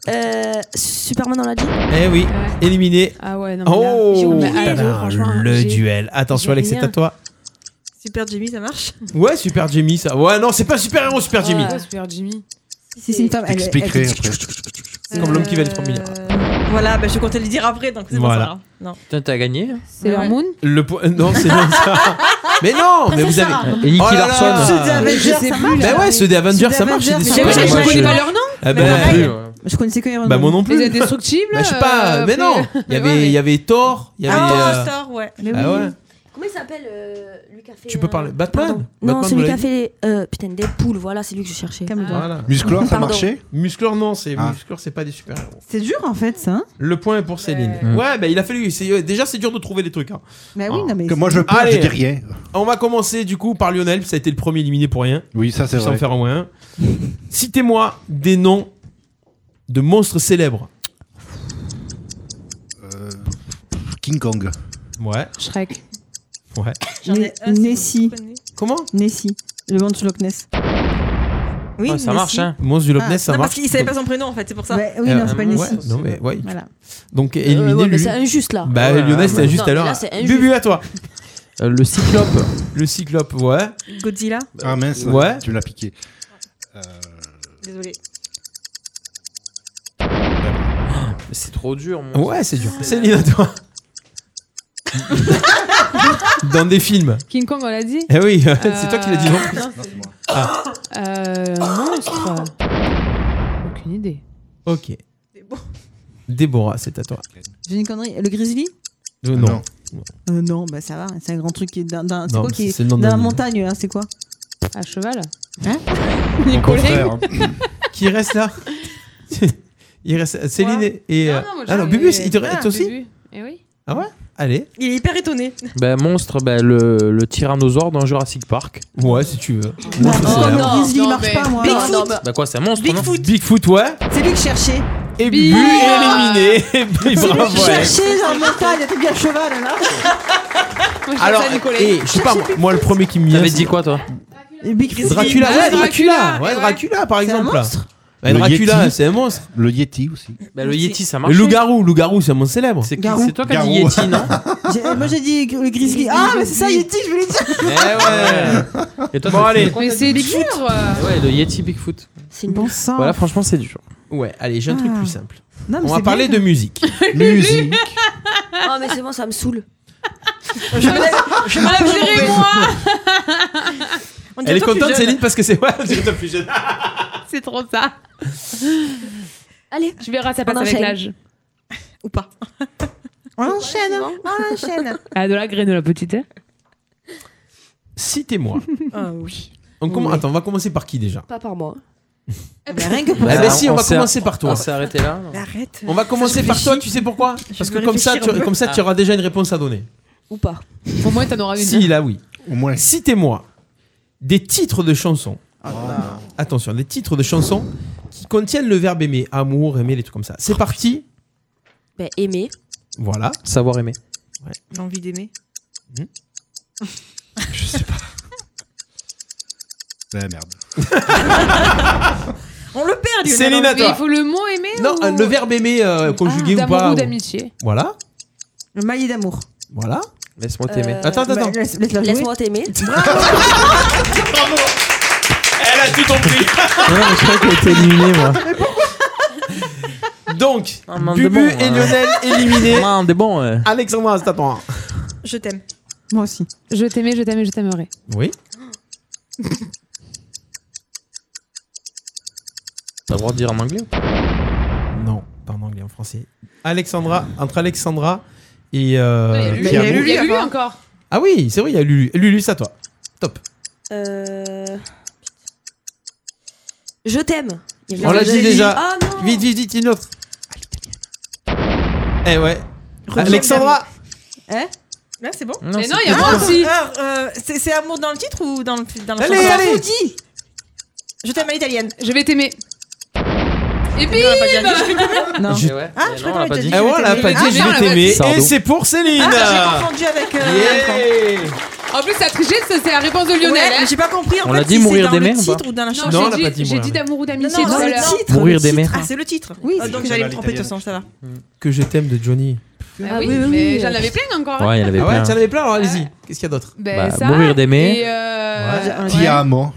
D: Euh, Superman, on l'a dit
F: Eh oui, éliminé.
I: Ah ouais, non, mais là, j'ai
F: Oh,
I: oublié.
F: tadam,
I: Ah, franchement,
F: le
I: j'ai-
F: duel. Attention,
I: j'ai
F: Alex, c'est
I: rien.
F: à toi.
L: Super Jimmy, ça marche
F: Ouais, super Jimmy, ça. Ouais, non, c'est pas super héros, super Jimmy.
I: Ouais, Super Jimmy.
G: Si c'est une femme, elle, elle,
F: T'expliquerai après. C'est comme l'homme qui va le 3 milliards.
L: Voilà, bah, je comptais le dire après, donc c'est bon,
F: Voilà.
L: ça va. Non.
H: Putain, t'as gagné. hein.
I: Sailor Moon
F: Le po- Non, c'est pas ça. Mais non, mais vous avez.
H: Sarah. Et Nicky
F: Oh là
H: Larson. euh,
F: là.
H: Ceux des
G: Avengers, ça marche.
F: Bah ouais, ceux des Avengers,
G: Ceux
F: ça
G: des
F: marche.
G: Avengers,
F: c'est
G: ça
F: des super
G: marche. Mais
F: héros.
G: je connais pas
I: leur nom.
F: Ah
G: Mais
F: bah,
G: pareil.
F: non plus, ouais.
G: Je connaissais que Iron Man.
F: Bah moi non plus.
I: Les indestructibles
F: Bah je sais pas,
I: euh,
F: mais non.
I: après-
F: Il y avait, il y avait Thor, il y avait. euh,
L: ouais.
F: Ah ouais.
D: Comment il s'appelle euh, lui qui a fait.
F: Tu peux parler Batman
D: Pardon.
F: Ah, Batman, Ah.
D: Non,
F: vous
D: celui qui a
F: l'avez
D: fait. euh, putain, Deadpool, voilà, c'est lui que je cherchais. Ah.
F: Voilà.
A: Musclor, ça
D: Pardon.
A: marchait
F: Musclor non, c'est
A: Ah.
F: Musclor, c'est pas des super héros.
G: C'est dur en fait ça. hein
F: Le point est pour Céline. Ouais, bah il a fallu. essayer. déjà c'est dur de trouver les trucs. hein.
G: Bah oui, non mais.
A: Que moi je peux,
F: Allez.
A: je dis rien.
F: On va commencer du coup par Lionel, ça a été le premier éliminé pour rien.
A: Oui, ça c'est
F: Sans me
A: vrai.
F: faire en moins. un. Citez-moi des noms de monstres célèbres.
A: Euh, King Kong.
F: Ouais.
I: Shrek.
F: Ouais.
D: Ah
L: J'en ai un, si
G: Nessie.
F: Comment
G: Nessie. Le monstre Loch Ness.
L: Oui,
F: Ah, ça
L: mais
F: marche,
L: si.
F: hein. Monstre du Loch Ness, ça
L: non,
F: marche.
L: Parce qu'il savait pas son prénom en fait, c'est pour ça.
G: Ouais, oui, non, c'est pas
F: Euh,
G: Nessie.
F: ouais, non, mais ouais.
G: Voilà.
F: Donc
D: Euh,
F: éliminé
D: ouais, mais
F: Lulu.
D: c'est injuste là.
F: Bah
H: Ouais,
F: Lionel, c'était
H: ouais.
F: juste
D: Non,
F: alors.
D: là, c'est injuste.
F: Bubu à toi.
H: Euh, le cyclope.
F: Le cyclope, ouais.
L: Godzilla.
A: Ah mince,
F: Ouais.
A: tu me l'as piqué.
L: Désolé.
H: C'est trop dur. Mon
F: Ouais, c'est dur. Céline à toi. Dans des films.
I: King Kong, on l'a dit Euh,
F: Eh oui, c'est toi qui l'as dit, non
I: c'est moi.
F: Ah.
I: Euh, monstre. Aucune idée.
F: Ok. Déborah, c'est à toi.
G: J'ai une connerie. Le Grizzly
F: Euh,
A: Non.
F: non.
G: Euh, Non, bah ça va. C'est un grand truc qui est dans, dans- c'est
F: Non,
G: quoi
F: mais
G: qui
F: c'est
G: est
F: le nom
G: dans
F: de-
G: la montagne là C'est quoi
I: À cheval
G: Hein
F: Mon
I: Nicolas.
F: confrère, hein. qui reste là Il reste Céline et. euh,
I: moi,
F: ah non,
I: j'avais-
F: Bubu, il te
I: Ah,
F: reste aussi
I: Bubu. Eh oui.
F: Ah ouais Allez.
L: Il est hyper étonné.
H: Ben, monstre, ben, le, le tyrannosaure dans Jurassic Park.
F: Ouais, si tu veux.
G: Non,
F: Bah
G: le Grizzly marche pas moi.
D: Non, non, mais-
H: Bah, quoi, c'est un monstre non
F: Bigfoot, ouais.
G: C'est lui que je cherchais.
F: Et
I: Bi-
F: Bu éliminé. Et
G: Je
F: bravo, Alex.
G: cherchais dans la montagne. T'es bien cheval là.
I: Moi, je
F: Alors,
I: cherchais Nicolas.
F: et, je sais pas, moi, moi, le premier qui me vient.
H: T'avais
F: c'est
H: dit quoi, toi
G: Et Big Foot.
F: Dracula,
I: Ah,
F: ouais, Dracula,
I: Dracula,
F: ouais,
I: ouais.
F: Dracula, par
G: Eh C'est un
F: exemple.
G: monstre
F: Bah, Dracula,
K: Yeti.
F: c'est un monstre.
A: Le Yeti aussi.
H: Bah, le Yeti, ça
F: Le
H: marche.
F: loup-garou, loup-garou, c'est un monstre célèbre.
H: C'est
F: qui- c'est toi qui as dit
G: Yeti,
F: non
G: J'ai- Moi j'ai dit le grizzly. Ah, mais c'est ça, Yeti, je voulais dire.
H: Eh
F: Eh
H: Et toi,
F: Bon,
H: t'as-
F: allez.
I: Mais c'est dur euh.
H: Eh Ouais, le Yeti Bigfoot.
D: C'est
G: bon sang.
H: Voilà, franchement, c'est dur.
F: Ouais, allez, j'ai un truc
D: Ah.
F: plus simple.
D: Non, mais
F: On va
D: c'est
F: parler
D: bien.
F: de musique. musique.
D: Ah, mais c'est bon, ça me saoule.
G: Je me lève,
D: je me lève, j'irai,
I: On dirait
F: Elle est
I: toi plus
F: contente,
I: jeune.
F: Céline, parce que c'est ouais, c'est toi plus jeune.
I: C'est trop ça.
D: Allez.
I: Tu verras, ça
D: On
I: passe avec
D: enchaîne.
I: l'âge. Ou pas.
G: On enchaîne, on enchaîne.
I: Ah, de la graine de la petite.
F: Citez-moi.
G: Ah oui.
F: On commence-
G: Oui.
F: Attends, on va commencer par qui déjà
D: Pas par moi.
G: rien que
F: Eh
G: pour
F: ben
G: ça.
F: si, on,
H: on
F: va
H: s'est-
F: commencer par toi.
H: on s'est arrêté là, non
G: Arrête.
F: On va commencer par toi, tu sais pourquoi Parce que comme ça, tu,
I: réfléchir un peu.
F: comme ça, tu
I: Ah.
F: auras déjà une réponse à donner.
D: Ou pas.
I: Au moins, t'en auras Ah, une.
F: Si, là, oui. Au moins. Citez-moi des titres de chansons. Attention, des titres de chansons qui contiennent le verbe aimer. Amour, aimer, les trucs comme ça. C'est parti.
D: Ben, aimer.
F: Voilà.
H: Savoir aimer.
L: L'envie d'aimer.
A: Ouais, merde.
I: On le perd,
F: Lionel. Céline, à
I: Mais
F: toi.
I: il faut le mot aimer
F: Non,
I: ou-
F: euh, le verbe aimer euh, conjugué
I: Ah,
F: ou pas.
I: d'amour ou
F: ou-
I: d'amitié.
F: Voilà,
G: Le maillet d'amour.
F: voilà.
H: Laisse-moi
F: t'aimer. Attends, attends, attends.
G: Laisse-la jouer.
D: Laisse-moi t'aimer.
F: Elle a tout compris.
H: je crois qu'elle était éliminée, moi.
F: Donc,
H: Main de
F: Bubu
H: bon,
F: et
H: hein.
F: Lionel éliminés.
H: Main de bon, euh. ouais.
F: Alexandra, c'est à toi. hein.
L: Je t'aime.
G: Moi aussi.
I: Je t'aimais, je t'aimais, je t'aimerai.
F: Oui. Euh,
H: T'as le droit de dire en anglais ou pas
F: Non, pas en anglais, en français. Alexandra, entre Alexandra et. euh,
I: Il y
F: Pierre
I: a Lulu,
F: Bou-
I: encore.
F: Ah oui, c'est vrai, il y a Lulu. Lulu, c'est à toi. Top.
D: Euh... Je t'aime. Il y
F: On
D: avait-
F: l'a dit déjà.
D: Ah non.
F: Vite, vite, vite, une autre. Eh ouais.
G: Reviens,
F: Alexandra.
G: Hein Là, c'est bon
F: Non,
L: mais
F: c'est
L: non, il y a
F: pas
L: moi
F: bon.
L: aussi. Ah, euh, c'est c'est amour dans le titre ou dans le dans la
F: Allez,
L: chanson
F: allez.
L: Vous dis. Je t'aime à l'italienne.
I: Je vais t'aimer. Et puis
L: on l'a pas dit à Lulu.
F: Non.
H: Eh ouais,
L: Ah,
H: eh
L: je
H: non,
L: crois
H: on
L: qu'on
H: l'a pas
L: l'a
H: dit.
L: déjà
F: Eh ouais, on l'a
L: t'aimer.
F: pas
L: Ah,
F: dit, je
L: on l'a
F: vais
L: pas
F: t'aimer.
L: dit.
F: Et c'est pour Céline.
L: Ah, j'ai confondu avec. euh,
F: Yeah.
I: En plus, ça triché, ça, c'est la réponse de Lionel.
L: Ouais,
I: hein.
L: mais j'ai pas compris. En
H: On
L: fait,
H: l'a dit
L: si c'est
H: mourir
L: dans
H: d'aimer
L: le
H: ou pas
L: titre ou dans la chanson.
H: Non,
I: Non,
H: on l'a
I: j'ai
H: pas
I: dit-
H: dit,
I: j'ai
H: moi,
I: dit
H: ouais.
I: d'amour ou d'amitié
L: Non,
I: tout
L: dans
I: à
L: le
I: l'heure.
L: titre.
H: Mourir
L: le
H: d'aimer.
L: titre. Ah, c'est le titre.
I: Oui.
L: Ah, donc
I: C'est
L: j'allais
I: à
L: me tromper de toute façon,
I: l'italienne.
L: ça va.
F: Que je t'aime de Johnny.
I: Ah oui, mais j'en avais plein encore. hein.
H: Ouais, il y en avait
F: Ah ouais,
H: plein.
F: t'en avais plein, alors allez-y. Qu'est-ce qu'il y a d'autre
I: Ben,
H: Bah,
I: ça,
H: mourir d'aimer.
I: et, euh,
A: Ti amo.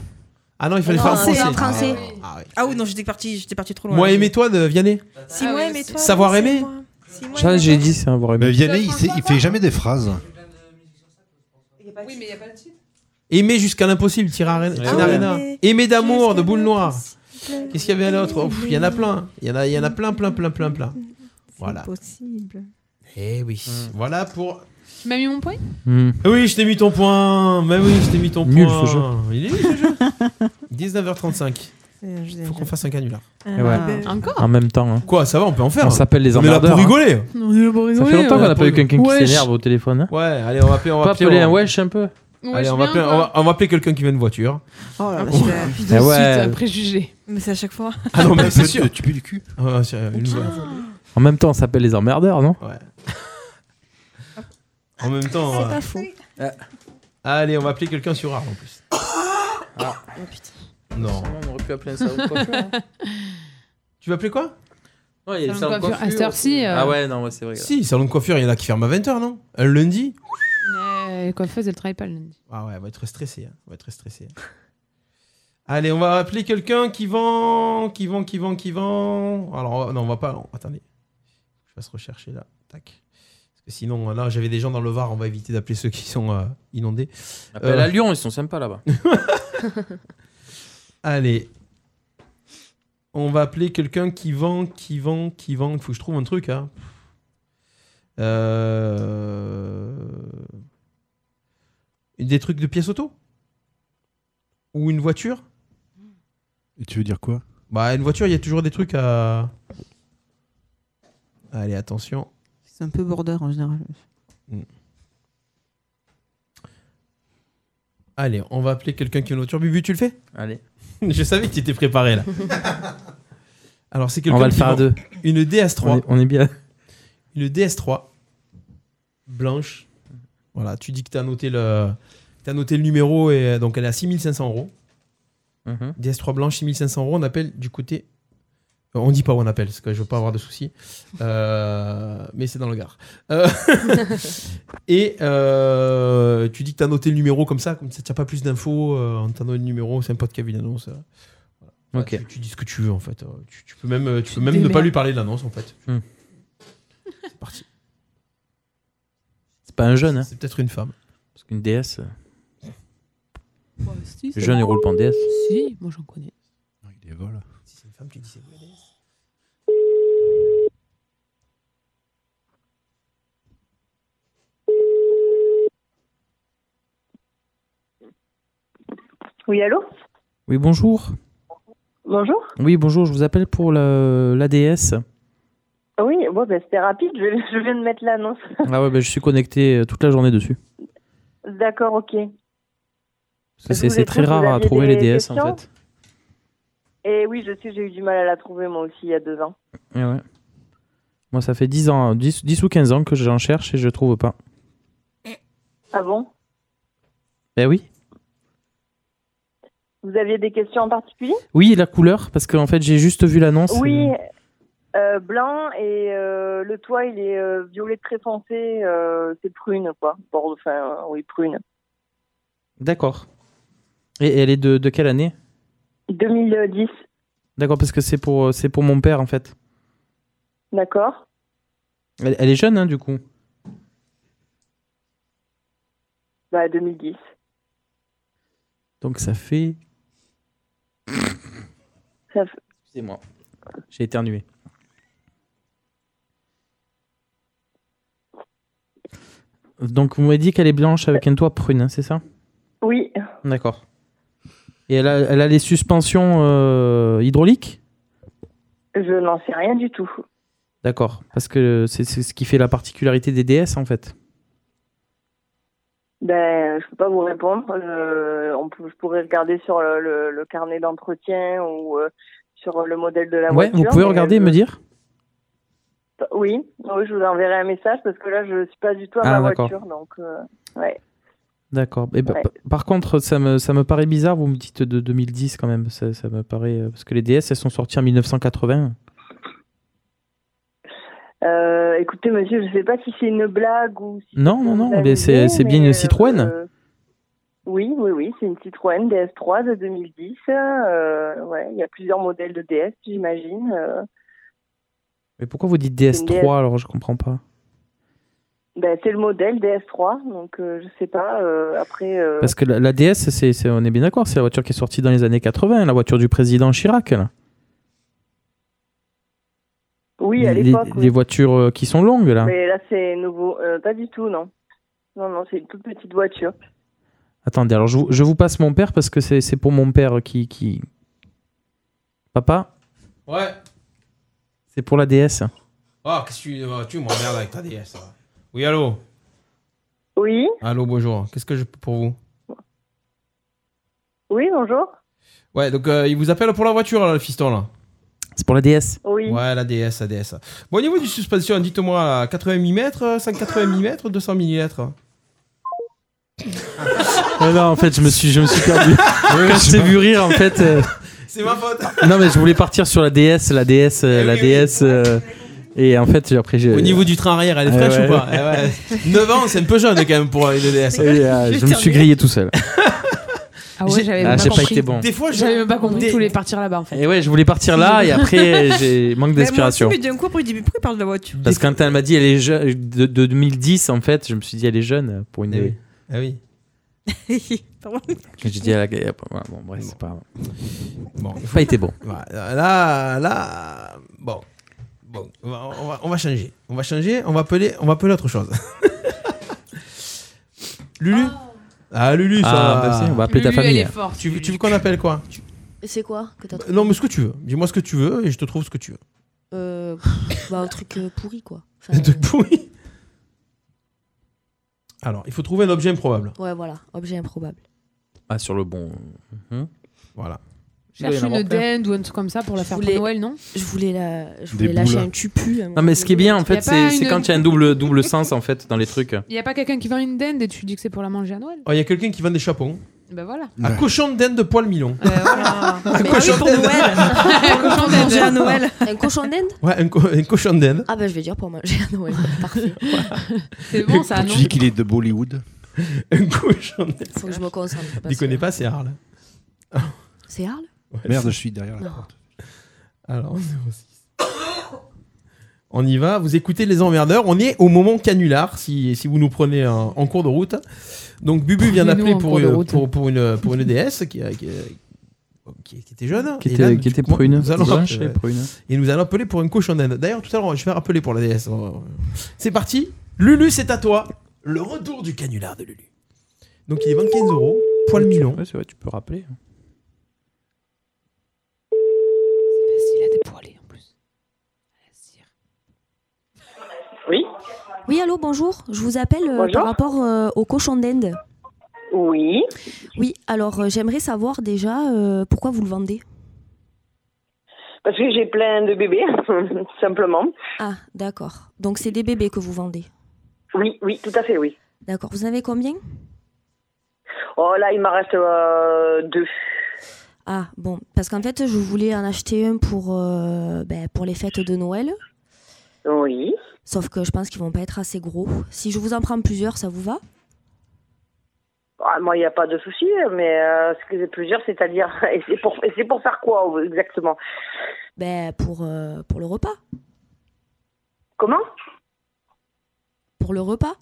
F: Ah non, il fallait
I: Non,
F: faire en
I: c'est
F: français.
I: en
G: français.
F: Ah ouais.
L: Ah oui, non, j'étais parti, j'étais parti trop loin.
F: Moi, aimez-toi de Vianney.
L: Si moi aimais toi.
F: Savoir aimer.
H: Ça, j'ai dit savoir aimer.
A: Mais Vianney, il, sait- il fait jamais des phrases.
I: Oui, mais il n'y a pas le titre.
F: Aimer jusqu'à l'impossible, Tina Arena.
A: Bah
F: Tina
H: ouais.
F: Arena. Aimer d'amour, de boule noire. Qu'est-ce qu'il y avait d'autre Ouf, Il y en a plein. Il y en a, il y en a plein, plein, plein, plein, plein. Voilà.
G: Possible.
F: Eh oui.
H: Hmm.
F: Voilà pour.
I: Tu m'as mis mon point
F: Oui, je t'ai mis ton point. Mais oui, je t'ai mis ton point.
H: Mm. Nul, ce jeu.
F: Il est nul, ce jeu. 19h35. Faut qu'on fasse un canular.
G: Ah,
H: Eh ouais.
G: bah,
F: bah.
I: Encore
H: En même temps. hein.
F: Quoi, ça va, on peut en faire.
H: On s'appelle les
F: On est là
H: emmerdeurs.
F: pour
H: hein.
F: rigoler.
H: Ça fait longtemps qu'on n'a pas eu quelqu'un qui
F: Wesh.
H: s'énerve au téléphone. hein.
F: Ouais, allez, on va appeler. On
H: On
F: va
H: peut
F: appeler,
H: appeler
F: on-
H: un wesh un peu
F: Allez, on va appeler, on va- on va appeler quelqu'un qui vient de voiture.
G: Oh là là,
F: Oh.
G: je-
H: Eh ouais.
I: Préjugé.
L: euh, Mais c'est à chaque fois.
F: Ah non, mais c'est sûr.
A: Tu pues le cul.
F: Ah, c'est une voix.
H: En même temps, on s'appelle les emmerdeurs, non
F: Ouais. En même temps. euh,
G: faux. Ah.
F: Allez, on va appeler quelqu'un sur Arles en plus. Ah. Non.
H: On aurait pu appeler un salon de coiffure.
F: Tu vas appeler quoi
H: Ouais, il y a le salon
I: Salon de
H: de
I: coiffure, à cette
H: coiffure.
I: heure-ci, euh.
H: Ah ouais, non, ouais, c'est vrai.
F: Si, salon de coiffure, il y en a qui ferment à 20h, non Un lundi
I: Euh, coiffeuse, elle travaille pas le lundi.
F: Ah ouais, on va être stressé. hein, On va être stressé. Allez, on va appeler quelqu'un qui vend, qui vend, qui vend, qui vend. Alors, on va- non, on va pas. non, attendez. Je vais se rechercher là. Tac. Parce que sinon, euh, là, j'avais des gens dans le Var. On va éviter d'appeler ceux qui sont euh, inondés.
H: Appelle
F: Euh,
H: à Lyon, ils sont sympas là-bas.
F: Allez. On va appeler quelqu'un qui vend, qui vend, qui vend. Il faut que je trouve un truc. Hein. Euh, Des trucs de pièces auto Ou une voiture
A: Et tu veux dire quoi
F: Bah, une voiture, il y a toujours des trucs à. Allez, attention.
G: C'est un peu border en général.
F: Allez, on va appeler quelqu'un qui a une voiture. Bubu, tu le fais
H: Allez.
F: Je savais que tu étais préparé là. Alors, c'est quelqu'un
H: On va le
F: qui
H: faire à
F: vend
H: deux.
F: Une DS3.
H: On est, on est bien.
F: une DS3 blanche. Voilà, tu dis que tu as noté le que t'as noté le numéro et euh, donc elle est à 6500 euros.
H: Mhm.
F: DS3 blanche 6500 euros, on appelle du côté euh, On dit pas où on appelle, parce que je veux pas avoir de soucis. Euh, mais c'est dans le Gard. Euh, et euh, tu dis que tu as noté le numéro comme ça, comme ça, tu n'as pas plus d'infos, euh, on t'a donné le numéro, c'est un pote qui a vu l'annonce. euh. Voilà.
H: Ok.
F: Tu, tu dis ce que tu veux en fait. euh, Tu, tu peux même, euh, tu
H: Tu
F: peux
H: te
F: même ne pas
H: démerdes.
F: lui parler de l'annonce en fait.
H: Hmm.
F: C'est parti.
H: C'est pas un jeune, hein.
F: C'est peut-être une femme.
H: Parce qu'une déesse. euh, Les jeunes, ils roulent pas en DS.
I: Si, moi j'en connais.
F: Il vole. Si c'est une femme, tu dis c'est une déesse.
X: Oui, allô
H: Oui, bonjour.
X: Bonjour
H: Oui, bonjour, je vous appelle pour le- la déesse.
X: Oui, bon, ben, c'était rapide, je, je viens de mettre l'annonce.
H: Ah ouais, bah, je suis connecté euh, toute la journée dessus.
X: D'accord, ok.
H: Parce que C'est
X: vous
H: c'est
X: êtes
H: très
X: tous, vous
H: rare à
X: aviez
H: trouver les
X: des
H: déesses en
X: questions
H: fait.
X: Et oui, je sais, j'ai eu du mal à la trouver moi aussi il y a deux ans.
H: Eh ouais. Moi, ça fait 10 ans, 10, 10 ou 15 ans que j'en cherche et je trouve pas.
X: Ah bon
H: Eh oui.
X: Vous aviez des questions en particulier
H: Oui, la couleur, parce qu'en fait, j'ai juste vu l'annonce.
X: Oui,
H: euh,
X: euh, blanc et euh, le toit, il est euh, violet très foncé, euh, c'est prune, quoi. Bordeaux, enfin, euh, oui, prune.
H: D'accord. Et, et elle est de, de quelle année
X: 2010,
H: D'accord, parce que c'est pour, euh, c'est pour mon père en fait.
X: d'accord
H: Elle, elle est jeune, hein, du coup.
X: Bah, 2010.
H: Donc ça fait.
X: Ça fait-
H: Excusez-moi. J'ai éternué. Donc vous m'avez dit qu'elle est blanche avec un toit prune, hein, c'est ça
X: Oui,
H: D'accord. Et elle a, elle a les suspensions euh, hydrauliques
X: je n'en sais rien du tout.
H: D'accord. Parce que c'est c'est ce qui fait la particularité des DS en fait.
X: Ben, je peux pas vous répondre. Euh, on peut, je pourrais regarder sur le, le- le carnet d'entretien ou euh, sur le modèle de la
H: ouais,
X: voiture.
H: vous pouvez
X: mais
H: regarder et
X: je-
H: me dire
X: Oui, oui, je vous enverrai un message parce que là, je suis pas du tout à
H: Ah,
X: ma
H: d'accord.
X: voiture, donc euh, ouais.
H: D'accord. Et par-
X: Ouais.
H: Par contre, ça me, ça me paraît bizarre, vous me dites de 2010 quand même. Ça, ça me paraît. euh, Parce que les DS, elles sont sorties en 1980.
X: Euh, écoutez, monsieur, je sais pas si c'est une blague ou si
H: Non, non, non.
X: Bah,
H: les-
X: vous
H: C'est
X: voyez,
H: c'est bien
X: mais,
H: une
X: euh,
H: Citroën.
X: euh, Oui, oui, oui, c'est une Citroën DS3 de 2010. euh, ouais, il y a plusieurs modèles de DS, j'imagine. euh.
H: Mais pourquoi vous dites
X: c'est une
H: DS3
X: DS.
H: alors Je comprends pas.
X: Ben, c'est le modèle DS3, donc euh, je sais pas. euh, après, euh,
H: Parce que la, la DS, c'est c'est- on est bien d'accord, c'est la voiture qui est sortie dans les années 80, la voiture du président Chirac. Là.
X: oui, à
H: les,
X: l'époque.
H: les
X: oui.
H: voitures euh, qui sont longues là.
X: Mais là, c'est nouveau. Euh, pas du tout, non. Non, non, c'est une toute petite voiture.
H: Attendez, alors je vous, je vous passe mon père parce que c'est c'est pour mon père qui. qui... Papa,
F: Ouais.
H: c'est pour la DS.
F: Oh, qu'est-ce que tu, oh, tu m'emmerdes avec ta DS. là. Oui, allô
X: Oui,
F: Allô, bonjour. Qu'est-ce que je peux pour vous
X: oui, bonjour.
F: Ouais, donc euh, il vous appelle pour la voiture, là, le fiston, là.
H: C'est pour la DS
X: Oui.
F: Ouais, la DS, la DS. Bon, au niveau du suspension, dites-moi, là, 80 mm, 180 mm, 200 mm
H: Ah non, en fait, je me suis, je me suis perdu. Quand je t'ai vu rire, en fait. euh,
F: C'est ma faute. Eh
H: Non, mais je voulais partir sur la DS, la DS, euh, la DS. euh, Et en fait, après, j'ai.
F: Au niveau du train arrière, elle est
H: Ah
F: fraîche
H: Euh, ouais.
F: ou pas Eh ouais. 9 ans, c'est un peu jeune quand même pour une DS.
H: Et, euh, je me suis grillé tout seul.
I: Ah ouais,
H: J'ai-
I: j'avais
H: Ah,
I: même
H: j'ai
I: pas
H: pas
I: compris.
H: été bon. Des
F: fois,
I: j'avais même pas compris tous les partir là-bas en fait.
H: Et ouais, je voulais partir là, et après, j'ai manque
G: Mais moi aussi,
H: d'inspiration.
G: Mais d'un coup, après, je dis, mais pourquoi il parle de la voiture
H: Parce que quand elle m'a dit elle est jeune, de, de 2010, en fait, je me suis dit elle est jeune pour une.
F: Ah oui. Ah oui.
H: J'ai dit elle a- voilà, Bon, bref, c'est pas.
F: Bon.
H: Pas été bon.
F: Ouais, Là, là, bon. Bon, on va, on va- on va changer. On va changer, on va appeler, on va appeler autre chose. Lulu Ah, Lulu, ça
H: Ah,
F: va.
H: bah si, on va appeler ta Lulu, famille. elle est forte.
F: Tu, veux- tu veux qu'on appelle quoi Tu-
D: C'est quoi que t'as trouvé
F: Non, mais ce que tu veux. Dis-moi ce que tu veux et je te trouve ce que tu veux.
D: Euh, pff, bah, un truc euh, pourri quoi. Enfin,
F: De pourri Alors, il faut trouver un objet improbable.
D: Ouais, voilà, objet improbable.
H: Ah, sur le bon. Mhm.
F: Voilà.
H: Ah
I: Cherche une dinde ou un truc comme ça pour la faire pour Noël, non
D: Je voulais la, je
H: Des
D: voulais lâcher
H: boules.
D: un tupu. à un
L: hein,
H: Non, mais ce qui est bien, en
I: Y a
H: fait,
I: pas
H: c'est c'est
I: une-
H: quand il y a un double, double sens, en fait, dans les trucs.
I: Il y a pas quelqu'un qui vend une dinde et tu dis que c'est pour la manger à Noël
F: Oh, il y a quelqu'un qui vend des chapeaux.
I: Bah voilà.
F: Un cochon de dinde de poil milon. un
D: Mais
F: cochon
D: oui,
F: de
D: pour
F: dinde.
D: Noël.
F: Un cochon
D: Pour
F: d'Inde.
D: manger à Noël. Un cochon d'Inde
F: Ouais, un, co- un cochon de dinde.
D: Ah bah je vais dire pour manger à Noël. Parfait.
I: C'est bon ça, non
F: qu'il est de Bollywood. un cochon de
D: Faut que je me concentre.
F: Tu
D: parce
F: les
D: que-
F: connais pas, c'est Arles.
D: C'est Arles
F: Merde,
A: je suis derrière la
D: Non.
A: porte.
F: Alors, 06. On y va, vous écoutez les emmerdeurs, on est au moment canular, si, si vous nous prenez en, en cours de route. Donc Bubu
H: Prenez-nous
F: vient d'appeler
H: en
F: pour,
H: cours de
F: une-
H: route.
F: pour, pour une, pour une déesse qui, a- qui a- qui- qui était jeune.
H: Qui
F: Et
H: était-
F: là,
H: qui
F: tu-
H: était
F: comment-
H: prune.
F: nous allons
H: Blanche
F: appeler-
H: et prune.
F: Et nous allons appeler pour une cochon d'Inde. D'ailleurs, tout à l'heure, je vais rappeler pour la déesse. Oh. C'est parti, Lulu, c'est à toi. Le retour du canular de Lulu. Donc il est 25 euros, poil milon.
H: Ouais, c'est vrai, tu peux rappeler.
I: Facile à dépoiler en plus.
B: Oui
D: Oui, allô, bonjour. Je vous appelle euh,
B: Bonjour.
D: par rapport euh, au cochon d'Inde.
B: Oui.
D: Oui, alors euh, j'aimerais savoir déjà euh, pourquoi vous le vendez.
B: Parce que j'ai plein de bébés, simplement.
D: Ah, d'accord. Donc c'est des bébés que vous vendez.
B: Oui, oui, tout à fait, oui.
D: D'accord. Vous en avez combien
B: Oh là, il m'en reste euh, deux.
D: Ah, bon. Parce qu'en fait, je voulais en acheter un pour, euh, ben, pour les fêtes de Noël.
B: Oui.
D: Sauf que je pense qu'ils vont pas être assez gros. Si je vous en prends plusieurs, ça vous va
B: Ah, moi, il n'y a pas de souci, mais euh, ce que j'ai plusieurs, c'est-à-dire, et c'est pour, et c'est pour faire quoi exactement
D: Ben, pour, euh, pour le repas.
B: Comment
D: Pour le repas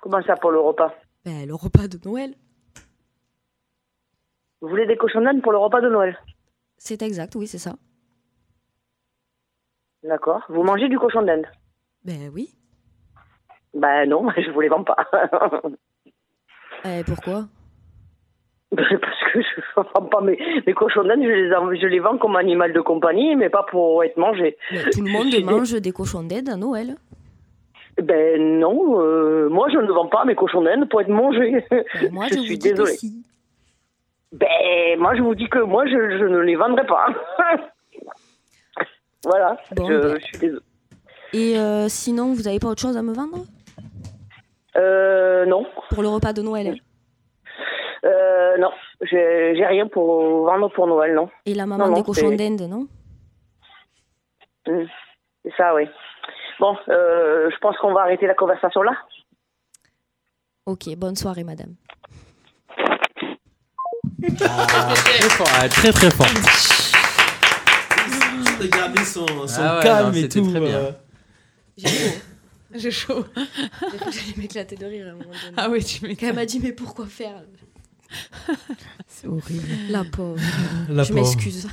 B: Comment ça pour le repas
D: Ben, le repas de Noël.
B: Vous voulez des cochons d'âne pour le repas de Noël
D: C'est exact, oui, c'est ça.
B: D'accord. Vous mangez du cochon d'Inde
D: Ben oui.
B: Ben non, je vous les vends pas.
D: Eh, pourquoi
B: Ben, Parce que je ne vends pas mes, mes cochons d'Inde, je les, en- je les vends comme animal de compagnie, mais pas pour être mangés.
D: Mais Tout le monde mange des cochons d'Inde à Noël.
B: Ben non, euh, moi je ne vends pas mes cochons d'Inde pour être mangés.
D: Ben, moi,
B: je,
D: je
B: suis
D: vous dis que
B: désolée.
D: si.
B: Ben moi je vous dis que moi je, je ne les vendrai pas. voilà,
D: Bon,
B: je,
D: ben.
B: je suis désolée.
D: Et euh, sinon, vous n'avez pas autre chose à me vendre
B: Euh, non,
D: Pour le repas de Noël
B: euh, non, j'ai j'ai rien pour vendre pour Noël, non.
D: Et la maman
B: Non, non,
D: des cochons
B: c'est-
D: d'Inde, non
B: Mm. C'est ça, oui. Bon, euh, je pense qu'on va arrêter la conversation là.
D: Ok, bonne soirée, madame.
F: Ah,
K: Très fort, ouais, très très fort.
F: de garder Ah, son, son
K: Ah ouais,
F: calme
K: non,
F: et
K: c'était
F: tout.
K: très bien.
F: euh.
I: J'ai chaud.
D: J'ai cru que j'allais m'éclater de rire à un moment donné.
I: Ah ouais, tu
D: Quand elle m'a dit, mais pourquoi faire
I: C'est horrible.
D: La pauvre.
I: La
D: je
I: pauvre.
D: m'excuse.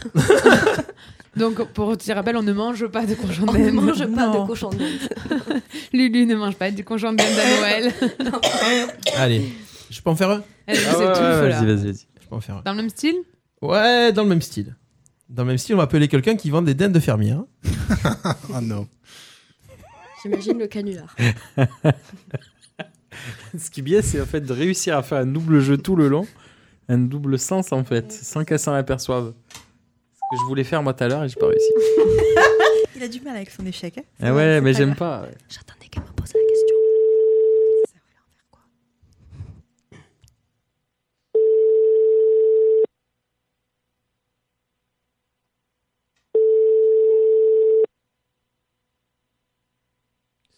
I: Donc, pour te rappel, on ne mange pas de cochon
D: On
I: d'Inde.
D: ne mange pas de
I: Non.
D: cochon d'Inde.
I: Lulu ne mange pas du cochon d'Inde à Noël.
F: Allez, je peux en faire un
I: Elle
H: Ah
I: vous étouffe, là.
F: Vas-y, vas-y, vas-y. Je peux en faire un.
I: Dans le même style
F: Ouais, dans le même style. Dans le même style, on va appeler quelqu'un qui vend des dindes de hein. fermière.
A: Ah non.
D: J'imagine le canular.
H: Ce qui est bien, c'est en fait de réussir à faire un double jeu tout le long, un double sens en fait, sans qu'elle s'en aperçoive. Ce que je voulais faire moi tout à l'heure et j'ai pas réussi.
L: Il a du mal avec son échec. hein.
H: Ah ouais, mais j'aime pas. ouais.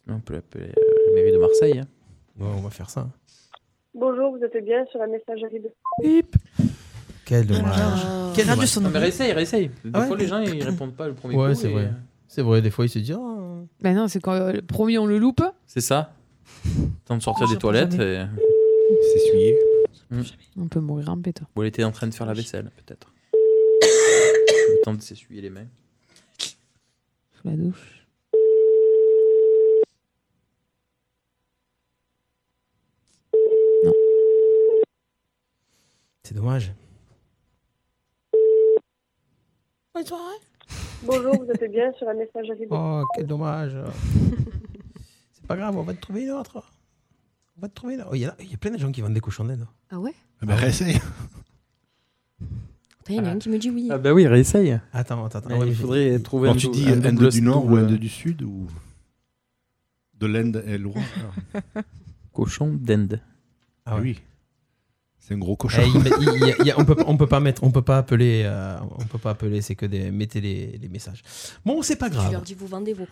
H: Sinon, on peut l'appeler euh, la mairie de Marseille. hein.
F: Ouais, on va faire ça. hein.
X: Bonjour, vous êtes bien sur la messagerie de.
F: Quel dommage. Ah, Quel
H: Radio
F: dommage.
H: son nom. Ah, Non, mais réessaye, réessaye. Des
F: Ah ouais
H: fois, les gens, ils répondent pas le premier
F: Ouais,
H: coup
F: c'est
H: et- euh,
F: vrai. C'est vrai, des fois, ils se disent. Ah,
I: Bah non, c'est quand euh, le premier on le loupe. Ah,
H: C'est ça. Temps de sortir des
I: surprend
H: toilettes et. S'essuyer.
I: On peut mourir en pétant.
H: Ou elle était en train de faire la vaisselle, peut-être. le temps de s'essuyer les mains.
I: Sous la douche.
F: C'est dommage.
X: Bonjour, vous êtes bien sur la messagerie de.
F: Oh, quel dommage. c'est pas grave, on va te trouver une autre. On va te trouver une autre. Oh, Il y, en a- il y a plein de gens qui vendent des cochons d'Inde.
D: Ah ouais
F: Bah, réessaye.
D: Il y en a un qui me dit oui.
H: Ah bah oui, réessaye.
F: Attends, attends, attends.
H: Mais
F: Ouais, mais
H: il
F: j'ai-
H: faudrait trouver
A: Quand
H: un
A: tu
H: dou-
A: dis
H: un
A: Inde
H: double
A: du Nord euh, ou
H: double-
A: Inde du Sud ou de l'Inde et l'Ouest
H: Cochon d'Inde.
F: Ah
A: oui.
F: C'est un gros
A: cochon.
F: on peut on peut pas mettre on peut pas appeler euh, on peut pas appeler c'est que des mettez les, les messages. Bon c'est pas
D: Tu
F: grave.
D: leur dis, vous vendez vos.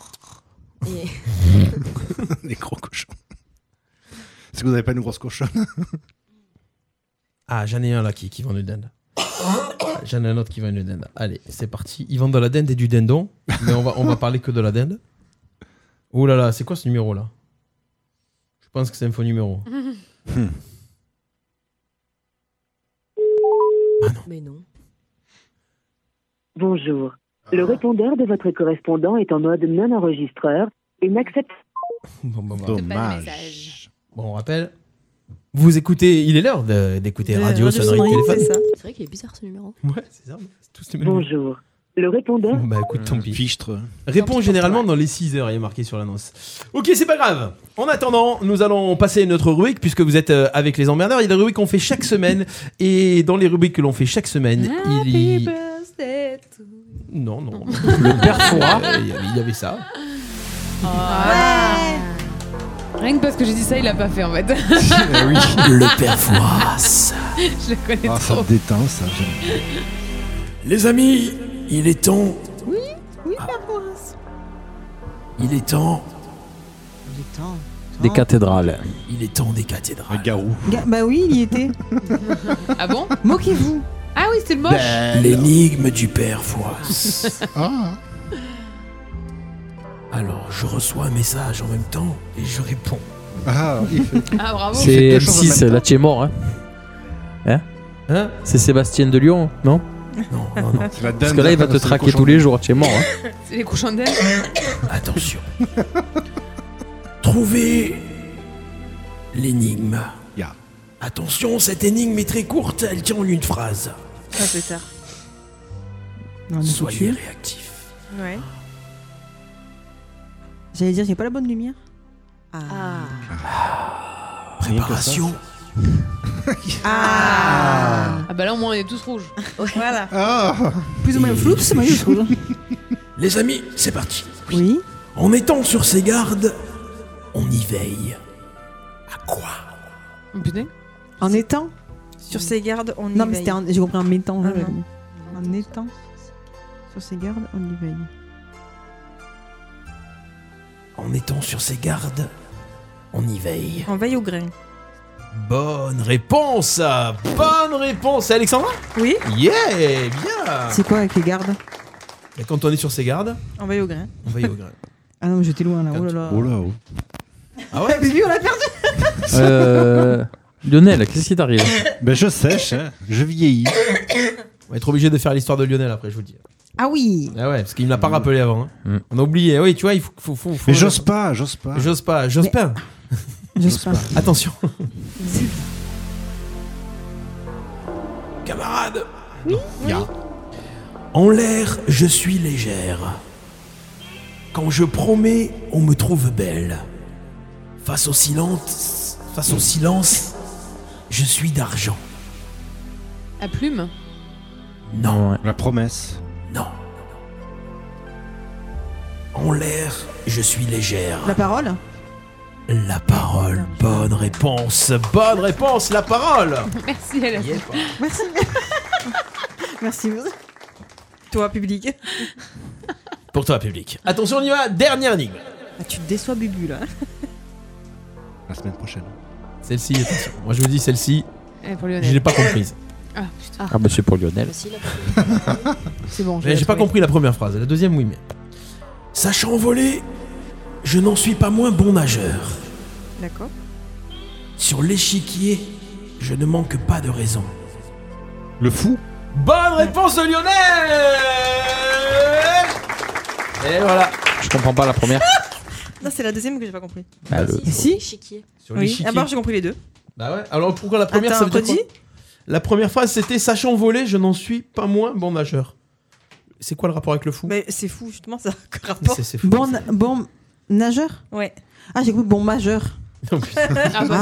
D: Et-
A: Les gros cochons. Est-ce que vous n'avez pas une grosse cochonne
F: Ah j'en ai un là qui qui vend le dinde. J'en ai un autre qui vend le dinde. Allez c'est parti. Ils vendent de la dinde et du dindon mais on va on va parler que de la dinde. Oh là là c'est quoi ce numéro là Je pense que c'est un faux numéro. Hmm.
D: Mais non.
Y: Bonjour. Le répondeur de votre correspondant est en mode non-enregistreur et n'accepte
F: Bon, bon, bon.
Z: Dommage.
F: Bon, on rappelle. Vous écoutez, il est l'heure de- d'écouter
D: De
F: radio,
D: Radio
F: sonnerie,
D: Sonnerie,
F: téléphone.
D: c'est ça. C'est vrai qu'il est bizarre ce numéro.
F: Ouais, c'est ça. Tous les mêmes.
Y: Bonjour. Le répondeur.
F: Bah écoute, tant pis. Réponds généralement dans les 6 heures, il est marqué sur l'annonce. Ok, c'est pas grave. En attendant, nous allons passer notre rubrique puisque vous êtes euh, avec les emmerdeurs. Il y a des rubriques qu'on fait chaque semaine et dans les rubriques que l'on fait chaque semaine, il y... Non, non. Le père Fouras, euh, il y avait- il y avait ça.
I: Ah. Rien que parce que j'ai dit ça, il l'a pas fait en fait.
K: Eh Le père Fouras.
I: Je le connais
A: Ah, ça
I: trop.
A: me détend, ça.
K: Les amis, il est temps, Ah.
G: Oui, oui, Perforas.
K: il est temps
G: Il est temps.
F: Oh.
K: des cathédrales.
F: Ah
K: Il est temps des cathédrales. Un garou.
G: Ga- Bah oui, il y était.
I: ah bon
G: Moquez-vous.
I: Ah oui, c'est le moche.
K: L'énigme du père Fouras.
F: Ah.
K: Alors, je reçois un message en même temps et je réponds.
A: Ah, il fait-
I: Ah bravo.
K: C'est M6, là tu es mort. Hein, hein,
F: Hein
K: C'est Sébastien de Lyon, non Non, non, non.
A: la
K: Parce
A: dinde,
K: que là, il va
A: c'est
K: te
A: le
K: traquer
A: cochon.
K: tous les jours, tu es mort. hein.
I: C'est les couchons d'aile.
K: Attention. Trouvez l'énigme. Attention, cette énigme est très courte, elle tient en une phrase.
L: Ah, plus tard.
K: Soyez réactifs.
L: Ouais.
G: J'allais dire, j'ai pas la bonne lumière.
L: Ah.
K: Préparation.
I: Ah bah là au moins on est tous rouges.
G: Voilà.
F: Ah.
A: Ah.
K: Plus
G: ou moins flou, c'est moyen, je trouve.
K: Les amis, c'est parti. Oui. En étant sur ses gardes, on y veille.
I: Oh, Putain.
G: En étant
L: Sur ses gardes, on y
G: Non, mais
L: veille.
G: c'était en- j'ai compris en mettant.
L: Ah,
G: ouais,
L: non.
G: En étant. Sur ses gardes, on y veille.
K: En étant sur ses gardes, on y veille.
L: On veille au grain.
F: Bonne réponse Bonne réponse C'est Alexandra
L: Oui.
F: Yeah Bien
G: C'est quoi avec les gardes
F: Et quand on est sur ses gardes,
L: On veille au grain.
F: on veille au grain.
G: Ah non, mais j'étais loin là. Oh là là.
K: Oh là, oh.
F: Ah ouais
G: Bibi, on l'a perdu
K: Euh, Lionel, qu'est-ce qui t'arrive
F: Ben je sèche, je vieillis. On va être obligé de faire l'histoire de Lionel après, je vous le dis.
G: Ah oui
F: Ah ouais, parce qu'il ne l'a pas rappelé avant. hein.
K: Mm.
F: On a oublié. Oui, tu vois, il faut. faut, faut- faut-
A: Mais j'ose pas, j'ose pas.
F: J'ose pas, j'ose pas.
G: J'ose pas.
F: Attention. Camarade
Z: Oui.
K: En l'air, je suis légère. Quand je promets, on me trouve belle. Face au silence, face au silence, je suis d'argent.
I: À plume.
K: Non.
A: La promesse.
K: Non. En l'air, je suis légère.
G: La parole
K: La parole, bonne réponse, bonne réponse, la parole.
I: Merci elle.
G: Merci. Merci.
L: Toi, public.
F: Pour toi, public. Attention, on y va. Dernière énigme.
L: Ah,
G: tu te déçois, Bubu, là.
F: La semaine prochaine. Celle-ci, attention. Moi, je vous dis celle-ci.
I: Eh, pour Lionel.
F: Je l'ai pas comprise.
I: Ah putain.
K: bah c'est pour Lionel.
I: C'est bon. je
F: Mais
I: l'ai
F: j'ai pas
I: trouvé.
F: compris la première phrase. La deuxième, oui, mais. Sachant voler, je n'en suis pas moins bon nageur.
L: D'accord.
K: Sur l'échiquier, je ne manque pas de raison.
A: Le fou
F: Bonne réponse de Lionel Et voilà.
K: Je comprends pas la première.
L: Non, c'est la deuxième que j'ai pas compris.
K: Ah, le-
L: Si
F: Bah, Sur
L: Oui.
F: l'échiquier.
L: D'abord, j'ai compris les deux.
F: Bah ouais. Alors pourquoi la première
L: Attends,
F: ça veut dire
L: redis.
F: quoi La première phrase c'était sachant voler, je n'en suis pas moins bon nageur. C'est quoi le rapport avec le fou
L: Mais c'est fou, justement, ça a aucun rapport.
F: C'est- c'est fou.
G: Bon, bon nageur
L: Ouais.
G: Ah, j'ai cru bon majeur.
L: Ah bah,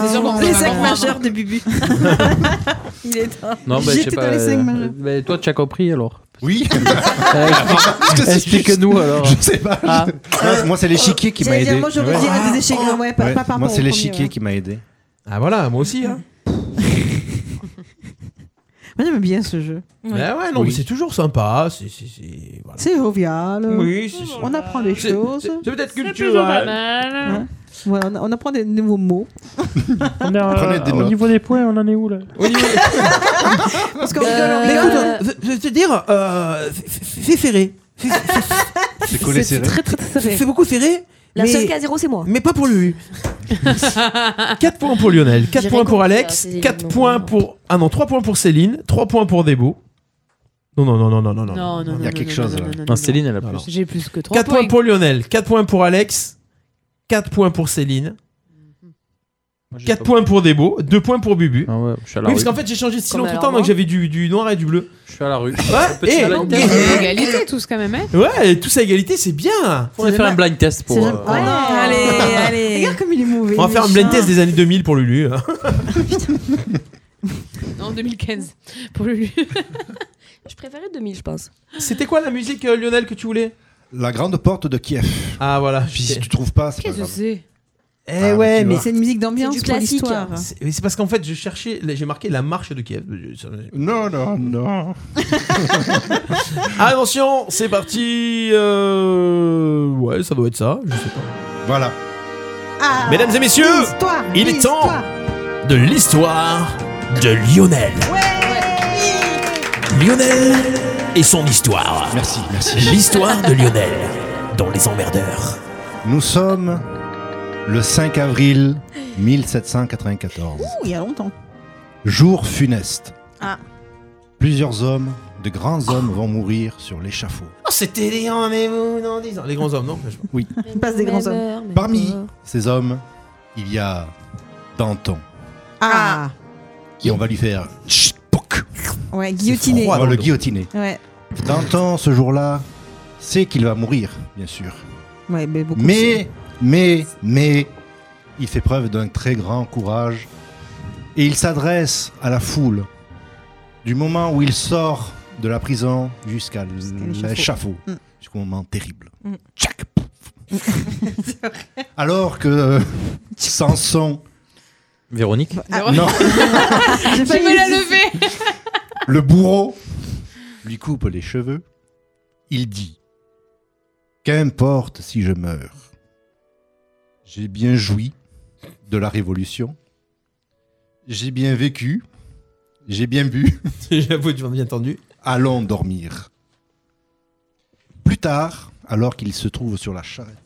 L: c'est sûr qu'on
G: Ah,
L: peut
G: les
L: pas
G: cinq
L: comprendre.
G: majeurs de Bubu. Il est temps.
K: Non, mais
H: ben,
K: je sais
G: J'étais
K: pas.
G: dans les
K: euh,
G: cinq majeurs.
K: mais toi, tu as compris alors
A: Oui.
K: Explique- Explique-nous alors.
A: Je sais pas.
K: Ah.
A: Non, moi, c'est l'échiquier qui m'a
G: J'allais
A: aidé.
G: dire, moi, j'aurais dit à des échecs. Non, ouais, pas,
A: Ouais,
G: pas par
A: ah, moi,
G: rapport
A: c'est
G: au premier,
A: l'échiquier
G: ouais.
A: qui m'a aidé.
F: Ah voilà, moi aussi. Hein.
G: Moi, j'aime bien ce jeu.
F: Ben ouais, non, mais c'est toujours sympa. C'est, c'est, c'est- voilà.
G: C'est jovial.
F: Oui, c'est ça.
G: On apprend des
F: C'est-
G: choses.
F: c'est- c'est peut-être culturel.
G: Hein Voilà, on, on apprend des nouveaux mots.
N: On est, euh,
G: Prenez des
N: au
G: notes.
N: niveau des points, hein. on en est où là
G: Parce
F: Euh,
G: qu'on rigole, on rigole.
F: mais écoute, je je vais te dire, euh, f- f- fait ferré.
A: C'est collé
F: C'est
A: serré.
F: très, très, très serré. Fait beaucoup ferré.
D: La
F: mais-
D: seule qui a zéro, c'est moi.
F: Mais pas pour lui. 4 points pour Lionel, 4
D: J'ai
F: points pour
D: récolté,
F: Alex,
D: euh, ces
F: 4
D: éléments.
F: points pour. Ah non, 3 points pour Céline, 3 points pour Debo. Non, non, non, non, non, non.
I: Non, non,
F: Il y a quelque chose là.
H: Non, Céline, elle a plus.
I: J'ai plus que 3
F: 4 points pour Lionel, 4 points pour Alex, 4 points pour Céline. 4 points pour Debo, 2 points pour Bubu.
H: Ah ouais, je suis à la
F: oui, parce
H: rue.
F: qu'en fait, j'ai Eh, changé de style
I: Comme hein.
F: entre
I: alors Ah,
F: temps, donc
I: moi.
F: j'avais du, du noir et du bleu.
H: Je suis à la rue.
F: Ouais,
H: Petit
F: et-
H: blind
I: Des égalités tous quand même, hein
F: Ouais, et tous à égalité, c'est bien.
H: On va faire un blind test pour. euh,
I: Oh
G: Ah, non.
L: allez, allez.
G: Regarde comme il est mauvais.
F: On va faire un
G: méchant.
F: blind test des années 2000 pour Lulu. hein.
I: En 2015. Pour Lulu.
D: Je préférais 2000, je pense.
F: C'était quoi la musique, euh, Lionel, que tu voulais
A: La grande porte de Kiev.
F: Ah voilà.
A: Puis si tu trouves pas, c'est pas grave.
I: sais
F: Eh
A: Ah, mais
F: ouais,
A: tu
F: mais
A: vois.
F: c'est
G: C'est une musique d'ambiance
I: C'est du
G: pour
I: classique.
G: l'histoire.
F: C'est mais c'est parce qu'en fait, je cherchais, là, j'ai marqué la marche de Kiev.
A: Non, non, non.
F: Attention, c'est parti. euh, Ouais, ça doit être ça, je sais pas.
A: Voilà.
G: Ah,
F: Mesdames et messieurs,
G: l'histoire,
F: il est temps
G: l'histoire.
F: de l'histoire de Lionel. Lionel et son histoire.
A: Merci, merci.
F: L'histoire de Lionel dans Les Emmerdeurs.
A: Nous sommes le 5 avril 1794.
G: Ouh, il y a longtemps.
A: Jour funeste.
G: Ah.
A: Plusieurs hommes, de grands hommes, vont mourir sur l'échafaud.
F: Oh, c'était les rendez-vous dans 10 ans. Les grands hommes, non
A: Oui.
G: Il passe des grands hommes.
A: Parmi ces hommes, il y a Danton.
G: Ah,
A: Et on va lui faire chut, poc.
G: ouais, guillotiné.
A: On va le guillotiner.
G: Ouais,
A: Danton, ce jour-là, sait qu'il va mourir, bien sûr.
G: ouais, mais beaucoup.
A: Mais, mais, mais, il fait preuve d'un très grand courage et il s'adresse à la foule du moment où il sort de la prison jusqu'à l'échafaud,
G: Mm.
A: jusqu'au moment terrible.
G: Mm.
A: Tchac Alors que euh, Samson,
H: Véronique
G: Bah, ah.
A: non,
G: J'ai
I: Je
G: failli
I: me la
G: dire-
I: lever
A: le bourreau, lui coupe les cheveux. Il dit Qu'importe si je meurs, j'ai bien joui de la révolution, j'ai bien vécu, j'ai bien bu,
F: J'avoue, tu m'as bien entendu.
A: allons dormir. Plus tard, alors qu'il se trouve sur la charrette,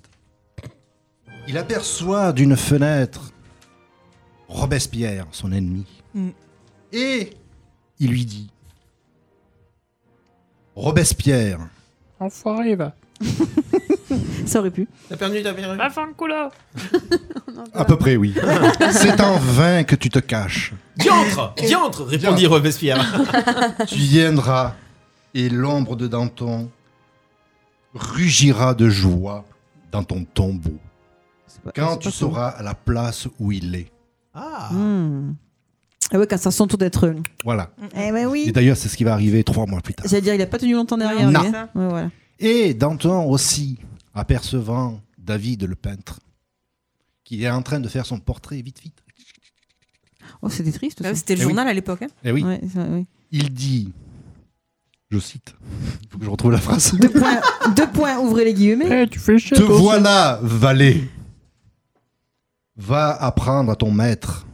A: il aperçoit d'une fenêtre Robespierre, son ennemi,
L: Mm.
A: et il lui dit Robespierre,
N: Enfoiré, va.
G: Ça aurait pu.
F: T'as perdu, t'as perdu.
N: La fin de couleur.
A: À peu près, oui. C'est en vain que tu te caches.
F: Diantre Diantre répondit Robespierre.
A: Tu viendras et l'ombre de Danton rugira de joie dans ton tombeau quand tu sauras à la place où il est.
F: Ah
G: Hmm. Ah ouais, quand ça sent tout d'être.
A: Voilà.
G: Eh ben
A: Et
G: oui.
A: d'ailleurs, c'est ce qui va arriver trois mois plus tard.
G: J'allais dire, il a pas tenu longtemps derrière.
A: Non.
G: lui, hein. Ouais, voilà.
A: Et Danton aussi, apercevant David le peintre, qui est en train de faire son portrait vite, vite.
G: Oh, c'était triste.
L: Bah
G: ça.
L: oui, C'était le
A: Eh oui.
L: journal à l'époque. hein.
A: Eh oui,
G: Ouais, ça, oui.
A: il dit, je cite, il faut que je retrouve la phrase.
G: Deux points, deux points, ouvrez les guillemets.
N: Eh, tu fais chier.
A: Te
N: toi aussi.
A: voilà, valet. Va apprendre à ton maître.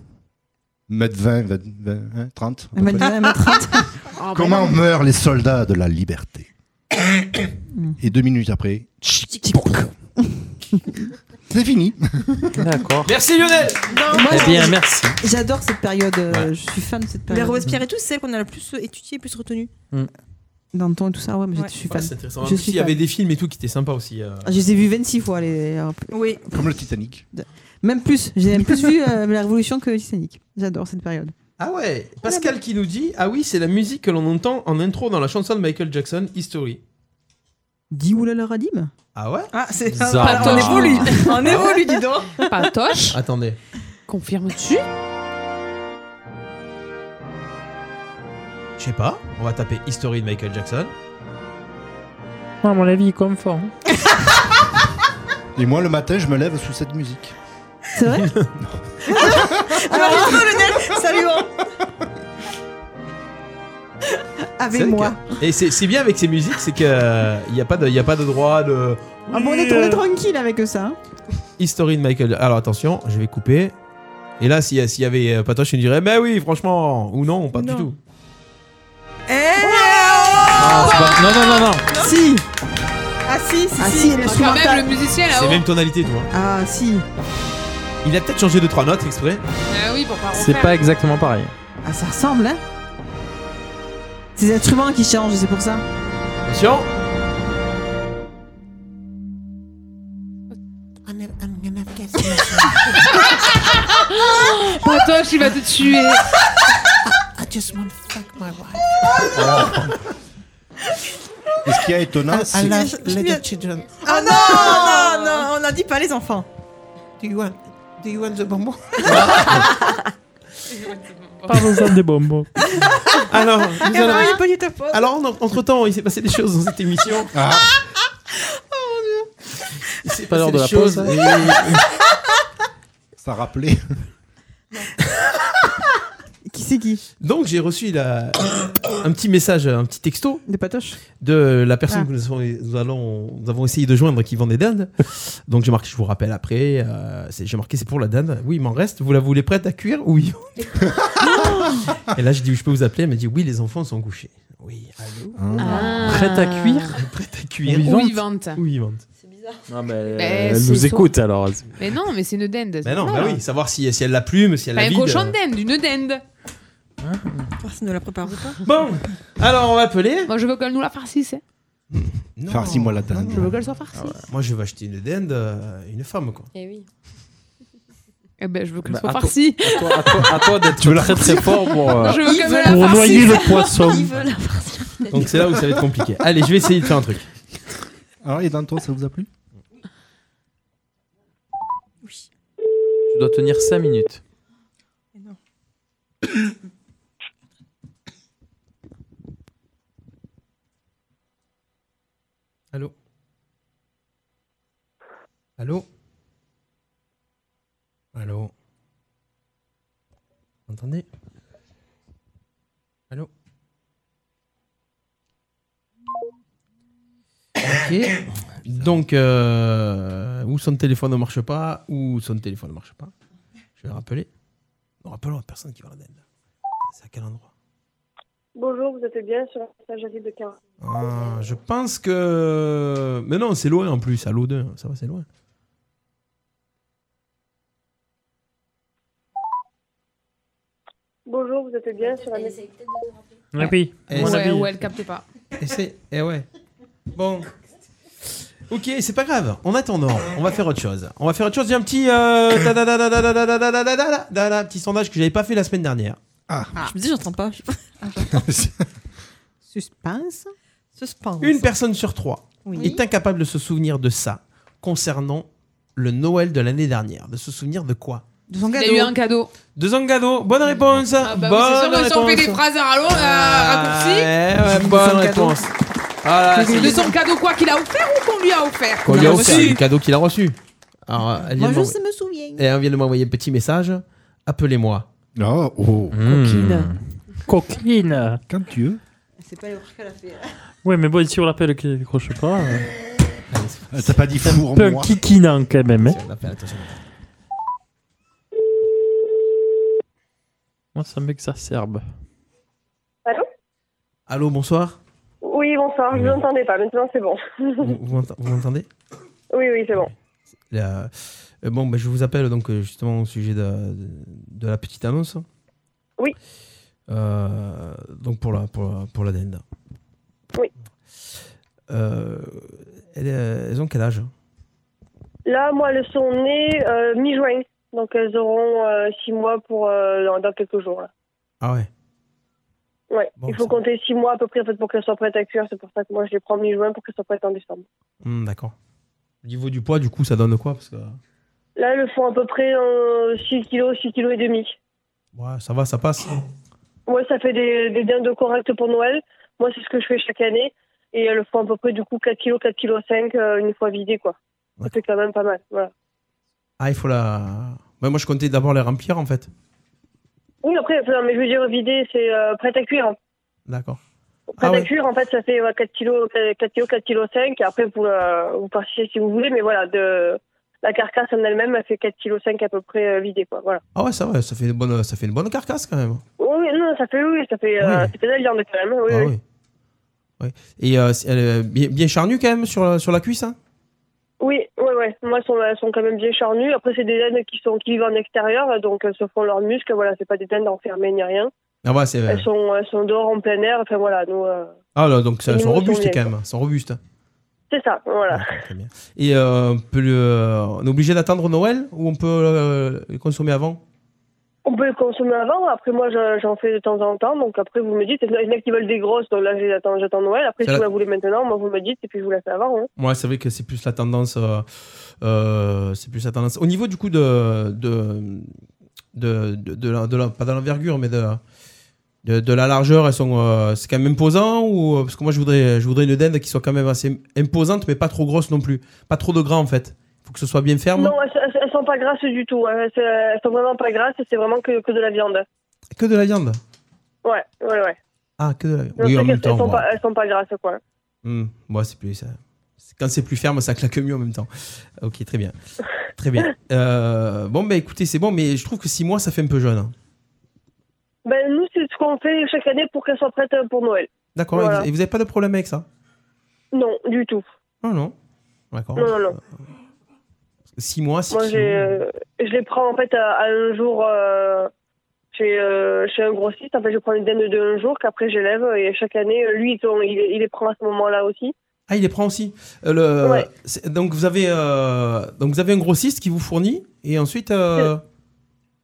A: Mètre 20, 20, 20, hein, 30. à peu
G: Elle m'a dit,
A: près.
G: elle m'a traité. Ah, bah
A: Comment meurent les soldats de la liberté Et deux minutes après, tchic, pouc. c'est fini.
H: D'accord.
F: Merci Lionel
G: Moi,
H: Eh bien, merci.
G: J'adore cette période. euh, Je suis fan de cette
L: Les
G: période.
L: Robespierre et tout, c'est celle qu'on a le plus étudiée, plus retenue.
G: Dans le temps et tout ça, ouais, mais
L: Ouais.
G: je suis
F: Ouais,
G: fan.
F: c'est intéressant. En
G: Je
F: plus,
G: suis
F: Il y avait
G: fan. Ah,
F: des films et tout qui étaient sympas aussi. euh.
G: Je les ai vus 26 fois. Les...
L: Oui.
A: Comme le Titanic.
G: Même plus. J'ai même plus vu euh, la Révolution que Titanic. J'adore cette période.
F: Ah ouais Pascal qui nous dit Ah oui, c'est la musique que l'on entend en intro dans la chanson de Michael Jackson, History.
G: Dis oulala la radime
F: Ah ouais
L: Ah, c'est
F: Ça
L: on
F: va.
L: évolue. On évolue, dis donc.
I: Patoche
F: Attendez.
I: Confirmes-tu
F: Je sais pas, on va taper History de Michael Jackson.
N: Ouais, à mon avis, il comme fort. hein.
A: Et moi, le matin, je me lève sous cette musique.
G: C'est vrai
L: Alors, dis donc, Lionel, salut. hein.
G: avec moi.
F: Et c'est c'est bien avec ces musiques, c'est qu'il n'y a, pas de- y a pas de droit de.
G: Ah bon, on est, on est tranquille avec ça. hein.
F: History de Michael. Alors attention, je vais couper. Et là, s'il y, a- s'il y avait euh, Patoche, il dirait Mais oui, franchement, ou non, pas du tout.
L: Eh
F: Ah, c'est pas- Non, non, non, non.
G: Si
L: Ah si, si,
G: Ah
L: si.
G: si, elle est
I: Quand même,
G: instrumentale.
I: le musicien
F: C'est
I: là-haut.
F: même tonalité, toi.
G: Ah si.
F: Il a peut-être changé de trois notes exprès.
I: Ah oui, pour pas
F: C'est
I: refaire.
F: pas
H: Exactement pareil.
G: Ah, ça ressemble, hein Ces instruments qui changent, c'est pour ça.
F: Attention.
I: Patoche, il va te tuer.
L: Ah,
A: Et ce qui est étonnant,
L: Ah,
A: c'est
L: là,
A: que-
L: les deux
F: children.
L: Ah non, non, non, on a dit pas les enfants.
F: Do you want, do you want the bonbon
N: Pas besoin des bombes.
F: Alors,
L: Eh
F: nous
L: ben,
F: allons-
L: il est poli ta faute.
F: Alors, en- entre-temps, il s'est passé des choses dans cette émission.
A: Ah.
F: Ah.
G: Oh,
F: C'est
A: pas l'heure de la pause, hein. ça rappelait.
G: Qui c'est qui
F: Donc j'ai reçu la- un petit message, un petit texto.
G: Des patoches
F: De la personne
G: Ah.
F: que nous, avons- nous allons, nous avons essayé de joindre qui vend des dindes. Donc j'ai marqué, je vous rappelle après, euh, c'est- j'ai marqué c'est pour la dinde. Oui, il m'en reste. Vous la voulez prête à cuire Oui. Et là, j'ai dit, je peux vous appeler Elle m'a dit, oui, les enfants sont couchés. Oui, allô
I: Ah.
H: Prête à cuire
F: Prête à cuire.
I: Ou vivante. Ou vivante.
F: Ou vivante.
H: Non, mais elle,
I: Mais
H: elle
I: c'est
H: nous
I: son-
H: écoute alors.
I: Mais non, mais c'est une dinde.
F: Mais non, bah oui, savoir si, si elle la plume, si elle
I: Pas
F: la
I: un
F: vide. euh,
I: cochon de dinde, une dinde.
L: Personne Ah. ne la prépare pas.
F: Bon, alors on va appeler.
I: Moi, je veux qu'elle nous la farcisse. hein.
A: Farcis-moi la dinde.
I: Je veux qu'elle soit farcie.
F: Ah ouais. Moi, je vais acheter une dinde, euh, une femme, quoi.
I: Eh oui. Eh ben, je veux qu'elle
F: Bah,
I: soit
F: à toi-
I: farcie.
F: à toi- à toi- à toi d'être
H: Tu veux la
F: très,
H: farcie
F: très fort pour, euh,
I: Je veux qu'elle me la
H: pour
I: farcisse.
H: noyer le poisson.
I: Il veut la farcie.
F: Donc c'est là où ça va être compliqué. Allez, je vais essayer de faire un truc.
A: Alors, les dindes, toi, ça vous a plu
H: Tu dois tenir 5 minutes.
F: Allô Allô Allô Vous entendez Allô Ok. Donc, euh, ou son téléphone ne marche pas, ou son téléphone ne marche pas. Je vais rappeler. Non, rappelons à personne qui va la dinde. C'est à quel endroit
X: Bonjour, vous êtes bien sur la messagerie de 15.
F: Ah, je pense que. Mais non, c'est loin en plus, à l'O2. Ça va, c'est loin.
X: Bonjour, vous êtes bien sur la messagerie
N: Et puis,
F: Eh,
I: Ouais,
F: ça-
I: ou elle capte pas.
F: Essaye. Eh ouais. Bon. Ok, c'est pas grave. En attendant, on va faire autre chose. On va faire autre chose. J'ai un petit. euh, tadadadadadadadadadadadadada, Petit sondage que j'avais pas fait la semaine dernière.
L: Je me dis, j'entends pas.
F: Ah,
G: Suspense
L: Suspense.
F: Une personne sur trois
L: Oui.
F: est incapable de se souvenir de ça concernant le Noël de l'année dernière. De se souvenir de quoi
G: De son
I: Il
G: cadeau.
I: a eu un cadeau.
F: De son cadeau. Bonne réponse.
I: Bah oui, c'est sûr
F: Bonne
I: que si on fait
F: réponse.
I: des phrases à euh, rallonge, à
F: Ah,
I: raccourci.
F: ouais, bonne réponse. Ah, là, c'est-
I: de son cadeau quoi qu'il a offert ou qu'on lui a offert
F: Qu'on lui a offert, le cadeau qu'il a reçu. Alors, euh, elle vient de
I: Moi, je
F: m'envoyer-
I: me souviens.
F: Et elle vient de m'envoyer un petit message. Appelez-moi. Hmm.
A: Oh, oh.
N: Coquine. Coquine.
A: Quand tu veux.
G: C'est pas l'erreur qu'elle a fait.
N: Ouais, mais bon, si on l'appelle qui décroche pas. euh,
A: Euh, T'as pas dit
N: c'est un
A: four,
N: peu un
A: moi.
N: kikinant quand même. hein.
F: On appelle, attention.
H: Moi, ça m'exacerbe.
X: Allô
F: Allô, bonsoir.
X: Oui, bonsoir, je vous entendais pas, maintenant c'est bon.
F: Vous, vous ent- vous m'entendez
X: oui, oui, c'est bon.
F: La- euh, Bon, bah, je vous appelle donc euh, justement au sujet de, de la petite annonce.
X: Oui.
F: Euh, donc pour la, pour la, pour la dinde.
X: Oui.
F: Euh, elles, euh, elles ont quel âge
X: Là, moi, elles sont nées euh, mi-juin, donc elles auront 6 mois pour euh, dans, dans quelques jours. Là.
F: Ah ouais.
X: Ouais.
F: Bon,
X: Il faut compter 6 mois à peu près en fait, pour qu'elles soient prêtes à cuire, c'est pour ça que moi je les prends mi-juin pour qu'elles soient prêtes en décembre.
F: Hmm, D'accord. Au niveau du poids, du coup, ça donne quoi Parce que...
X: Là, elles le font à peu près 6 kg, 6 kg et demi.
F: Ouais, ça va, ça passe.
X: Moi, ça fait des, des dindes correctes pour Noël. Moi, c'est ce que je fais chaque année. Et elles le font à peu près du coup 4 kg, 4 kg 5 euh, une fois vidées, quoi. Ça fait quand même pas mal. Voilà.
F: Ah, il faut la. Bah, moi, je comptais d'abord les remplir en fait.
X: Oui, après, enfin, mais je veux dire, vider, c'est euh, prête à cuire.
F: D'accord. Ah
X: Pâte à cuire, en fait, ça fait ouais, 4 kg, 4 kg, 4 kg 5. Et après, vous, la- vous partagez si vous voulez, mais voilà, de, la carcasse en elle-même, elle fait 4 kg 5 à peu près euh, vidée, quoi. Voilà.
F: Ah ouais, ça, va, ça, fait une bonne, ça fait une bonne carcasse quand même.
X: Oui, non, ça fait, oui, ça fait, euh, ça fait de la viande quand même. Oui,
F: Ah
X: oui.
F: oui. Ouais. Et euh, c'est- elle est bien, bien charnue quand même sur la, sur la cuisse. hein
X: Oui, ouais, ouais. Moi, elles sont, elles sont quand même bien charnues. Après, c'est des ânes qui sont qui vivent en extérieur, donc elles se font leurs muscles. Voilà, c'est pas des ânes enfermées ni rien.
F: ah ouais, c'est.
X: Elles sont, elles sont dehors en plein air. Enfin voilà, nous, euh,
F: Ah là, donc ça-
X: Et
F: elles
X: nous,
F: sont
X: elles sont
F: robustes
X: bien,
F: quand même.
X: quoi.
F: Elles sont robustes. hein.
X: c'est ça. Voilà.
F: Et euh, on, peut le- on est obligé d'attendre Noël ou on peut euh, les consommer avant
X: On peut les consommer avant. Après, moi, je- j'en fais de temps en temps. Donc après, vous me dites. Il y en a qui veulent des grosses, donc là, j'attends, j'attends Noël. Après,
F: C'est
X: si
F: la-
X: vous la voulez maintenant, moi, vous me dites et puis je vous la fais avant. hein.
F: Ouais, c'est vrai que c'est plus la tendance. euh, euh, c'est plus la tendance. Au niveau du coup de. de, de, de, de la- de la- pas de l'envergure, mais de. De, de la largeur, elles sont, euh, c'est quand même imposant ou euh, parce que moi je voudrais, je voudrais une dinde qui soit quand même assez imposante, mais pas trop grosse non plus, pas trop de gras en fait. Faut que ce soit bien ferme.
X: Non, elles, elles- elles sont pas grasses du tout. hein. Elles, elles sont vraiment pas grasses. C'est vraiment que, que de la viande.
F: Que de la viande.
X: Ouais, ouais, ouais.
F: Ah, que de la viande.
X: Non,
F: Oui,
X: c'est
F: en
X: qu'elles-
F: même temps.
X: elles, sont
F: bon.
X: pas, elles sont pas grasses, quoi.
F: Hmm, ouais, c'est plus ça. c'est- Quand c'est plus ferme, ça claque mieux en même temps. Ok, très bien. Très bien. Euh, bon, bah écoutez, c'est bon, mais je trouve que 6 mois, ça fait un peu jeune. hein.
X: Ben, nous, c'est ce qu'on fait chaque année pour qu'elles soient prêtes euh, pour Noël.
F: D'accord, et
X: Voilà.
F: vous- et vous n'avez pas de problème avec ça
X: Non, du tout.
F: Non, non. D'accord.
X: Non, non, non.
F: 6 mois, 6
X: Moi, j'ai, euh, je les prends en fait à, à un jour euh, chez, euh, chez un grossiste. En fait, je prends une dinde de un jour qu'après j'élève et chaque année, euh, lui, il, tourne- il, il les prend à ce moment-là aussi.
F: Ah, il les prend aussi. Euh, le-
X: Ouais.
F: c'est- donc, vous avez, euh, donc, vous avez un grossiste qui vous fournit, et ensuite. euh,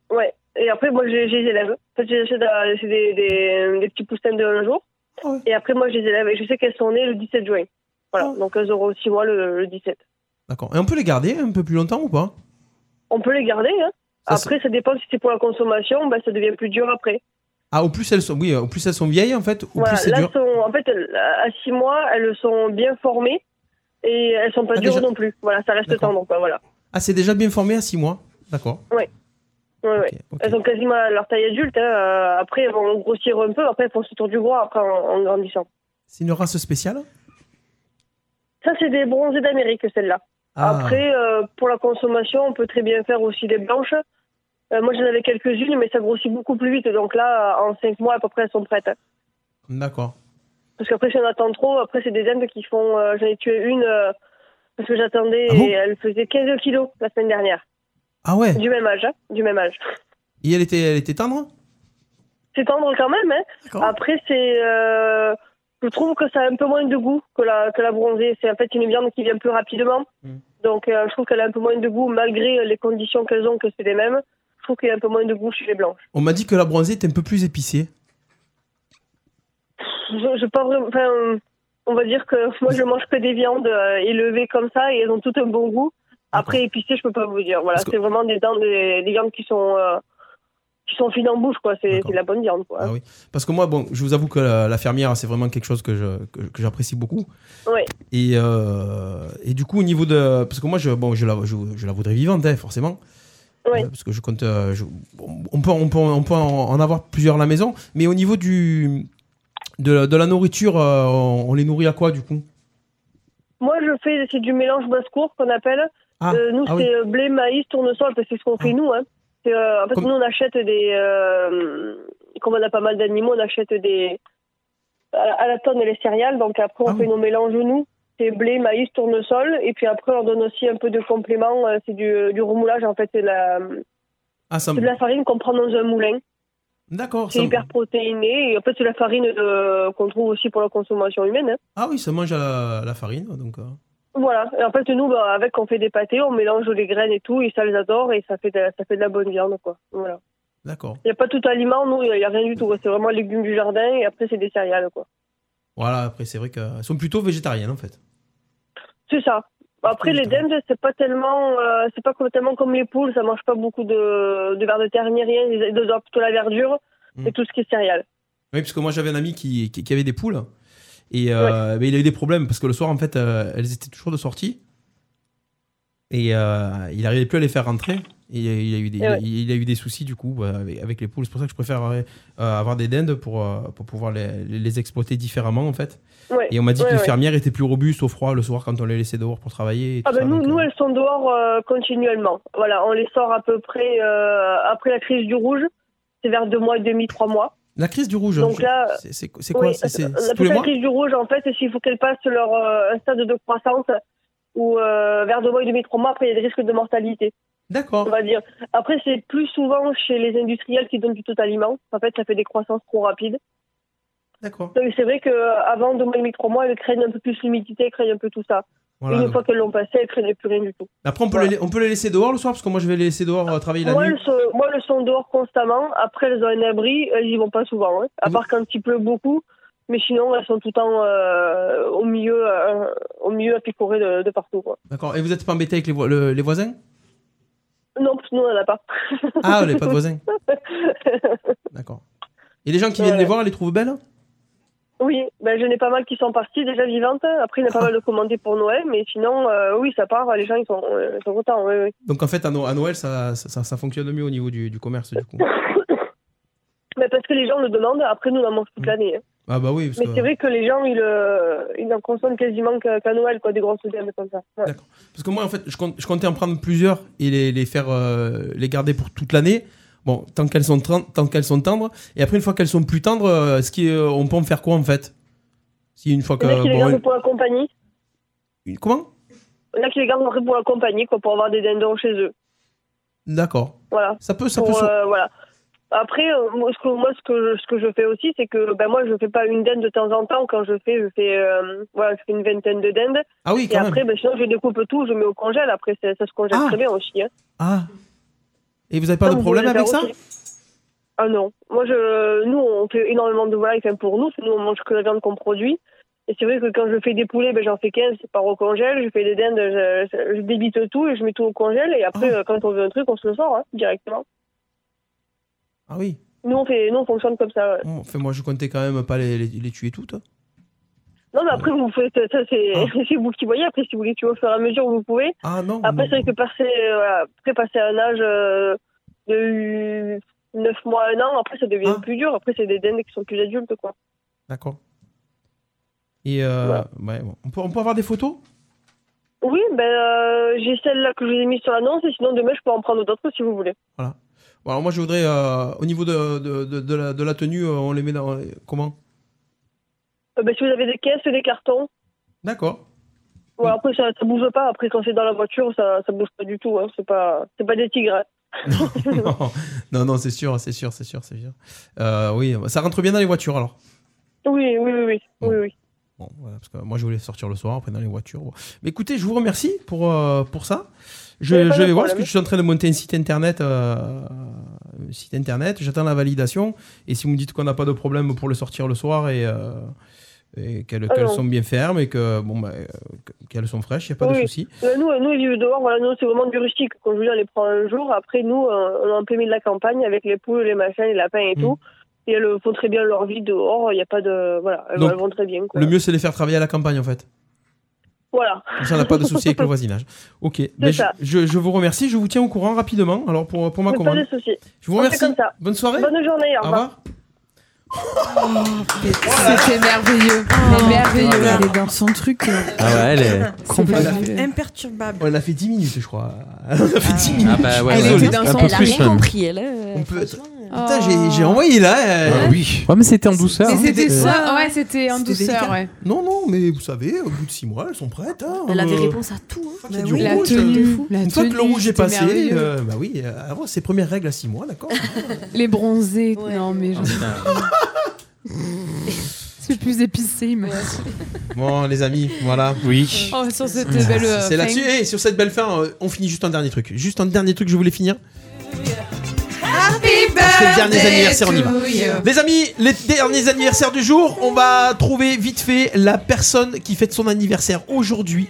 X: Ouais. Et après, moi, je, je les élève. En fait, j'achète euh, c'est des, des, des petits poussins de un jour. Et après, moi, je les élève. Et je sais qu'elles sont nées le 17 juin. Voilà. Donc, elles auront aussi mois le, le 17.
F: D'accord. Et on peut les garder un peu plus longtemps ou pas
X: On peut les garder. Hein.
F: Ça,
X: après, ça dépend si c'est pour la consommation, ben, ça devient plus dur après.
F: Ah, au plus elles sont, oui, au plus elles sont vieilles, en fait, au
X: Voilà,
F: plus c'est
X: là,
F: dur.
X: sont- en fait, elles- à 6 mois, elles sont bien formées et elles sont pas
F: Ah,
X: dures
F: déjà.
X: non plus. Voilà, ça reste
F: D'accord.
X: tendre, quoi, voilà.
F: Ah, c'est déjà bien formé à 6 mois. D'accord.
X: Ouais. Ouais, ouais. Elles ont quasiment à leur taille adulte. hein, euh, Après, elles vont grossir un peu. Après, elles font ce tour du gros après, en, en grandissant.
F: C'est une race spéciale
X: Ça, c'est des bronzés d'Amérique, celles-là.
F: Ah.
X: Après, euh, pour la consommation, on peut très bien faire aussi des blanches. Euh, moi, j'en avais quelques-unes, mais ça grossit beaucoup plus vite. Donc là, en 5 mois, à peu près, elles sont prêtes. hein.
F: D'accord.
X: Parce qu'après, si on attend trop, après, c'est des ânes qui font. euh, J'en ai tué une euh, parce que j'attendais et elle faisait 15 kilos la semaine dernière.
F: Ah ouais
X: Du même âge, hein, du même âge.
F: Et elle était, elle était tendre
X: C'est tendre quand même, hein. Après, c'est. euh, je trouve que ça a un peu moins de goût que la, que la bronzée. C'est en fait une viande qui vient plus rapidement. Donc, euh, je trouve qu'elle a un peu moins de goût, malgré les conditions qu'elles ont, que c'est les mêmes. Je trouve qu'il y a un peu moins de goût chez les blanches.
F: On m'a dit que la bronzée était un peu plus épicée.
X: Je, je pas vraiment. Enfin, euh, on va dire que moi, je mange que des viandes euh, élevées comme ça et elles ont toutes un bon goût. Après, épicées, je peux pas vous dire. Voilà, c'est vraiment des, dents- des, des viandes qui sont. euh, qui sont fines en bouche, quoi. C'est c'est de la bonne viande, quoi.
F: Ah oui. Parce que moi, bon, je vous avoue que la, la fermière, c'est vraiment quelque chose que je- que- que j'apprécie beaucoup.
X: Ouais.
F: Et, euh, et du coup, au niveau de. Parce que moi, je, bon, je, la, je, je la voudrais vivante, hein, forcément.
X: Ouais.
F: Euh, parce que je compte. euh, je- on, peut, on, peut, on peut en en avoir plusieurs à la maison. Mais au niveau du, de, la- de la nourriture, euh, on, on les nourrit à quoi, du coup
X: Moi, je fais c'est du mélange basse-cour qu'on appelle.
F: Ah,
X: Euh, nous,
F: ah
X: c'est
F: oui. Ah.
X: euh, blé, maïs, tournesol, parce que c'est ce qu'on fait nous. Hein. C'est, euh, en fait, nous, on achète des. euh, comme on a pas mal d'animaux, on achète des. À, la- à la tonne les céréales, donc après,
F: Ah
X: on fait nos mélanges nous. C'est blé, maïs, tournesol, et puis après, on donne aussi un peu de compléments. euh, C'est du, du remoulage, en fait, c'est de la,
F: Ah, ça
X: c'est
F: me-
X: de la farine qu'on prend dans un moulin.
F: D'accord.
X: C'est
F: ça me-
X: hyper protéiné, et en fait, c'est la farine de- qu'on trouve aussi pour la consommation humaine. hein.
F: Ah oui, ça mange à la, à la farine. Donc, euh.
X: Voilà. Et en fait, nous, bah, avec, on fait des pâtés, on mélange les graines et tout, et ça les adore, et ça fait de, ça fait de la bonne viande, quoi. Voilà.
F: D'accord.
X: Il n'y a pas tout aliment, nous, il n'y a rien du tout. quoi. C'est vraiment légumes du jardin, et après, c'est des céréales, quoi.
F: Voilà, après, c'est vrai qu'elles sont plutôt végétariennes, en fait.
X: C'est ça. Après, les dindes, c'est pas tellement, euh, c'est pas tellement comme les poules, ça mange pas beaucoup de, de vers de terre ni rien, ils adorent plutôt la verdure,
F: Mm.
X: et tout ce qui est céréales.
F: Oui, parce que moi j'avais un ami qui, qui, qui avait des poules et euh, ben, il a eu des problèmes parce que le soir en fait euh, elles étaient toujours de sortie et euh, il n'arrivait plus à les faire rentrer Il a, il a eu des,
X: Eh ouais.
F: il, il a eu des soucis du coup bah, avec, avec les poules. C'est pour ça que je préfère euh, euh, avoir des dindes pour, euh, pour pouvoir les, les- les exploiter différemment en fait.
X: Ouais.
F: Et on m'a dit
X: Ouais,
F: que les
X: ouais.
F: fermières étaient plus robustes au froid le soir quand on les laissait dehors pour travailler. et
X: Ah
F: tout
X: ben
F: ça,
X: nous,
F: donc,
X: nous, elles sont dehors euh, continuellement. Voilà, on les sort à peu près euh, après la crise du rouge. C'est vers deux mois et demi, trois mois.
F: La crise du rouge,
X: Donc
F: je-
X: là,
F: c'est- c'est c'est quoi
X: oui,
F: C'est- C'est
X: la
F: c'est tous les
X: petite
F: mois
X: crise du rouge, en fait, c'est qu'il faut qu'elles passent leur euh, un stade de croissance ou euh, vers deux mois et demi, trois mois, après, il y a des risques de mortalité.
F: D'accord.
X: On va dire. Après, c'est plus souvent chez les industriels qui donnent du tout aliment. En fait, ça fait des croissances trop rapides.
F: D'accord.
X: Donc, c'est vrai qu'avant deux mois et demi, trois mois, elles craignent un peu plus l'humidité, elles craignent un peu tout ça.
F: Voilà,
X: Une
F: donc-
X: fois qu'elles l'ont passé, elles craignent plus rien du tout.
F: Après, on peut, les, on peut les laisser dehors le soir parce que moi je vais les laisser dehors euh, travailler la
X: Moi,
F: nuit.
X: elles sont, moi, elles sont dehors constamment. Après, elles ont un abri. Elles y vont pas souvent, hein. à part quand il pleut beaucoup. Mais sinon, elles sont tout le temps euh, au milieu, euh, au milieu à picorer de, de partout. Quoi.
F: D'accord. Et vous n'êtes pas embêté avec les, vo- le- les voisins
X: Non, parce que nous, on n'en a pas.
F: Ah, vous n'avez pas de voisins D'accord. Et les gens qui viennent les voir, ils les trouvent belles
X: Oui, ben, j'en ai pas mal qui sont partis déjà vivantes. Après, il y en a pas mal de commandés pour Noël. Mais sinon, euh, oui, ça part. Les gens, ils sont, euh, ils sont contents. Oui, oui.
F: Donc en fait, à, No- à Noël, ça, ça, ça- ça fonctionne mieux au niveau du, du commerce du coup.
X: Mais parce que les gens le demandent. Après, nous, on en mange toute l'année. hein.
F: Ah bah oui, parce
X: Mais
F: que,
X: c'est vrai que les gens, ils, euh, ils en consomment quasiment qu'à qu'à Noël, quoi, des grosses gammes comme ça. Ouais.
F: parce que moi, en fait, je, compte- je comptais en prendre plusieurs et les, les faire, euh, les garder pour toute l'année. Bon, tant qu'elles sont, tren- tant qu'elles sont tendres. Et après, une fois qu'elles sont plus tendres, euh, ce qui, est- on peut en faire quoi en fait Si une fois que.
X: Il y en a qui les
F: euh, bon,
X: gardent
F: une-
X: pour la compagnie.
F: une- comment
X: Il y en a qui les gardent après pour la compagnie, quoi, pour avoir des dindons chez eux.
F: D'accord.
X: Voilà.
F: Ça peut, ça
X: Pour,
F: peut se-
X: euh, voilà. Après, euh, moi, ce que, moi, ce que, je- ce que je fais aussi, c'est que ben, moi, je fais pas une dinde de temps en temps. Quand je fais, je fais, euh, voilà, je fais une vingtaine de dindes.
F: Ah oui,
X: Et
F: quand
X: après,
F: même.
X: ben, sinon, je découpe tout, je mets au congèle. Après, ça, ça se congèle très bien aussi. hein.
F: Ah. Et vous n'avez pas
X: Ça,
F: de
X: vous
F: problème
X: pouvez le
F: avec ça
X: faire aussi. Ah non. Moi, je, nous, on fait énormément de volailles. Enfin, pour nous, nous, on mange que la viande qu'on produit. Et c'est vrai que quand je fais des poulets, ben, j'en fais 15, c'est par au congèle. Je fais des dindes, je, je débite tout et je mets tout au congèle. Et après, euh, quand on veut un truc, on se le sort hein, directement.
F: Ah oui.
X: Nous, on, fait, nous, on fonctionne comme ça. ouais.
F: Bon, enfin, moi, je comptais quand même pas les, les- les tuer toutes. hein.
X: Non, mais après, vous faites, ça, c'est c'est vous qui voyez. Après, si vous voulez tuer au fur et à mesure, vous pouvez.
F: Ah non.
X: Après, c'est vrai que passer, euh, voilà, après, passer un âge euh, de 9 mois, 1 an, après, ça devient
F: Ah.
X: plus dur. Après, c'est des dindes qui sont plus adultes, quoi.
F: D'accord. Et euh, ouais, bon. on, peut, on peut avoir des photos
X: Oui, ben, euh, j'ai celle-là que je vous ai mise sur l'annonce, et sinon, demain, je peux en prendre d'autres si vous voulez.
F: Voilà. Bon, alors moi, je voudrais, euh, au niveau de, de, de, de la, de la tenue, euh, on les met dans. Comment
X: Euh, ben, si vous avez des caisses et des cartons,
F: D'accord.
X: ouais, après, ça, ça bouge pas. Après, quand c'est dans la voiture, ça, ça bouge pas du tout. Hein. C'est pas, c'est pas des tigres. hein.
F: non, non, non, c'est sûr, c'est sûr, c'est sûr, c'est sûr. Euh, oui, ça rentre bien dans les voitures alors.
X: Oui, oui, oui, oui. oui, oui.
F: Bon, voilà, parce que moi, je voulais sortir le soir, après dans les voitures. bon. Mais écoutez, je vous remercie pour, euh, pour ça. Je,
X: Mais pas
F: je
X: de
F: vais voir, parce que
X: problème.
F: je suis en train de monter un site internet. euh, un site internet, j'attends la validation. Et si vous me dites qu'on n'a pas de problème pour le sortir le soir et, euh, et qu'elles
X: Ah
F: qu'elles
X: non.
F: sont bien fermes et que bon, bah, euh, qu'elles sont fraîches, il n'y a pas de
X: Oui.
F: souci.
X: Euh, nous, euh, nous, ils vivent dehors. Voilà, nous, c'est vraiment du rustique. Quand je veux dire, on les prend un jour. Après, nous, euh, on est en plein milieu de la campagne avec les poules, les machins, les lapins
F: Mm.
X: et tout. Et elles font très bien leur vie dehors. Il n'y a pas de. Voilà, elles,
F: Donc,
X: elles vont très bien. Quoi.
F: Le mieux, c'est de les faire travailler à la campagne en fait.
X: Voilà.
F: Comme Ça, on n'a pas de souci avec le voisinage. Ok, mais je,
X: ça.
F: je- je vous remercie. Je vous tiens au courant rapidement alors pour, pour ma
X: Mais Pas de
F: commande.
X: souci.
F: Je vous
X: On fait
F: remercie.
X: comme ça.
F: Bonne soirée.
X: Bonne journée. Au
F: Au
X: revoir.
I: C'était
G: euh,
I: merveilleux. C'est
G: Ah.
I: merveilleux.
G: Elle est dans son truc.
I: euh,
G: là.
H: Ah ouais, elle est
G: C'est
H: complètement-
G: pas vrai.
L: Imperturbable.
F: On a fait 10 minutes, je crois. On a fait 10 minutes.
H: Ah bah ouais, Elle ouais. était dans son- elle a rien compris,
D: elle. euh,
F: On peut être- Putain, j'ai- j'ai envoyé là. euh,
H: oui. Ouais, mais c'était en douceur.
I: Mais
H: hein.
I: c'était
H: Euh,
I: ça, ouais, c'était en
F: C'était
I: douceur,
F: délicat.
I: ouais.
F: Non, non, mais vous savez, au bout de 6 mois, elles sont prêtes. hein,
D: Elle avait
F: euh,
D: réponse à tout. hein.
F: c'est du
I: Bah La
F: rouge,
I: tenue,
F: euh,
I: la
F: Une fois que le
I: tenue,
F: rouge est
I: c'était
F: passé,
I: merveilleux.
F: euh, bah oui, euh, avant ses premières règles à 6 mois, d'accord.
I: Les bronzés, non mais
A: Ah,
I: je...
F: putain.
I: C'est plus épicé, il me
F: Bon, les amis, voilà. Oui.
I: Oh, sur cette belle, euh,
F: C'est là-dessus.
I: fin.
F: Et sur cette belle fin, euh, on finit juste un dernier truc. Juste un dernier truc, je voulais finir. Parce que les derniers anniversaires, on y va. Les amis, les derniers anniversaires du jour, on va trouver vite fait la personne qui fête son anniversaire aujourd'hui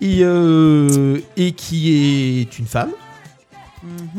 F: et,
I: Mhm.
F: euh, et qui est une femme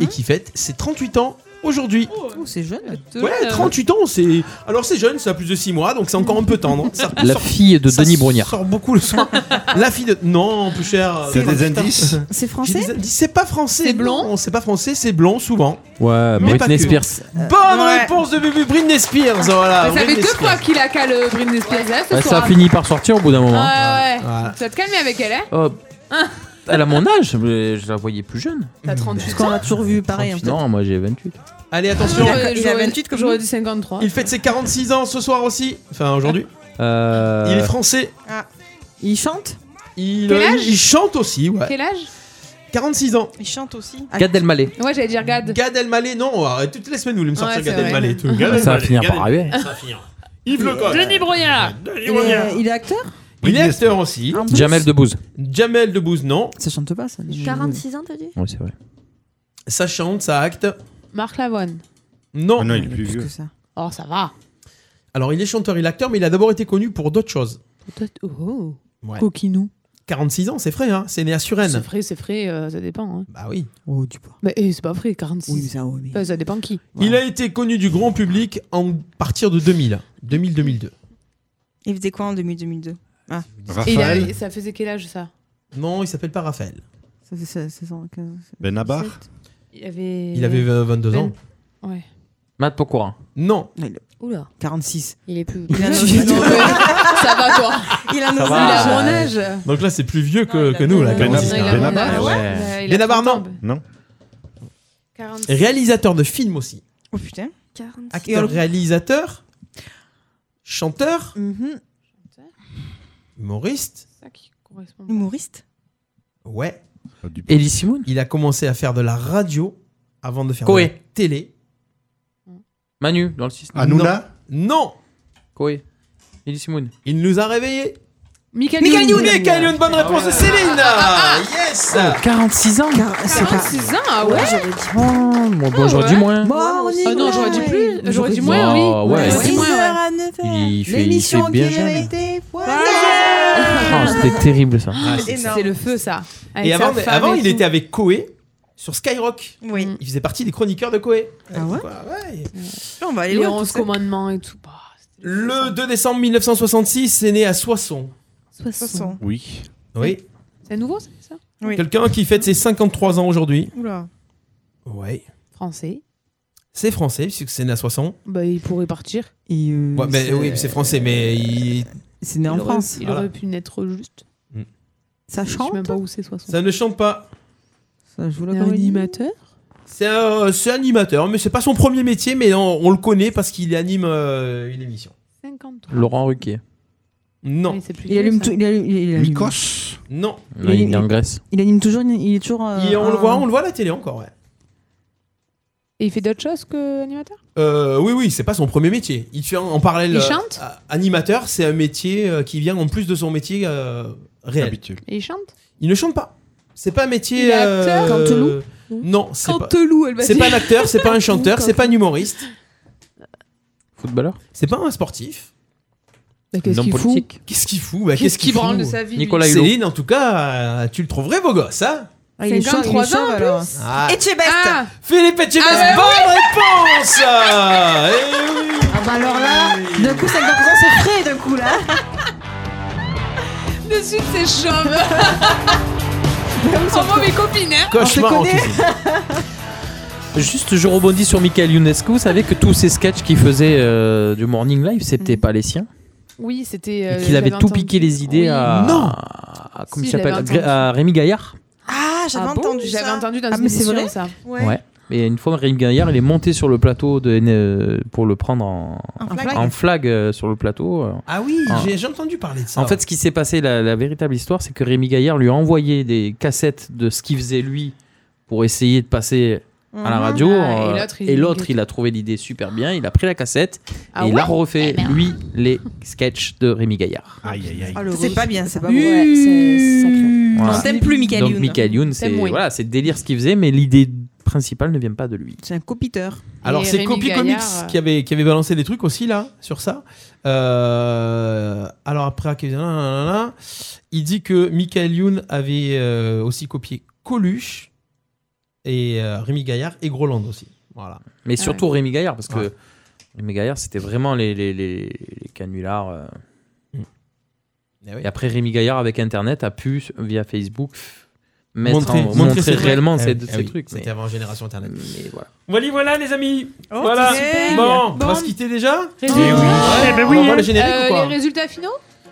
F: et qui fête ses 38 ans aujourd'hui.
G: c'est jeune.
F: Ouais, 38 ans, c'est. Alors c'est jeune, ça a plus de 6 mois, donc c'est encore un peu tendre. Ça
H: La
F: sort-
H: fille de
F: ça
H: Denis Brognard.
F: sort beaucoup le soir. La fille de. Non, plus cher.
H: T'as
F: euh,
H: des
F: putain.
H: indices
G: C'est français
F: J'ai des indices. C'est pas français. C'est blond C'est pas français, c'est blond souvent.
H: Ouais,
F: Mais pas
H: Euh, Britney
F: que. Euh,
H: Spears.
F: Bonne réponse de Bubu Britney Spears. Voilà.
I: Mais ça fait
F: Britney
I: deux
F: Spears.
I: fois qu'il a qu'à le Britney Spears. là, ce
H: Ouais, ça
F: Ah.
I: soir.
H: finit par sortir au bout d'un
I: Ouais,
H: moment.
I: ouais.
H: Voilà.
I: Tu vas te calmer avec elle, hein
H: Oh,
I: Hein
H: elle a mon âge, mais je la voyais plus jeune.
I: T'as
F: Mmh,
I: 38 ans.
G: a toujours vu pareil.
H: Non, moi j'ai 28.
I: Ah,
F: Allez, attention.
I: Il a- il a 28
F: comme
I: J'aurais dit 53.
F: Il fête ses 46 ans ce soir aussi. Enfin, aujourd'hui.
H: Euh...
F: Il est français.
G: Ah. Il chante
F: il, euh,
I: Quel âge
F: il chante aussi, ouais.
I: Quel âge
F: 46 ans.
G: Ah, Il chante aussi.
H: Gad Elmaleh.
I: Ouais, j'allais dire Gad.
F: Gad Elmaleh, non, arrête, toutes les semaines vous voulez me sortir
I: Ouais,
F: Gad
I: c'est vrai.
F: Elmaleh. tout.
H: Ça
F: Gad
H: va
F: Elmaleh,
H: finir
F: Gad
H: par
F: Elmaleh.
H: arriver.
F: Ça va finir. Yves Lecoq.
I: Denis Brognard.
F: Denis
G: Il
F: Brognard.
I: euh,
G: est, il est acteur
F: Il est acteur aussi.
G: En plus.
H: Jamel Debbouze.
F: Jamel Debbouze, non.
G: Ça chante pas, ça.
D: 46 ans, t'as dit
H: Oui, c'est vrai.
F: Ça chante, ça acte.
I: Marc Lavoine.
F: Ah Non.
A: non, il est plus vieux.
I: Oh, ça va.
F: Alors, il est chanteur, il est acteur, mais il a d'abord été connu pour d'autres choses.
I: Peut-être- Oh.
F: Ouais.
I: Coquinou.
F: 46 ans, c'est frais, hein. C'est né à
I: C'est
F: Suresnes.
I: frais, c'est frais, euh, ça dépend. Hein.
F: Bah oui.
G: Oh, du coup.
I: Mais eh, c'est pas frais, 46.
G: Oui, mais ça, oui,
I: Euh, ça dépend qui.
F: Il a été connu du grand public en partir de 2000, 2000-2002.
L: Il faisait quoi en 2000-2002 ah.
I: Et il a- ça faisait quel âge ça
F: Non, il s'appelle pas Raphaël.
G: Ça fait ça- ça sent que-
F: Benabar
I: Il avait.
F: Ben
I: Ben-
F: Il avait euh, 22 ans.
I: Ouais.
H: Matt Pokora.
F: Non.
D: Oula.
G: 46.
D: Il est plus.
G: Il a nos
I: Ah ça va, toi.
G: Il a
F: Ça
G: nos
F: va.
G: âges.
F: Il a mon âge. Donc là, c'est plus vieux que, que nous, là.
I: Ben Ab- Ben Ab- Ah ouais. Euh, il a
F: Benabar, non. Non.
I: 46.
F: Réalisateur de films aussi.
L: Oh putain.
F: Acteur, réalisateur, chanteur,
G: Mhm.
F: humoriste.
G: Humoriste
F: Ouais.
H: Elie Simon
F: Il a commencé à faire de la radio avant de faire
H: Coé.
F: de la télé.
H: Manu, dans le système.
F: Hanouna Non.
H: Koé. Elie Simon.
F: Il nous a réveillés.
I: Michael
F: Michael
I: Youn.
F: Youn, Michael Youn, bonne réponse de Céline.
I: Ah, ah,
F: Yes.
H: 46 ans
G: C'est pas-
I: 46 ans, ah ouais
H: Oh, moi, bah, j'aurais dit moins.
G: Bon, on y
I: Ah non,
G: va,
I: j'aurais dit
G: ouais.
I: plus. J'aurais dit moins,
H: Ah,
I: oui.
H: ouais.
I: J'aurais dit moins, ouais.
H: Il fait, il fait
G: L'émission qui
H: bien
G: a
H: jeune.
G: été Ah, poignée.
H: Oh, c'était terrible ça.
I: Ah,
F: Ah,
I: C'est le feu, ça. Avec
F: Et
I: sa
F: avant,
I: femme
F: avant
I: et
F: il
I: tout.
F: était avec Koé sur Skyrock.
L: Oui.
F: Il faisait partie des chroniqueurs de Koé.
G: Ah ouais
L: On va aller
I: Les
L: loin.
I: 11 commandements et tout. Bah,
F: Le 2 décembre 1966, c'est né à Soissons.
I: 60.
F: Oui. Oui.
I: C'est nouveau, c'est ça
L: Oui.
F: Quelqu'un qui fête ses 53 ans aujourd'hui.
L: Oula.
F: Ouais.
I: Français.
F: C'est français, puisque c'est né à Soissons.
I: Bah, il pourrait partir.
G: Et, euh,
F: Ouais, mais
G: c'est-
F: oui, c'est français, mais il-
G: C'est né en
I: Il aurait-
G: France.
I: Il
F: Voilà.
I: aurait pu naître juste.
F: Mm.
G: Ça
I: Je
G: chante
I: sais même pas où c'est 60.
F: ça ne chante pas.
G: Ça joue la
I: Un
G: comédie
I: animateur
F: C'est un, euh, c'est animateur, mais c'est pas son premier métier, mais on, on le connaît parce qu'il anime euh, une émission.
I: 53.
H: Laurent Ruquier.
F: Non.
G: Il allume tout. Il allume, il allume-
F: Mikos Non.
H: Non, il est en Grèce.
G: Il anime toujours. une- Il est toujours. euh,
F: Et on, le
G: un-
F: voit, on le voit à la télé encore, ouais.
I: Et il fait d'autres choses que animateur
F: Euh, oui, oui, c'est pas son premier métier. Il fait en, en parallèle.
I: Il
F: euh,
I: chante
F: a- Animateur, c'est un métier euh, qui vient en plus de son métier euh, réel.
I: Et il chante
F: Il ne chante pas. C'est pas un métier.
I: Il est acteur
F: euh, Non, c'est pas.
I: Canteloup, elle va
F: C'est
I: dire.
F: pas un acteur, c'est pas un chanteur, c'est pas un humoriste,
H: Footballeur
F: c'est pas un sportif.
I: Mais qu'est-ce qu'il fout
F: Qu'est-ce qu'il fout Bah,
I: Qu'est-ce qu'il
F: fout
I: branle de sa vie, lui
H: Nicolas Hulot.
F: Céline, en tout cas, euh, tu le trouverais beau gosse, hein
G: Ah, il est chauve, il est
I: 53 ans,
G: chauve,
I: en
G: alors.
I: plus.
F: Ah.
G: Etchebest.
F: Philippe Etchebest,
G: Ah, bah
F: bonne réponse Eh oui
G: Ah bah alors là, d'un coup 50% c'est frais d'un coup là.
I: De suite, c'est chauve. Envoie mes copines, hein
H: Cauchemar en cuisine. Juste, je rebondis sur Michael Ionescu. Vous savez que tous ces sketchs qu'il faisait euh, du Morning Live,
I: Mm.
H: c'était pas les siens.
I: Oui, c'était.
H: Et
I: euh,
H: qu'il avait
I: j'avais
H: tout
I: entendu.
H: piqué les idées
I: Oui.
H: à.
I: Non
H: à- Comment
I: Si,
H: il
I: je l'avais
H: s'appelle
I: entendu.
H: À Rémi Gaillard.
I: Ah,
L: j'avais entendu ça.
I: J'avais entendu dans
G: Ah,
I: une
G: mais c'est
I: émission,
G: vrai
I: ça.
H: Ouais. Et une fois, Rémi Gaillard, il est monté sur le plateau de, euh, pour le prendre en,
F: En flag.
H: en flag, euh, sur le plateau. euh.
F: Ah oui,
H: Ah.
F: j'ai- j'ai entendu parler de ça.
H: En fait, ce qui s'est passé, la, la véritable histoire, c'est que Rémi Gaillard lui a envoyé des cassettes de ce qu'il faisait lui pour essayer de passer à la
I: Mhm.
H: radio.
I: Ah, et
H: euh,
I: l'autre, il-
H: et l'autre, il a trouvé l'idée super bien. Il a pris la cassette
I: Ah
H: et il
I: ouais
H: a refait, lui, les sketchs de Rémi Gaillard.
F: Aïe, aïe, aïe.
G: Ah,
L: C'est pas bien, c'est pas bon.
D: Ouais, c'est sacré.
H: Voilà.
L: On t'aime plus, Michael
H: Donc,
L: Youn.
H: Michael Youn, c'est
L: T'aimes moins.
H: voilà, c'est délire ce qu'il faisait, mais l'idée principale ne vient pas de lui.
G: C'est un copiteur.
F: Alors, c'est Copy Comics qui avait, qui avait balancé des trucs aussi, là, sur ça. Euh, alors, après, qu'est-ce que- nan, nan, nan, nan. il dit que Michael Youn avait euh, aussi copié Coluche et euh, Rémi Gaillard et Groland aussi. Voilà.
H: Mais surtout Rémi Gaillard, parce que Rémi Gaillard, c'était vraiment les, les, les, les canulars. euh.
F: Mm. Eh oui.
H: Et après, Rémi Gaillard, avec Internet, a pu, via Facebook, mettre
F: Montrer-
H: en-
F: montrer
H: montrer,
F: ses vrais-
H: réellement
F: Eh
H: ces,
F: oui, eh
H: ces
F: oui,
H: trucs.
F: c'était avant Génération Internet.
H: Mais voilà.
F: Voilà, voilà les amis. voilà.
I: Oh, c'est super.
F: Bon,
I: Bon.
F: on va se quitter déjà
I: Eh oui.
F: Ouais,
N: Eh ben oui,
F: On va le
N: hein.
F: générique
I: Euh,
F: ou quoi
I: les résultats finaux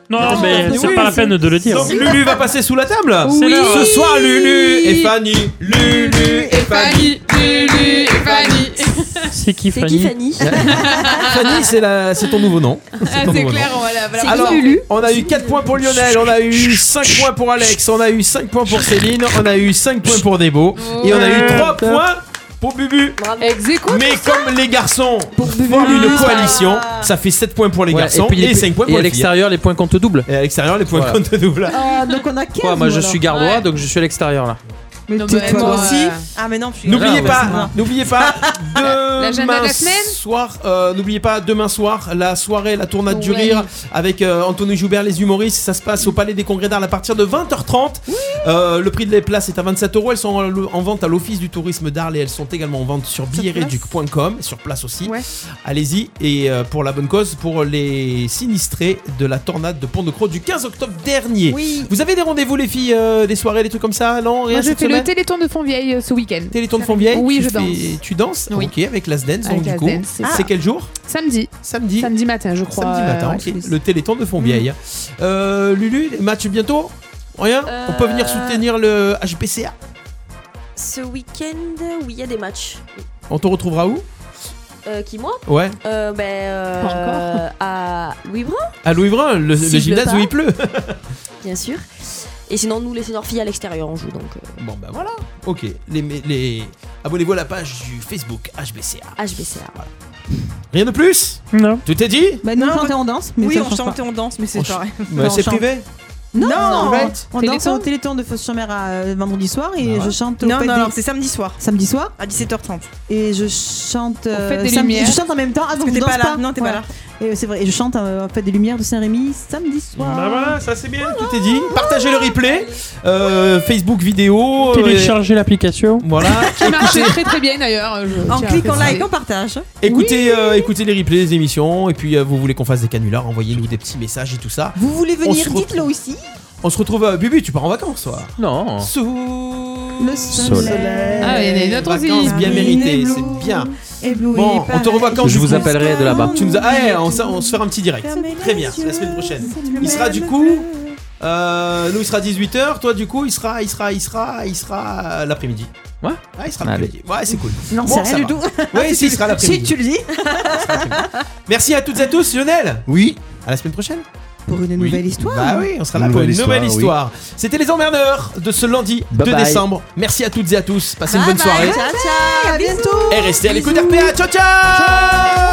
N: Non, mais
F: Oui,
N: c'est pas la peine de le dire.
F: Donc Lulu va passer sous la table.
I: Oui. C'est l'heure.
F: Ah, Ce soir, Lulu et Fanny. Lulu et Fanny.
I: Lulu et Fanny.
N: C'est qui
F: C'est qui,
N: Fanny
F: Fanny, c'est la- c'est ton nouveau nom.
I: Ah,
F: ton
I: c'est
F: nouveau
I: clair,
F: nom.
I: on va la- voilà.
F: Alors,
I: C'est qui, Lulu
F: on a eu 4 points pour Lionel, on a eu 5 points pour Alex, on a eu 5 points pour Céline, on a eu 5 points pour Debo et on a eu 3 points pour Bubu. Mais comme les garçons forment une coalition, ça fait 7 points pour les
H: Ouais,
F: garçons
H: puis
F: et,
H: les-
F: 5 points
H: et
F: pour
H: à
F: les filles.
H: l'extérieur, les points comptent double.
F: Et à l'extérieur, les points comptent double.
G: Ah, donc on a 15.
H: Quoi, moi je
G: alors.
H: suis gardois, donc je suis à l'extérieur là.
G: Mais
L: Non,
G: t'es
L: mais
G: toi
L: moi aussi.
G: aussi.
L: Ah, mais non, je suis. Ah,
F: N'oubliez
H: Non, mais c'est
F: pas,
H: moi.
F: n'oubliez pas
L: L'agenda
F: demain
L: de la semaine
F: soir, euh, n'oubliez pas demain soir la soirée, la tournade du
L: Ouais.
F: rire avec euh, Anthony Joubert, les humoristes. Ça se passe au Palais des Congrès d'Arles à partir de 20h30. Euh, le prix de les places est à 27 euros. Elles sont en, en vente à l'Office du Tourisme d'Arles et elles sont également en vente sur billeretduc.com, sur place aussi. Allez-y et euh, pour la bonne cause, pour les sinistrés de la tornade de Pont-de-Croix du 15 octobre dernier. Vous avez des rendez-vous les filles, euh, des soirées, des trucs comme ça Non, rien
I: Moi, je
F: cette
I: fais le
F: semaine
I: Téléthon de Fontvieille euh, ce week-end.
F: Téléthon de Fontvieille
I: Oui,
F: tu
I: je
F: fais-
I: danse.
F: Tu danses
I: Oui.
F: Ok, avec Last Dance,
I: Avec
F: donc du
I: Last
F: coup. Ah.
I: Dance, c'est
F: C'est
I: ça.
F: quel jour
I: Samedi.
F: Samedi.
I: Samedi matin, je crois.
F: Samedi matin,
I: euh,
F: ok. Le Téléthon de Fontvieille. Euh, Lulu, les matchs bientôt Rien On peut
I: Euh,
F: venir soutenir le HPCA
D: Ce week-end, oui, il y a des matchs.
F: On te retrouvera où
D: Euh, qui, moi
F: Ouais.
D: Euh, ben, euh,
F: Pas encore.
D: à Louis-Brun,
F: À Louis-Brun, le,
D: S'il
F: le
D: pleut
F: gymnase
D: pas.
F: où il pleut.
D: bien sûr. Et sinon, nous, les seniors filles à l'extérieur, on joue donc. euh,
F: bon, bah voilà. Ok, les, les... abonnez-vous à la page du Facebook HBCA.
D: HBCA.
F: Rien de plus
N: Non.
F: Tout est dit
G: Bah, nous, on chantait, on danse. Mais
L: oui,
G: ça
L: on
G: change
L: chante
G: pas.
L: et on danse, mais c'est
F: On
L: pas vrai.
F: Mais
G: Non,
F: c'est
G: on chante.
F: privé
G: Non,
L: Non,
G: on danse
L: Téléthon.
G: au téléthon de Fos-sur-Mer à, euh, vendredi soir et
L: Ah ouais.
G: je chante au
L: Non,
G: Fête
L: non,
G: des-
L: non, c'est samedi soir.
G: Samedi soir
L: À 17h30.
G: Et je chante. euh,
L: Fête des
G: samedi-
L: Lumières.
G: Je chante en même temps. Ah
L: Parce
G: non,
L: que
G: je
L: t'es
G: danse
L: pas là. Non, t'es pas
G: Voilà. Et euh, c'est vrai. Et je chante euh, en fête des Lumières de Saint-Rémy samedi soir.
F: Bah voilà, ça c'est bien, tout est dit. Partagez le replay, euh, Facebook vidéo. euh,
N: Télécharger l'application.
F: Voilà.
I: Qui marche très très bien d'ailleurs. je
G: En
I: tiens à
G: cliquant
I: préciser.
G: like, on partage.
F: Écoutez, euh, écoutez les replays des émissions et puis euh, vous voulez qu'on fasse des canulars, envoyez-nous des petits messages et tout ça.
G: Vous voulez
F: On se
G: venir,
F: retrouve-
G: dites-le aussi.
F: On se retrouve à Bubu, tu pars en vacances toi Oh.
H: Non.
G: Le soleil.
I: Ah, il y en a une autre aussi.
F: Vacances bien
I: Ah,
F: méritées, c'est bien. Bon, on te revoit quand
H: Je
F: du
H: vous
F: coup
H: appellerai de là-bas.
F: Tu nous as- Ah, eh, on, s- on se fera un petit direct. Très bien, la semaine prochaine. Il sera du coup. euh, nous il sera 18h, toi du coup il sera il sera il sera il sera euh, l'après-midi.
H: Ouais.
F: il sera
H: Allez.
F: l'après-midi. Ouais, c'est cool.
G: Non,
F: Bon,
G: c'est
F: ça
G: rien du
F: va.
G: tout.
F: Ouais, si, il sera
G: Si
F: l'après-midi.
G: tu le dis.
F: Merci à toutes et à tous, Lionel.
A: Oui.
F: À la semaine prochaine.
G: Pour une nouvelle histoire.
F: Bah oui, on sera là pour une nouvelle histoire. C'était les emmerdeurs de ce lundi
H: Bye
F: 2
H: bye.
F: décembre. Merci à toutes et à tous. Passez une
G: Bye
F: bonne
G: bye,
F: soirée.
G: Ciao, ciao. À bientôt.
F: Et restez à l'écoute RPA. Ciao, ciao